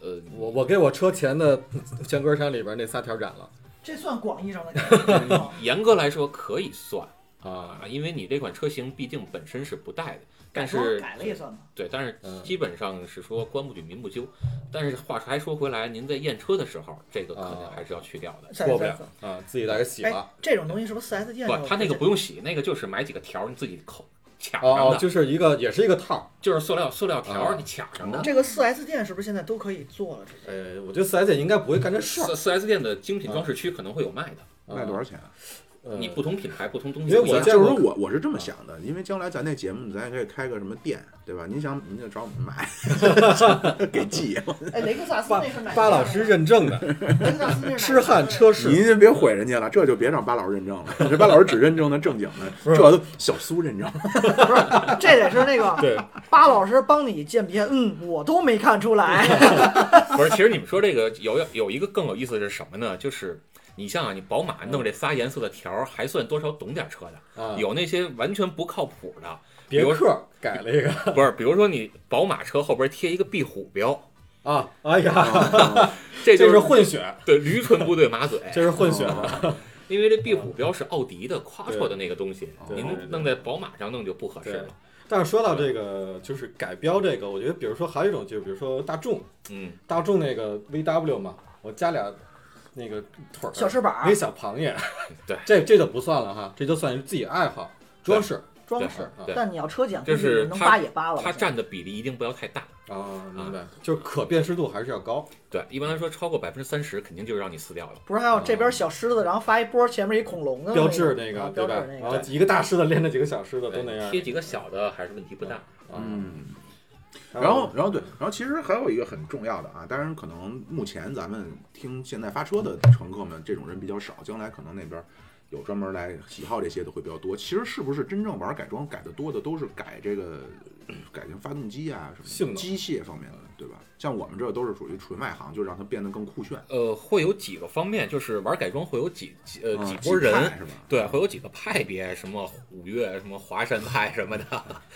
[SPEAKER 4] 呃，
[SPEAKER 2] 我我给我车前的前格栅里边那仨条染了
[SPEAKER 3] 这算广义上的改 装吗
[SPEAKER 4] 严格来说可以算
[SPEAKER 2] 啊，
[SPEAKER 4] 啊，因为你这款车型毕竟本身是不带的，但是
[SPEAKER 3] 改了也算吧。
[SPEAKER 4] 对，但是
[SPEAKER 2] 嗯
[SPEAKER 4] 基本上是说官不举民不究。但是话还说回来，您在验车的时候，这个可能
[SPEAKER 2] 啊
[SPEAKER 4] 还是要去掉的。
[SPEAKER 2] 过不了啊，自己来个洗
[SPEAKER 3] 哎
[SPEAKER 2] 吧。，
[SPEAKER 3] 这种东西是不是四 S 店有？
[SPEAKER 4] 不，他那个不用洗，那个就是买几个条儿你自己口卡上
[SPEAKER 2] 哦，
[SPEAKER 4] 的，
[SPEAKER 2] 就是一个也是一个套儿。
[SPEAKER 4] 就是塑料塑料条儿
[SPEAKER 2] 啊
[SPEAKER 4] 你卡上的。
[SPEAKER 3] 这个四 S 店是不是现在都可以做了？直接
[SPEAKER 2] 呃，我觉得四 S 店应该不会干这事儿
[SPEAKER 4] 四。四 S 店的精品装饰区可能会有卖的，
[SPEAKER 3] 嗯
[SPEAKER 2] 啊
[SPEAKER 1] 卖多少钱啊？
[SPEAKER 2] 呃
[SPEAKER 4] 你不同品牌不同东西
[SPEAKER 2] 因为
[SPEAKER 4] 不一
[SPEAKER 2] 我
[SPEAKER 4] 样。
[SPEAKER 1] 就是
[SPEAKER 2] 见过
[SPEAKER 1] 说我我是这么想的，因为将来咱那节目，咱也可以开个什么店，对吧？您想您就找我们 买，给寄。
[SPEAKER 3] 哎，雷克萨斯那是哪？
[SPEAKER 2] 巴老师，认证的，
[SPEAKER 3] 雷克萨斯那 是
[SPEAKER 2] 痴
[SPEAKER 3] 哪
[SPEAKER 2] 汉车市。
[SPEAKER 1] 您就别毁人家了，这就别让巴老师认证了。这巴老师只认证那正经的，这都小苏认 证。
[SPEAKER 3] 啊这得是那个
[SPEAKER 2] 对，
[SPEAKER 3] 巴老师帮你鉴别，嗯，我都没看出来。
[SPEAKER 4] 不是，其实你们说这个有有一个更有意思的是什么呢？就是你像啊，你宝马弄这仨颜色的条儿，还算多少懂点车的，
[SPEAKER 2] 啊，
[SPEAKER 4] 有那些完全不靠谱的，比
[SPEAKER 2] 别
[SPEAKER 4] 如
[SPEAKER 2] 克改了 一个
[SPEAKER 4] 不是，比如说你宝马车后边贴一个壁虎标，
[SPEAKER 2] 啊，哎呀，
[SPEAKER 1] 啊
[SPEAKER 4] 这
[SPEAKER 2] 这
[SPEAKER 4] 就是哦
[SPEAKER 2] 混血，
[SPEAKER 4] 对驴唇不对马嘴，
[SPEAKER 2] 这是混血。
[SPEAKER 1] 啊
[SPEAKER 4] 因为这壁虎标是奥迪的夸错的那个东西，
[SPEAKER 2] 对
[SPEAKER 4] 您
[SPEAKER 2] 对对对
[SPEAKER 4] 弄在宝马上弄就不合适了。
[SPEAKER 2] 但是说到这个，就是改标这个，我觉得，比如说还有一种，就比如说大众，
[SPEAKER 4] 嗯，
[SPEAKER 2] 大众那个 VW 嘛，我加俩那个腿儿，
[SPEAKER 3] 小翅膀
[SPEAKER 2] 那小螃蟹，
[SPEAKER 4] 对，
[SPEAKER 2] 这这就不算了哈，这就算是自己爱好装饰
[SPEAKER 3] 装
[SPEAKER 2] 饰
[SPEAKER 3] 饰，
[SPEAKER 2] 啊
[SPEAKER 4] 对
[SPEAKER 3] 但你要车检，
[SPEAKER 4] 就是
[SPEAKER 3] 能
[SPEAKER 4] 他
[SPEAKER 3] 扒也扒了。
[SPEAKER 4] 它占的比例一定不要太大。
[SPEAKER 2] 啊，明白？就是可辨识度还是要高。
[SPEAKER 4] 对，一般来说超过百分之三十肯定就是让你撕掉了。
[SPEAKER 3] 不是还有这边小狮子，然后发一波，前面一恐龙的
[SPEAKER 2] 标志那
[SPEAKER 3] 那
[SPEAKER 2] 个
[SPEAKER 3] 啊
[SPEAKER 2] 对
[SPEAKER 3] 标
[SPEAKER 2] 吧
[SPEAKER 3] 志？
[SPEAKER 2] 然
[SPEAKER 3] 那
[SPEAKER 2] 后
[SPEAKER 3] 个。
[SPEAKER 2] 一个大狮子连着几个小狮子都那样
[SPEAKER 4] 贴几个小的还是问题不大。
[SPEAKER 2] 啊。
[SPEAKER 1] 嗯，
[SPEAKER 4] 哦
[SPEAKER 2] 然
[SPEAKER 1] 然后，然后对，然后其实还有一个很重要的啊，当然可能目前咱们听现在发车的乘客们这种人比较少，将来可能那边有专门来喜好这些的会比较多。其实是不是真正玩改装改的多的都是改这 个呃改进发动机啊什么的
[SPEAKER 2] 性能
[SPEAKER 1] 机械方面的，对吧？像我们这都是属于纯外行，就让它变得更酷炫。
[SPEAKER 4] 呃，会有几个方面，就是玩改装会有几几呃
[SPEAKER 1] 嗯
[SPEAKER 4] 几波人，
[SPEAKER 1] 派是吧？
[SPEAKER 4] 对，会有几个派别，什么五岳、什么华山派什么的，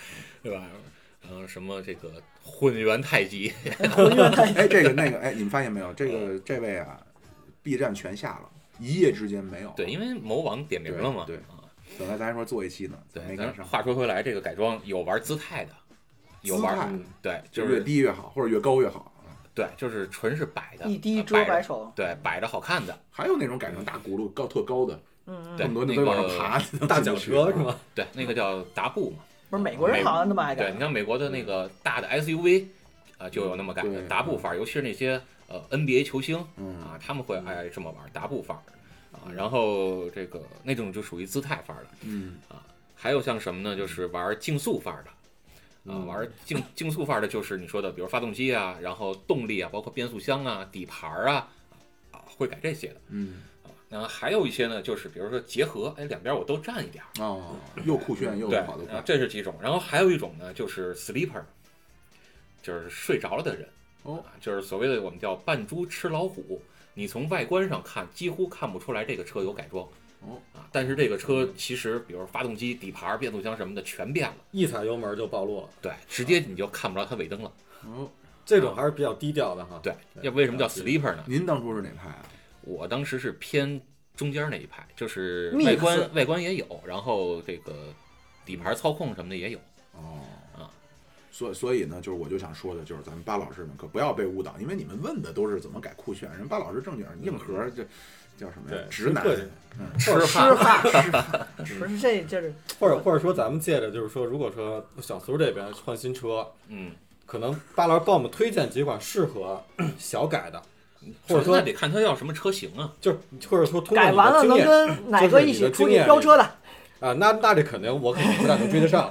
[SPEAKER 4] 对吧？嗯，什么这个混元太极，
[SPEAKER 1] 哎，这个那个，哎，你们发现没有？这个这位啊，B 站全下了，一夜之间没有了。
[SPEAKER 4] 对，因为某网点名了嘛，
[SPEAKER 1] 对对
[SPEAKER 4] 啊
[SPEAKER 1] 本来咱还说做一期呢，
[SPEAKER 4] 对。
[SPEAKER 1] 没
[SPEAKER 4] 但
[SPEAKER 1] 赶
[SPEAKER 4] 是
[SPEAKER 1] 上。
[SPEAKER 4] 话说回来，这个改装有玩姿态的，有
[SPEAKER 2] 嗯
[SPEAKER 1] 姿
[SPEAKER 4] 玩
[SPEAKER 2] 哎
[SPEAKER 1] 态
[SPEAKER 4] 对，
[SPEAKER 1] 就
[SPEAKER 4] 就
[SPEAKER 1] 越
[SPEAKER 4] 是
[SPEAKER 1] 低越好，或者越高越好。啊
[SPEAKER 4] 对，就是纯是摆的，
[SPEAKER 3] 一滴
[SPEAKER 4] 呃
[SPEAKER 3] 遮
[SPEAKER 4] 摆
[SPEAKER 3] 百
[SPEAKER 4] 着，
[SPEAKER 3] 丑，
[SPEAKER 4] 对，摆着好看的，
[SPEAKER 1] 还有那种改成大轱辘高特高的，
[SPEAKER 3] 嗯嗯，
[SPEAKER 4] 对，
[SPEAKER 1] 更多
[SPEAKER 4] 那
[SPEAKER 1] 那都往上
[SPEAKER 4] 个
[SPEAKER 1] 爬的，
[SPEAKER 2] 嗯大脚车是
[SPEAKER 1] 吧？
[SPEAKER 2] 吗？
[SPEAKER 4] 对，
[SPEAKER 1] 嗯
[SPEAKER 4] 那个叫达布嘛，
[SPEAKER 3] 不是美国人好像那么爱
[SPEAKER 4] 对，
[SPEAKER 3] 改
[SPEAKER 4] 你，像美国的那个大的 SUV 啊、就有那么改的
[SPEAKER 1] 对
[SPEAKER 4] 达布法，尤其是那些呃 NBA 球星
[SPEAKER 1] 嗯，
[SPEAKER 4] 啊，他们会爱这么玩达布法啊。然后这个那种就属于姿态范儿的，
[SPEAKER 1] 嗯，
[SPEAKER 4] 还有像什么呢？就是玩竞速范儿的。啊，
[SPEAKER 2] 嗯
[SPEAKER 4] 玩竞竞速范儿的，就是你说的，比如发动机啊，然后动力啊，包括变速箱啊、底盘儿啊，啊，会改这些的。
[SPEAKER 1] 嗯，
[SPEAKER 4] 啊，那还有一些呢，就是比如说结合，哎，两边我都占一点儿，
[SPEAKER 1] 哦，又酷炫又
[SPEAKER 4] 对，
[SPEAKER 1] 跑得
[SPEAKER 4] 啊
[SPEAKER 1] 快，
[SPEAKER 4] 这是几种。然后还有一种呢，就是 sleeper，就是睡着了的人，
[SPEAKER 1] 哦
[SPEAKER 4] 啊，就是所谓的我们叫扮猪吃老虎。你从外观上看，几乎看不出来这个车有改装，
[SPEAKER 1] 哦，
[SPEAKER 4] 啊，但是这个车其实，比如发动机、底盘、变速箱什么的全变了，
[SPEAKER 2] 一踩油门就暴露了，
[SPEAKER 4] 对，直接你就看不着它尾灯了，
[SPEAKER 1] 哦，
[SPEAKER 2] 这种还是比较低调的哈。
[SPEAKER 4] 对，要为什么叫
[SPEAKER 2] 啊是
[SPEAKER 4] sleeper 呢？
[SPEAKER 1] 您当初是哪派啊？
[SPEAKER 4] 我当时是偏中间那一派，就是外
[SPEAKER 3] Mix
[SPEAKER 4] 观外观也有，然后这个底盘操控什么的也有。
[SPEAKER 1] 哦
[SPEAKER 4] 啊。
[SPEAKER 1] 所所以呢，就是我就想说的，就是咱们巴老师们可不要被误导，因为你们问的都是怎么改酷炫，人巴老师正经硬核，这叫什么呀
[SPEAKER 2] 对？
[SPEAKER 1] 直男
[SPEAKER 2] 是个人
[SPEAKER 4] 痴
[SPEAKER 3] 吃
[SPEAKER 4] 汉
[SPEAKER 3] 汉，不
[SPEAKER 2] 嗯
[SPEAKER 3] 是这就是
[SPEAKER 2] 或者或者说咱们借着就是说，如果说小苏这边换新车，
[SPEAKER 4] 嗯，
[SPEAKER 2] 可能巴老师帮我们推荐几款适 合小改的，
[SPEAKER 4] 或
[SPEAKER 2] 或者
[SPEAKER 4] 者说
[SPEAKER 2] 说
[SPEAKER 4] 得看他要什么车型啊。
[SPEAKER 2] 就是或者说通过
[SPEAKER 3] 改
[SPEAKER 2] 你
[SPEAKER 3] 完
[SPEAKER 2] 的
[SPEAKER 3] 了
[SPEAKER 2] 经
[SPEAKER 3] 能
[SPEAKER 2] 验
[SPEAKER 3] 跟奶哥一起出去飙车的，
[SPEAKER 2] 啊，那那这肯定我肯定不太能追得 上，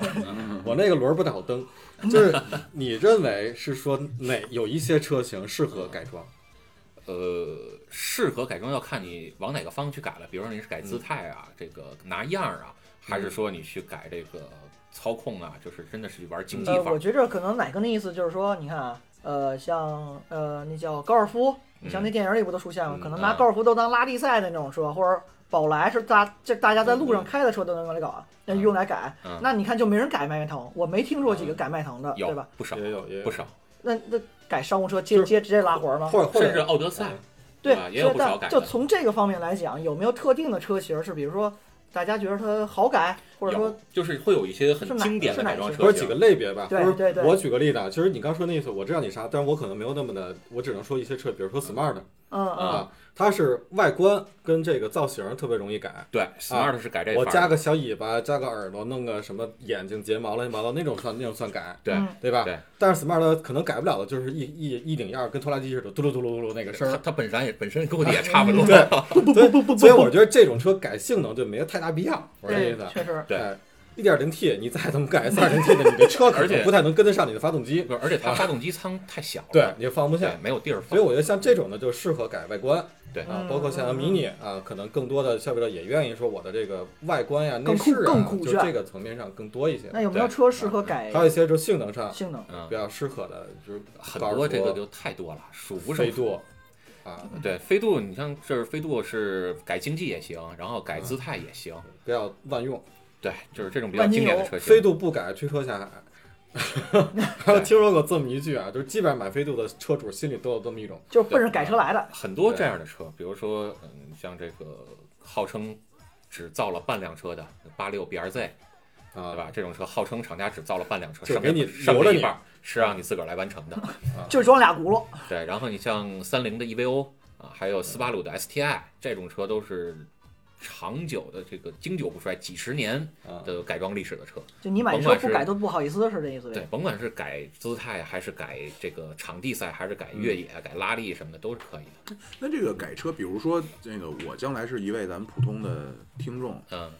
[SPEAKER 2] 我那个轮儿不太好蹬。就是你认为是说哪有一些车型适合改装？
[SPEAKER 4] 呃，适合改装要看你往哪个方向去改了。比如说你是改姿态
[SPEAKER 2] 嗯
[SPEAKER 4] 啊，这个拿样儿啊，还是说你去改这个操控啊，就是真的是去玩竞技
[SPEAKER 3] 呃，
[SPEAKER 4] 范
[SPEAKER 3] 我
[SPEAKER 4] 儿。
[SPEAKER 3] 觉着可能奶哥的意思就是说，你看啊，呃，像呃那叫高尔
[SPEAKER 2] 嗯
[SPEAKER 3] 夫，你像那电影里不都出现过，
[SPEAKER 4] 嗯
[SPEAKER 3] 可能拿高尔夫都当拉力赛的那种车，或者宝来是大这大家在路上开的车都能用来搞啊，那
[SPEAKER 4] 嗯
[SPEAKER 3] 用来改
[SPEAKER 4] 嗯。
[SPEAKER 3] 那你看就没人改迈腾，我没听说几个改迈腾的，
[SPEAKER 4] 有
[SPEAKER 3] 对吧？
[SPEAKER 4] 不少，
[SPEAKER 2] 也嗯有也有
[SPEAKER 4] 不少，
[SPEAKER 3] 那那改商务车接接直接拉活吗？
[SPEAKER 2] 或者或
[SPEAKER 4] 甚至
[SPEAKER 2] 者
[SPEAKER 4] 奥德赛
[SPEAKER 2] 嗯，
[SPEAKER 4] 对
[SPEAKER 3] 对
[SPEAKER 4] 吧，也
[SPEAKER 3] 所
[SPEAKER 4] 有
[SPEAKER 3] 以
[SPEAKER 4] 不少
[SPEAKER 3] 但
[SPEAKER 4] 改
[SPEAKER 3] 就
[SPEAKER 4] 的。
[SPEAKER 3] 从这个方面来讲，有没有特定的车型是，比如说大家觉得它好改，或者说
[SPEAKER 4] 有就是会有一些很
[SPEAKER 3] 是哪
[SPEAKER 4] 经典的
[SPEAKER 3] 是哪
[SPEAKER 4] 改装
[SPEAKER 3] 些
[SPEAKER 4] 车
[SPEAKER 2] 我有
[SPEAKER 4] 型，
[SPEAKER 2] 几个类别吧，
[SPEAKER 3] 对
[SPEAKER 2] 或者
[SPEAKER 3] 对对
[SPEAKER 2] 我举个例子啊，其实你刚说那意思，我知道你啥，但是我可能没有那么的，我只能说一些车，比如说 Smart
[SPEAKER 3] 嗯
[SPEAKER 4] 啊
[SPEAKER 3] 嗯
[SPEAKER 2] 啊，它是外观跟这个造型特别容易改。
[SPEAKER 4] 对，smart 是改这一
[SPEAKER 2] 啊我
[SPEAKER 4] 范儿
[SPEAKER 2] 加
[SPEAKER 4] 的
[SPEAKER 2] 个小尾巴，加个耳朵，弄个什么眼睛、睫毛乱七八糟那种算那种算改，
[SPEAKER 4] 对，
[SPEAKER 3] 嗯
[SPEAKER 2] 对吧？
[SPEAKER 4] 对。
[SPEAKER 2] 但是 Smart 可能改不了的就是一一一顶样儿跟拖拉机似的，嘟噜嘟噜嘟噜那个声
[SPEAKER 4] 它
[SPEAKER 2] 儿。
[SPEAKER 4] 它本身也本身跟我的
[SPEAKER 3] 嗯
[SPEAKER 4] 也差不多，
[SPEAKER 2] 对， 不不不，所以我觉得这种车改性能就没太大必要，我是这意
[SPEAKER 3] 对
[SPEAKER 2] 思，。
[SPEAKER 3] 确实，
[SPEAKER 4] 对
[SPEAKER 2] 哎，一点零 T 你再怎么改，三点零 T 的你这车可
[SPEAKER 4] 而且
[SPEAKER 2] 能不太能跟得上你的发动机，
[SPEAKER 4] 不是而且它发动机舱太小了，
[SPEAKER 2] 对，你就放不下
[SPEAKER 4] 对，。没有地儿放
[SPEAKER 2] 所以。我觉得像这种呢，就适合改外观，
[SPEAKER 4] 对
[SPEAKER 2] 啊
[SPEAKER 3] 嗯，
[SPEAKER 2] 包括像
[SPEAKER 3] 嗯
[SPEAKER 2] mini 啊，可能更多的消费者也愿意说我的这个外观呀、内
[SPEAKER 3] 更酷
[SPEAKER 2] 饰
[SPEAKER 3] 更哎
[SPEAKER 2] 啊，
[SPEAKER 3] 酷
[SPEAKER 2] 就
[SPEAKER 3] 炫
[SPEAKER 2] 这个层面上更多一些。
[SPEAKER 3] 那有没有车适合改
[SPEAKER 2] 还有一些就是性能上
[SPEAKER 3] 性能？
[SPEAKER 4] 嗯
[SPEAKER 2] 比，较适合的，就是
[SPEAKER 4] 很
[SPEAKER 2] 高尔
[SPEAKER 4] 多
[SPEAKER 2] 夫
[SPEAKER 4] 这个就太多了，数不胜
[SPEAKER 2] 飞
[SPEAKER 4] 数。
[SPEAKER 2] 度啊，
[SPEAKER 4] 对飞度，你像这飞度是改经济也行，然后
[SPEAKER 2] 嗯
[SPEAKER 4] 改姿态也行，
[SPEAKER 2] 比较万用。
[SPEAKER 4] 对，就是这种比较
[SPEAKER 3] 万金
[SPEAKER 4] 经典
[SPEAKER 3] 油
[SPEAKER 4] 的车型。
[SPEAKER 2] 飞度不改，驱车 下海。还有听说过这么一句啊，就是基本上买飞度的车主心里都有这么一种，
[SPEAKER 3] 就是奔着改车来的，
[SPEAKER 4] 很多这样的车，比如说，嗯，像这个号称只造了半辆车的八六 BRZ，
[SPEAKER 2] 啊，
[SPEAKER 4] 对吧？这种车号称厂家只造了半辆车，
[SPEAKER 2] 就
[SPEAKER 4] 剩
[SPEAKER 2] 给你
[SPEAKER 4] 下剩下
[SPEAKER 2] 留着
[SPEAKER 4] 一
[SPEAKER 2] 你
[SPEAKER 4] 半儿是让你自个儿来完 成的。
[SPEAKER 3] 就装俩轱辘。
[SPEAKER 4] 对，然后你像三菱的 EVO 啊，还有四八六的 STI 这种车都是长久的这个经久不衰，几十年
[SPEAKER 2] 啊，
[SPEAKER 4] 的改装历史的车。
[SPEAKER 3] 就你买
[SPEAKER 4] 甭
[SPEAKER 3] 车
[SPEAKER 4] 管
[SPEAKER 3] 不
[SPEAKER 4] 是
[SPEAKER 3] 改都不好意思，是这意思呗？
[SPEAKER 4] 对，甭管是改姿态，还是改这个场地赛，还是改越野、改拉力什么的，都是可以的。
[SPEAKER 1] 那这个改车，比如说那个我将来是一位咱们普通的听众，
[SPEAKER 4] 嗯，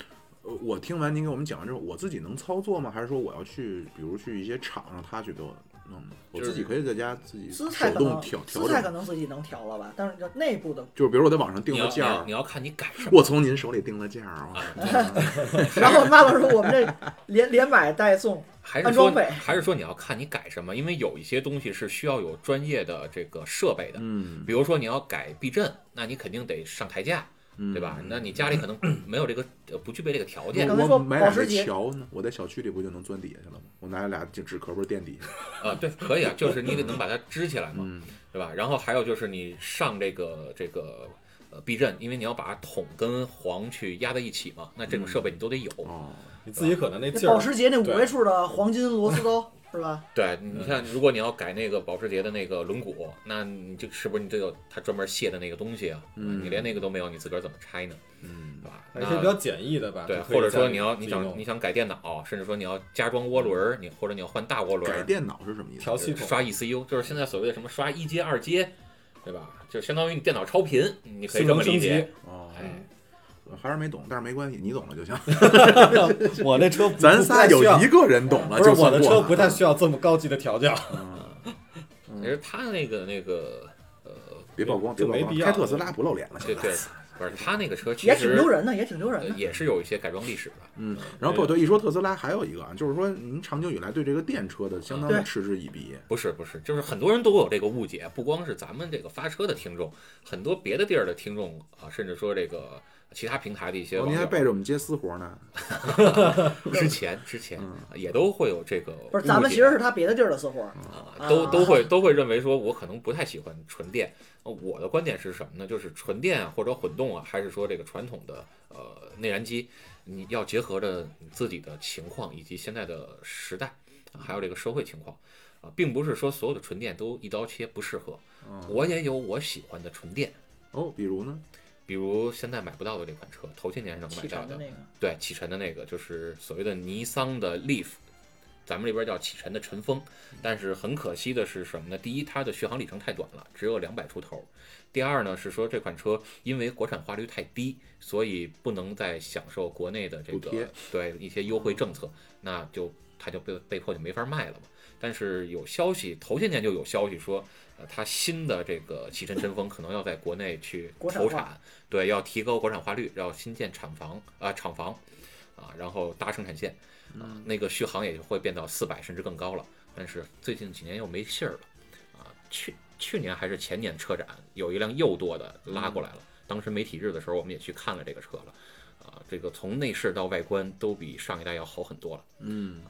[SPEAKER 1] 呃，我听完您给我们讲完之后，我自己能操作吗？还是说我要去，比如去一些厂让他去给我弄呢？我
[SPEAKER 4] 就是
[SPEAKER 1] 自己可以在家自己
[SPEAKER 3] 姿态
[SPEAKER 1] 手
[SPEAKER 3] 可
[SPEAKER 1] 动
[SPEAKER 3] 能
[SPEAKER 1] 调调
[SPEAKER 3] 姿态可
[SPEAKER 1] 整，
[SPEAKER 3] 能自己能调了吧，但是就内部的
[SPEAKER 1] 就是比如我在网上定
[SPEAKER 4] 你
[SPEAKER 1] 个
[SPEAKER 4] 要你
[SPEAKER 1] 价
[SPEAKER 4] 要
[SPEAKER 1] 儿
[SPEAKER 4] 你，要看你改什么。
[SPEAKER 1] 我从您手里定了价儿，啊我
[SPEAKER 3] 然后妈妈说我们这连连买带送，
[SPEAKER 4] 还是
[SPEAKER 3] 安
[SPEAKER 4] 说
[SPEAKER 3] 装备
[SPEAKER 4] 还是说你要看你改什么，因为有一些东西是需要有专业的这个设备的，
[SPEAKER 1] 嗯，
[SPEAKER 4] 比如说你要改避震，那你肯定得上台架，
[SPEAKER 1] 嗯
[SPEAKER 4] 对吧？那你家里可能没有这个呃不具备这个条件
[SPEAKER 3] 刚才
[SPEAKER 1] 我
[SPEAKER 3] 说
[SPEAKER 1] 买
[SPEAKER 3] 保
[SPEAKER 1] 两
[SPEAKER 3] 时
[SPEAKER 1] 个
[SPEAKER 3] 捷
[SPEAKER 1] 桥呢，我在小区里不就能钻底下去了吗？我拿俩纸纸壳不是垫底下？
[SPEAKER 4] 啊，对，可以啊，就是你得能把它支起来嘛，
[SPEAKER 1] 嗯
[SPEAKER 4] 对吧？然后还有就是你上这个这个呃避震，因为你要把桶跟簧去压在一起嘛，那这种设备你都得有。
[SPEAKER 1] 哦，
[SPEAKER 2] 你自己可能那
[SPEAKER 3] 那
[SPEAKER 2] 劲
[SPEAKER 3] 保
[SPEAKER 2] 儿，
[SPEAKER 3] 时捷那五
[SPEAKER 2] 对
[SPEAKER 3] 位数的黄金螺丝刀是吧？
[SPEAKER 4] 对，你看，如果你要改那个保时捷的那个轮毂，那你这是不是你得有它专门卸的那个东西啊？
[SPEAKER 1] 嗯
[SPEAKER 4] 你连那个都没有，你自个儿怎么拆呢？
[SPEAKER 1] 嗯
[SPEAKER 4] 对，吧？
[SPEAKER 2] 还啊哎是比
[SPEAKER 4] 那
[SPEAKER 2] 较简易的吧？
[SPEAKER 4] 对，
[SPEAKER 2] 就可以
[SPEAKER 4] 或者
[SPEAKER 2] 在
[SPEAKER 4] 说你要
[SPEAKER 2] 自
[SPEAKER 4] 你
[SPEAKER 2] 己
[SPEAKER 4] 想
[SPEAKER 2] 弄
[SPEAKER 4] 你想改电脑，甚至说你要加装涡轮儿，你或者你要换大涡轮
[SPEAKER 1] 改
[SPEAKER 4] 儿，
[SPEAKER 1] 电脑是什么意思？
[SPEAKER 2] 调系
[SPEAKER 4] 就是
[SPEAKER 2] 统，
[SPEAKER 4] 刷 ECU，就是现在所谓的什么刷一阶、二阶，对吧？就相当于你电脑超频，你可以这
[SPEAKER 2] 性能
[SPEAKER 4] 么理
[SPEAKER 2] 升级
[SPEAKER 4] 解。。
[SPEAKER 1] 哦，
[SPEAKER 4] 哎，
[SPEAKER 1] 我还是没懂，但是没关系，你懂了就 行。
[SPEAKER 2] 我那车不
[SPEAKER 1] 咱仨有一个人懂了，
[SPEAKER 2] 不是
[SPEAKER 1] 就
[SPEAKER 2] 我
[SPEAKER 1] 算
[SPEAKER 2] 的
[SPEAKER 1] 过
[SPEAKER 2] 车
[SPEAKER 1] 了啊嗯
[SPEAKER 2] 不太需要这么高级的调教，
[SPEAKER 4] 其实它那个那个呃，
[SPEAKER 1] 别曝光，别
[SPEAKER 2] 就
[SPEAKER 1] 曝
[SPEAKER 2] 没
[SPEAKER 1] 光。
[SPEAKER 2] 必要
[SPEAKER 1] 开特斯拉不露脸了，
[SPEAKER 4] 对嗯
[SPEAKER 1] 现在
[SPEAKER 4] 对，不是它那个车其
[SPEAKER 3] 也挺
[SPEAKER 4] 实
[SPEAKER 3] 丢人的，也挺丢人
[SPEAKER 4] 呃
[SPEAKER 3] 的。
[SPEAKER 4] 也是有一些改装历史的。
[SPEAKER 1] 嗯，然后不对，一说特斯拉还有一个啊，就是说您长久以来对这个电车的相当的
[SPEAKER 3] 对
[SPEAKER 1] 嗤之以鼻。
[SPEAKER 4] 不是不是，就是很多人都有这个误解，不光是咱们这个发车的听众，很多别的地儿的听众啊，甚至说这个其他平台的一些
[SPEAKER 1] 哦，
[SPEAKER 4] 网
[SPEAKER 1] 您还
[SPEAKER 4] 友，
[SPEAKER 1] 背着我们接私活呢。
[SPEAKER 4] 之前之前
[SPEAKER 1] 嗯
[SPEAKER 4] 也都会有这个误解，
[SPEAKER 3] 不是，咱们其实是他别的地儿的私活，
[SPEAKER 4] 啊，都
[SPEAKER 3] 啊
[SPEAKER 4] 都会都会认为说，我可能不太喜欢纯电。呃我的观点是什么呢？就是纯电啊或者混动啊，还是说这个传统的呃内燃机，你要结合着你自己的情况以及现在的时代，啊还有这个社会情况啊，并不是说所有的纯电都一刀切不适合。
[SPEAKER 1] 嗯，
[SPEAKER 4] 我也有我喜欢的纯电，
[SPEAKER 1] 哦，比如呢？
[SPEAKER 4] 比如现在买不到的这款车，头些年是能买
[SPEAKER 3] 启
[SPEAKER 4] 到
[SPEAKER 3] 辰的
[SPEAKER 4] 的，
[SPEAKER 3] 那个，
[SPEAKER 4] 对，启辰的那个就是所谓的尼桑的 Leaf，咱们这边叫启辰的晨风。但是很可惜的是什么呢？第一，它的续航里程太短了，只有两百出头；第二呢，是说这款车因为国产化率太低，所以不能再享受国内的这
[SPEAKER 1] 补
[SPEAKER 4] 个
[SPEAKER 1] 贴
[SPEAKER 4] 对一些优惠政策，那就它就被被迫就没法卖了嘛。但是有消息，头些年就有消息说，呃，它新的这个启辰晨风可能要在国内去
[SPEAKER 3] 国产
[SPEAKER 4] 投
[SPEAKER 3] 化
[SPEAKER 4] 产，对，要提高国产化率，要新建厂房啊、厂房啊，然后搭生产线啊、
[SPEAKER 3] 嗯
[SPEAKER 4] 那个续航也就会变到四百甚至更高了。但是最近几年又没信儿了啊，去去年还是前年车展有一辆又多的拉过来
[SPEAKER 3] 嗯
[SPEAKER 4] 了，当时媒体日的时候我们也去看了这个车了。啊，这个从内饰到外观都比上一代要好很多了。
[SPEAKER 1] 嗯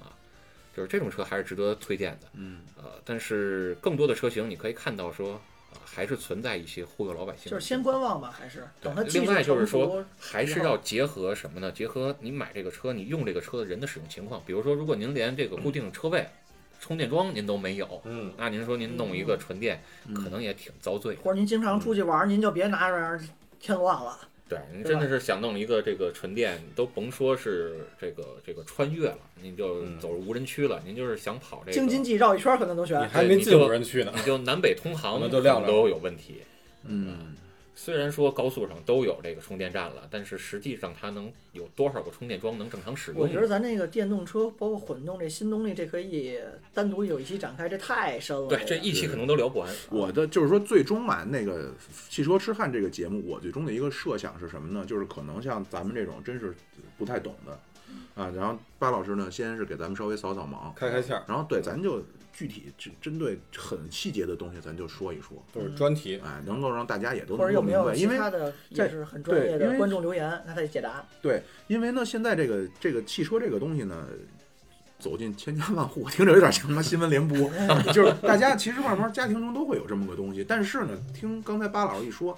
[SPEAKER 4] 就是这种车还是值得推荐的。
[SPEAKER 1] 嗯，
[SPEAKER 4] 呃，但是更多的车型你可以看到说，呃，还是存在一些忽悠老百姓的情
[SPEAKER 3] 就
[SPEAKER 4] 况。
[SPEAKER 3] 是先观望吧，还是
[SPEAKER 4] 对
[SPEAKER 3] 等它技
[SPEAKER 4] 另
[SPEAKER 3] 术
[SPEAKER 4] 外就是
[SPEAKER 3] 成
[SPEAKER 4] 说
[SPEAKER 3] 熟。，
[SPEAKER 4] 还是要结合什么呢？结合你买这个车，你用这个车的人的使用情况。比如说，如果您连这个固定车位、充电桩您都没有，
[SPEAKER 2] 嗯，
[SPEAKER 4] 那您说您弄一个纯电，
[SPEAKER 3] 嗯
[SPEAKER 4] 可能也挺遭罪。
[SPEAKER 3] 或者您经常出去
[SPEAKER 4] 嗯
[SPEAKER 3] 玩儿，您就别拿着添乱了。
[SPEAKER 4] 对，您
[SPEAKER 3] 对
[SPEAKER 4] 真
[SPEAKER 3] 吧
[SPEAKER 4] 的是想弄一个这个纯电，都甭说是这个这个穿越了，您就
[SPEAKER 2] 嗯
[SPEAKER 4] 走入无人区了，您就是想跑这
[SPEAKER 3] 京津
[SPEAKER 4] 个，
[SPEAKER 3] 冀绕一圈儿可能能
[SPEAKER 2] 你
[SPEAKER 3] 选。
[SPEAKER 2] 还没进无人区呢，
[SPEAKER 4] 你就南北通
[SPEAKER 2] 可
[SPEAKER 4] 航
[SPEAKER 2] 能就亮了
[SPEAKER 4] 都有问题。
[SPEAKER 1] 嗯，
[SPEAKER 4] 虽然说高速上都有这个充电站了，但是实际上它能有多少个充电桩能正常使用呢？
[SPEAKER 3] 我觉得咱这个电动车，包括混动这新动力，这可以单独有一期展开，这太深了。
[SPEAKER 4] 对这一期可能都聊不完。
[SPEAKER 1] 我的就是说，最终嘛，那个汽车痴汉这个节目，我最终的一个设想是什么呢？就是可能像咱们这种真是不太懂的啊，然后巴老师呢，先是给咱们稍微扫扫盲，
[SPEAKER 2] 开开窍，
[SPEAKER 1] 然后对，咱就具体针针对很细节的东西，咱就说一说，
[SPEAKER 2] 就是专题。
[SPEAKER 1] 哎，能够让大家也都
[SPEAKER 3] 或者
[SPEAKER 1] 能够
[SPEAKER 3] 有没
[SPEAKER 1] 明
[SPEAKER 3] 有
[SPEAKER 1] 白，
[SPEAKER 3] 其
[SPEAKER 1] 因为
[SPEAKER 3] 他的
[SPEAKER 1] 这
[SPEAKER 3] 也是很专业
[SPEAKER 1] 对因
[SPEAKER 3] 的
[SPEAKER 1] 为
[SPEAKER 3] 观众留言，那他得解答。
[SPEAKER 1] 对，因为呢，现在这个这个汽车这个东西呢，走进千家万户，我听着有点像什么新闻联播， 就是大家其实慢慢家庭中都会有这么个东西，但是呢，听刚才巴老师一说。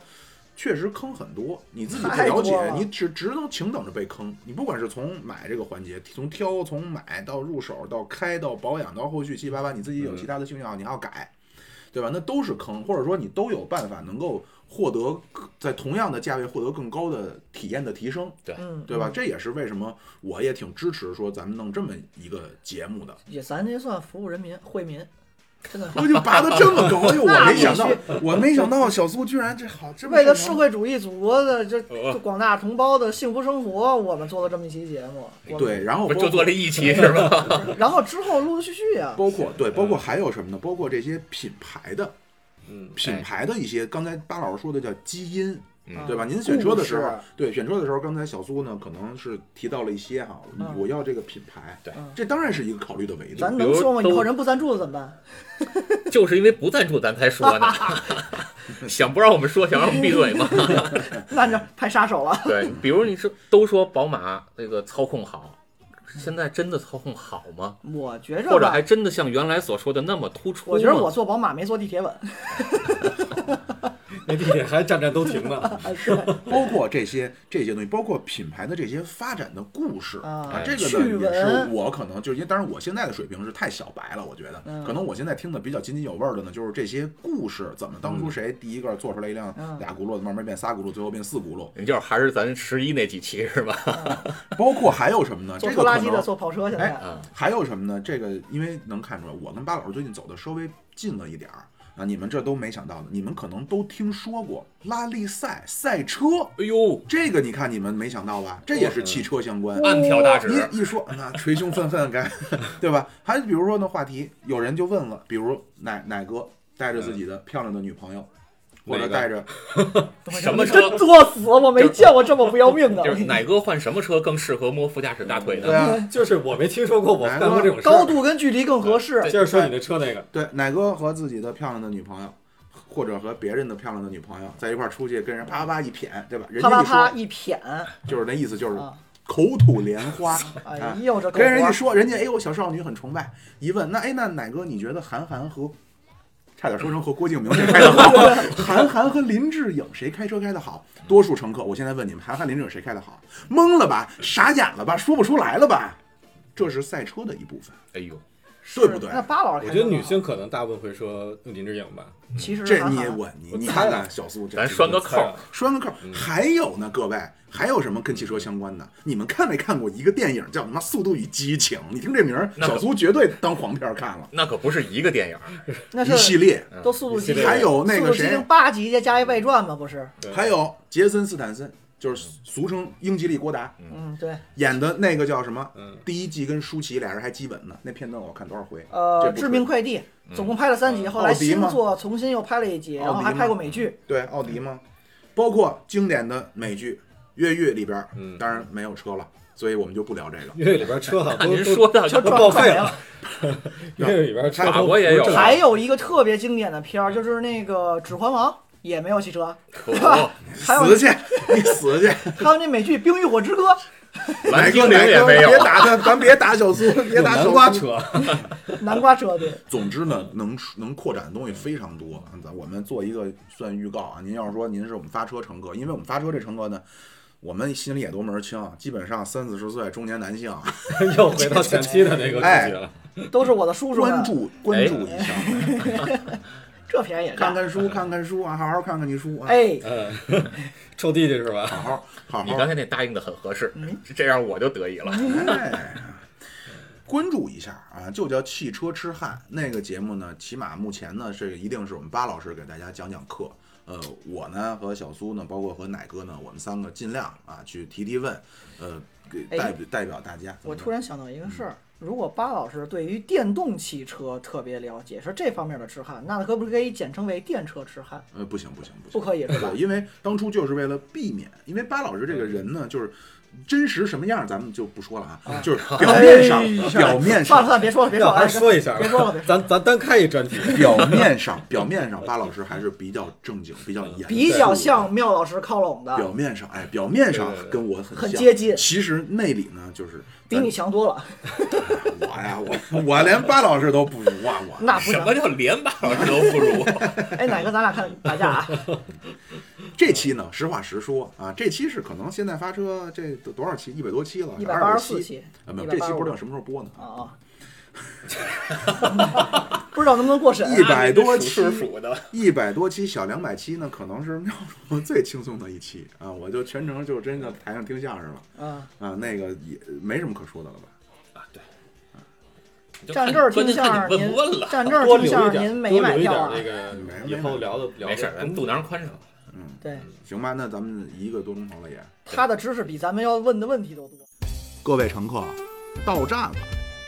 [SPEAKER 1] 确实坑很多，你自己不
[SPEAKER 3] 太
[SPEAKER 1] 了
[SPEAKER 3] 多
[SPEAKER 1] 解，
[SPEAKER 3] 了
[SPEAKER 1] 你只只能请等着被坑。你不管是从买这个环节，从挑、从买到入手、到开、到保养、到后续七七八八，你自己有
[SPEAKER 2] 嗯
[SPEAKER 1] 其他的兴趣爱好，你还要改，对吧？那都是坑，或者说你都有办法能够获得在同样的价位获得更高的体验的提升。
[SPEAKER 3] 嗯，
[SPEAKER 1] 对吧？？这也是为什么我也挺支持说咱们弄这么一个节目的。
[SPEAKER 3] 也咱这算服务人民惠民，真 的。
[SPEAKER 1] 我就拔得这么高，哎呦，我
[SPEAKER 3] 那
[SPEAKER 1] 没想到
[SPEAKER 3] 必，
[SPEAKER 1] 我没想到小苏居然这好，这么
[SPEAKER 3] 为了
[SPEAKER 1] 擅
[SPEAKER 3] 社
[SPEAKER 1] 长
[SPEAKER 3] 会主义祖国的这
[SPEAKER 4] 呃
[SPEAKER 3] 这广大同胞的幸福生活，我们做了这么一期节目。我们
[SPEAKER 1] 对，，然后
[SPEAKER 4] 不
[SPEAKER 1] 包
[SPEAKER 4] 是就
[SPEAKER 1] 括
[SPEAKER 4] 做这一期是吧？
[SPEAKER 3] 然后之后陆陆续续啊呀，
[SPEAKER 1] 包括对，包
[SPEAKER 4] 嗯
[SPEAKER 1] 括还有什么呢？包括这些品牌的
[SPEAKER 2] 嗯，
[SPEAKER 1] 品牌的一些，刚才巴老师说的叫基因，
[SPEAKER 4] 哎嗯
[SPEAKER 1] 对吧？您选车的时
[SPEAKER 3] 啊
[SPEAKER 1] 候
[SPEAKER 3] 故事，
[SPEAKER 1] 对选车的时候，刚才小苏呢可能是提到了一些哈，
[SPEAKER 3] 嗯
[SPEAKER 1] 我要这个品牌，
[SPEAKER 4] 对
[SPEAKER 1] 这当然是一个考虑的维度。
[SPEAKER 3] 咱
[SPEAKER 4] 比
[SPEAKER 3] 能
[SPEAKER 4] 如
[SPEAKER 3] 说吗？以
[SPEAKER 4] 都
[SPEAKER 3] 后人不赞助了怎么办？
[SPEAKER 4] 就是因为不赞助咱才说呢，想不让我们说，想让我们闭嘴吗？
[SPEAKER 3] 那就派杀手了。
[SPEAKER 4] 对，比如你说都说宝马那个操控好，现在真的操控好吗？
[SPEAKER 3] 我觉着
[SPEAKER 4] 或者
[SPEAKER 3] 吧
[SPEAKER 4] 还，真的像原来所说的那么突出吗？
[SPEAKER 3] 我觉得我坐宝马没坐地铁稳。
[SPEAKER 2] 嗯那地铁还站站都停呢。
[SPEAKER 3] 哎
[SPEAKER 1] 包括这些这些东西，包括品牌的这些发展的故事
[SPEAKER 3] 啊
[SPEAKER 1] 哎这个
[SPEAKER 3] 趣
[SPEAKER 1] 呢也是
[SPEAKER 3] 闻
[SPEAKER 1] 我可能就是因为，当然我现在的水平是太小白了，我觉得、
[SPEAKER 3] 嗯
[SPEAKER 1] 可能我现在听的比较津津有味儿的呢，就是这些故事怎么当初谁第一个做出来一辆
[SPEAKER 3] 嗯
[SPEAKER 1] 俩轱辘，慢慢变仨轱辘，最后变四轱辘，
[SPEAKER 4] 你就是还是咱十一那几期是吧？
[SPEAKER 1] 包括还有什么 呢？
[SPEAKER 3] 坐
[SPEAKER 1] 这
[SPEAKER 3] 拖
[SPEAKER 1] 个
[SPEAKER 3] 拉
[SPEAKER 1] 可
[SPEAKER 3] 机的
[SPEAKER 1] 能
[SPEAKER 3] 坐跑车现
[SPEAKER 1] 哎
[SPEAKER 3] 在，啊
[SPEAKER 4] 嗯，
[SPEAKER 1] 还有什么呢？这个因为能看出来，我跟巴老师最近走的稍微近了一点儿。啊，你们这都没想到的，你们可能都听说过拉力赛赛车，
[SPEAKER 4] 哎呦，
[SPEAKER 1] 这个你看你们没想到吧？这也是汽车相关。
[SPEAKER 4] 暗挑大指，
[SPEAKER 1] 哦
[SPEAKER 3] 哦
[SPEAKER 1] 一一说，啊那捶胸愤愤该， 对吧？还比如说呢，话题有人就问了，比如奶奶哥带着自己的漂亮的女朋友，或
[SPEAKER 2] 嗯哪
[SPEAKER 1] 者
[SPEAKER 2] 个
[SPEAKER 1] 带着
[SPEAKER 4] 什么车
[SPEAKER 3] 真？作死！我没见过这么不要命的
[SPEAKER 4] 就， 是奶哥换什么车更适合摸副驾驶大腿
[SPEAKER 1] 对
[SPEAKER 4] 呢？
[SPEAKER 1] 啊，
[SPEAKER 2] 就是我没听说过，我干过这 种事
[SPEAKER 3] 高
[SPEAKER 2] 儿。
[SPEAKER 3] 度跟距离更合适。
[SPEAKER 2] 接着说你那车那个，
[SPEAKER 1] 对奶哥和自己的漂亮的女朋友，或者和别人的漂亮的女朋友在一块儿出去跟人啪啪啪一谝，对吧？人
[SPEAKER 3] 啪
[SPEAKER 1] 家
[SPEAKER 3] 啪
[SPEAKER 1] 一
[SPEAKER 3] 啪
[SPEAKER 1] 说
[SPEAKER 3] 一舔，
[SPEAKER 1] 就是那意思，就是
[SPEAKER 3] 啊
[SPEAKER 1] 口吐莲花。
[SPEAKER 3] 哎呦这
[SPEAKER 1] 啊
[SPEAKER 3] 狗
[SPEAKER 1] 跟人
[SPEAKER 3] 官
[SPEAKER 1] 一说，人家哎呦小少女很崇拜，一问那哎那奶哥你觉得韩寒和差点说成和郭敬明谁开的好？啊 韩寒和林志颖谁开车开的好？多数乘客，我现在问你们，韩寒、林志颖谁开的好？懵了吧？傻眼了吧？说不出来了吧？这是赛车的一部分，
[SPEAKER 4] 哎呦，
[SPEAKER 1] 对不对
[SPEAKER 3] 那？巴老师，
[SPEAKER 2] 我觉得女性可能大部分会说林志颖吧。
[SPEAKER 3] 其实
[SPEAKER 1] 这
[SPEAKER 3] 还
[SPEAKER 1] 你
[SPEAKER 3] 好
[SPEAKER 1] 我你
[SPEAKER 2] 我
[SPEAKER 1] 你
[SPEAKER 2] 猜
[SPEAKER 1] 看
[SPEAKER 2] 了
[SPEAKER 1] 看小苏，这
[SPEAKER 4] 啊咱拴个
[SPEAKER 2] 猜
[SPEAKER 4] 扣嗯
[SPEAKER 2] 了
[SPEAKER 4] 儿，
[SPEAKER 1] 拴个扣儿。还有呢，各位，还有什么跟汽车相关的？你们看没看过一个电影叫什么《速度与激情》？你听这名儿，
[SPEAKER 4] 那可
[SPEAKER 1] 小苏绝对当黄片儿看了，
[SPEAKER 4] 那可不是一个电影儿。
[SPEAKER 3] 那
[SPEAKER 1] 一系
[SPEAKER 3] 是
[SPEAKER 1] 列。
[SPEAKER 3] 都速度
[SPEAKER 2] 一系
[SPEAKER 3] 激
[SPEAKER 2] 列
[SPEAKER 3] 情，
[SPEAKER 1] 还有那
[SPEAKER 3] 速
[SPEAKER 1] 个
[SPEAKER 3] 度激
[SPEAKER 1] 谁
[SPEAKER 3] 情，八级再加一外传嘛，不是？
[SPEAKER 2] 对
[SPEAKER 1] 还有杰森斯坦森，就是俗称英吉利郭达
[SPEAKER 3] 嗯，对，
[SPEAKER 1] 演的那个叫什么？
[SPEAKER 2] 嗯
[SPEAKER 1] 第一季跟舒淇俩人还激吻呢，那片段我看多少回？这
[SPEAKER 3] 呃，
[SPEAKER 1] 不是
[SPEAKER 3] 致命快递总共拍了三集，后来
[SPEAKER 1] 嗯奥迪
[SPEAKER 3] 新
[SPEAKER 1] 吗
[SPEAKER 3] 作重新又拍了一集，
[SPEAKER 1] 奥迪
[SPEAKER 3] 然后还拍过美剧。
[SPEAKER 1] 对，奥迪吗？包括经典的美剧《越狱》里边儿，
[SPEAKER 2] 嗯
[SPEAKER 1] 当然没有车了，所以我们就不聊这个。
[SPEAKER 2] 因为里边车好 像
[SPEAKER 4] 看
[SPEAKER 2] 都
[SPEAKER 4] 您说
[SPEAKER 1] 啊
[SPEAKER 4] 的，
[SPEAKER 3] 就
[SPEAKER 2] 都
[SPEAKER 3] 撞
[SPEAKER 2] 报废
[SPEAKER 3] 没
[SPEAKER 2] 了，因为里边车都
[SPEAKER 4] 法国也有
[SPEAKER 2] 不是
[SPEAKER 3] 还有一个特别经典的片儿，就是那个《指环王》，也 没有汽车。
[SPEAKER 4] 可不
[SPEAKER 3] 还有
[SPEAKER 1] 死去，你死去！
[SPEAKER 3] 还有那美剧《冰与火之歌》，
[SPEAKER 4] 蓝精灵也没有
[SPEAKER 1] 别，打他，咱别打小苏，别打小
[SPEAKER 2] 南
[SPEAKER 1] 苏
[SPEAKER 2] 瓜。车，
[SPEAKER 3] 南瓜车队，
[SPEAKER 1] 总之呢，能能扩展的东西非常多。咱我们做一个算预告啊，您要是说您是我们发车乘客，因为我们发车这乘客呢，我们心里也都门儿清，啊基本上三四十岁中年男性啊，
[SPEAKER 2] 又回到前期的那个感觉了。
[SPEAKER 3] 都是我的叔叔们
[SPEAKER 1] 关，注关注一下，
[SPEAKER 3] 这便宜也
[SPEAKER 1] 看嗯
[SPEAKER 3] 占。
[SPEAKER 1] 看书，看看书啊，好好看看你书啊，
[SPEAKER 3] 哎，
[SPEAKER 2] 嗯， 臭弟弟是吧？
[SPEAKER 1] 好好好
[SPEAKER 4] 你
[SPEAKER 1] 好
[SPEAKER 4] 刚才那答应的很合适，
[SPEAKER 3] 嗯
[SPEAKER 4] 这样我就得意了。
[SPEAKER 1] 哎，关注一下啊，就叫汽车痴汉那个节目呢，起码目前呢是一定是我们巴老师给大家讲讲课。呃，我呢和小苏呢，包括和奶哥呢，我们三个尽量啊去提提问，呃，给
[SPEAKER 3] 哎
[SPEAKER 1] 代表代表大家。
[SPEAKER 3] 我突然想到一个事儿，如果巴老师对于电动汽车特别了解，是这方面的痴汉，那可不可以简称为电车痴汉？
[SPEAKER 1] 呃不行不行不行
[SPEAKER 3] 不，可以是吧
[SPEAKER 1] 对，？因为当初就是为了避免，因为巴老师这个人呢，就是真实什么样咱们就不说了啊，就是表面上、表面
[SPEAKER 3] 哎算
[SPEAKER 1] 上
[SPEAKER 3] 了算了，别说了，别说
[SPEAKER 2] 要
[SPEAKER 3] 了，
[SPEAKER 2] 还
[SPEAKER 3] 哎
[SPEAKER 2] 是说一下吧，
[SPEAKER 3] 别说了，别说了，
[SPEAKER 2] 咱咱单开一专题。
[SPEAKER 1] 表面上表面上巴老师还是比较正经、比较严肃的，
[SPEAKER 3] 比较向妙老师靠拢的，
[SPEAKER 1] 表面上，哎，表面上
[SPEAKER 2] 对对对
[SPEAKER 1] 跟我很
[SPEAKER 3] 很
[SPEAKER 1] 像
[SPEAKER 3] 接近
[SPEAKER 1] 其实内里呢就是
[SPEAKER 3] 比你强多了，
[SPEAKER 1] 咱我呀，我我连巴老师都不如啊，我
[SPEAKER 3] 那不
[SPEAKER 4] 什
[SPEAKER 3] 行。
[SPEAKER 4] 么叫连把老师都不 如？
[SPEAKER 2] 啊
[SPEAKER 3] 哎，哪个咱俩看打架 啊？
[SPEAKER 1] 这期呢，实话实说啊，这期是可能现在发车这多少期，一百多期了，
[SPEAKER 3] 一百八
[SPEAKER 1] 二
[SPEAKER 3] 十四
[SPEAKER 1] 期
[SPEAKER 3] 期
[SPEAKER 1] 啊，没有，
[SPEAKER 3] 185
[SPEAKER 1] 这期不知道什么时候播呢
[SPEAKER 3] 啊，啊！ 不知道能不能过审
[SPEAKER 1] 一
[SPEAKER 3] 啊？
[SPEAKER 1] 百多期
[SPEAKER 4] 数，数的，
[SPEAKER 1] 一百多期小两百期呢，可能是妙主最轻松的一期啊，我就全程就真的台上听相声了
[SPEAKER 3] 嗯，
[SPEAKER 1] 啊，那个也没什么可说的了吧？
[SPEAKER 3] 站这儿
[SPEAKER 4] 关
[SPEAKER 3] 听
[SPEAKER 4] 键看你
[SPEAKER 3] 相声
[SPEAKER 4] 问
[SPEAKER 3] 您
[SPEAKER 4] 不问了。
[SPEAKER 3] 站这儿
[SPEAKER 2] 多
[SPEAKER 3] 听
[SPEAKER 2] 留一
[SPEAKER 3] 相声
[SPEAKER 2] 点，
[SPEAKER 3] 您
[SPEAKER 2] 多
[SPEAKER 3] 没买
[SPEAKER 2] 留一
[SPEAKER 3] 票
[SPEAKER 2] 点
[SPEAKER 3] 啊
[SPEAKER 2] 这？个
[SPEAKER 1] 没买，
[SPEAKER 2] 以后聊的聊
[SPEAKER 4] 没事儿，
[SPEAKER 2] 的
[SPEAKER 4] 咱肚腩宽敞。
[SPEAKER 3] 对，
[SPEAKER 1] 行吧，那咱们一个多钟头了也。
[SPEAKER 3] 他的知识比咱们要问的问题都多。
[SPEAKER 1] 各位乘客，到站了。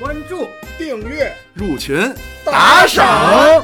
[SPEAKER 5] 关注、订阅。
[SPEAKER 1] 入群打赏。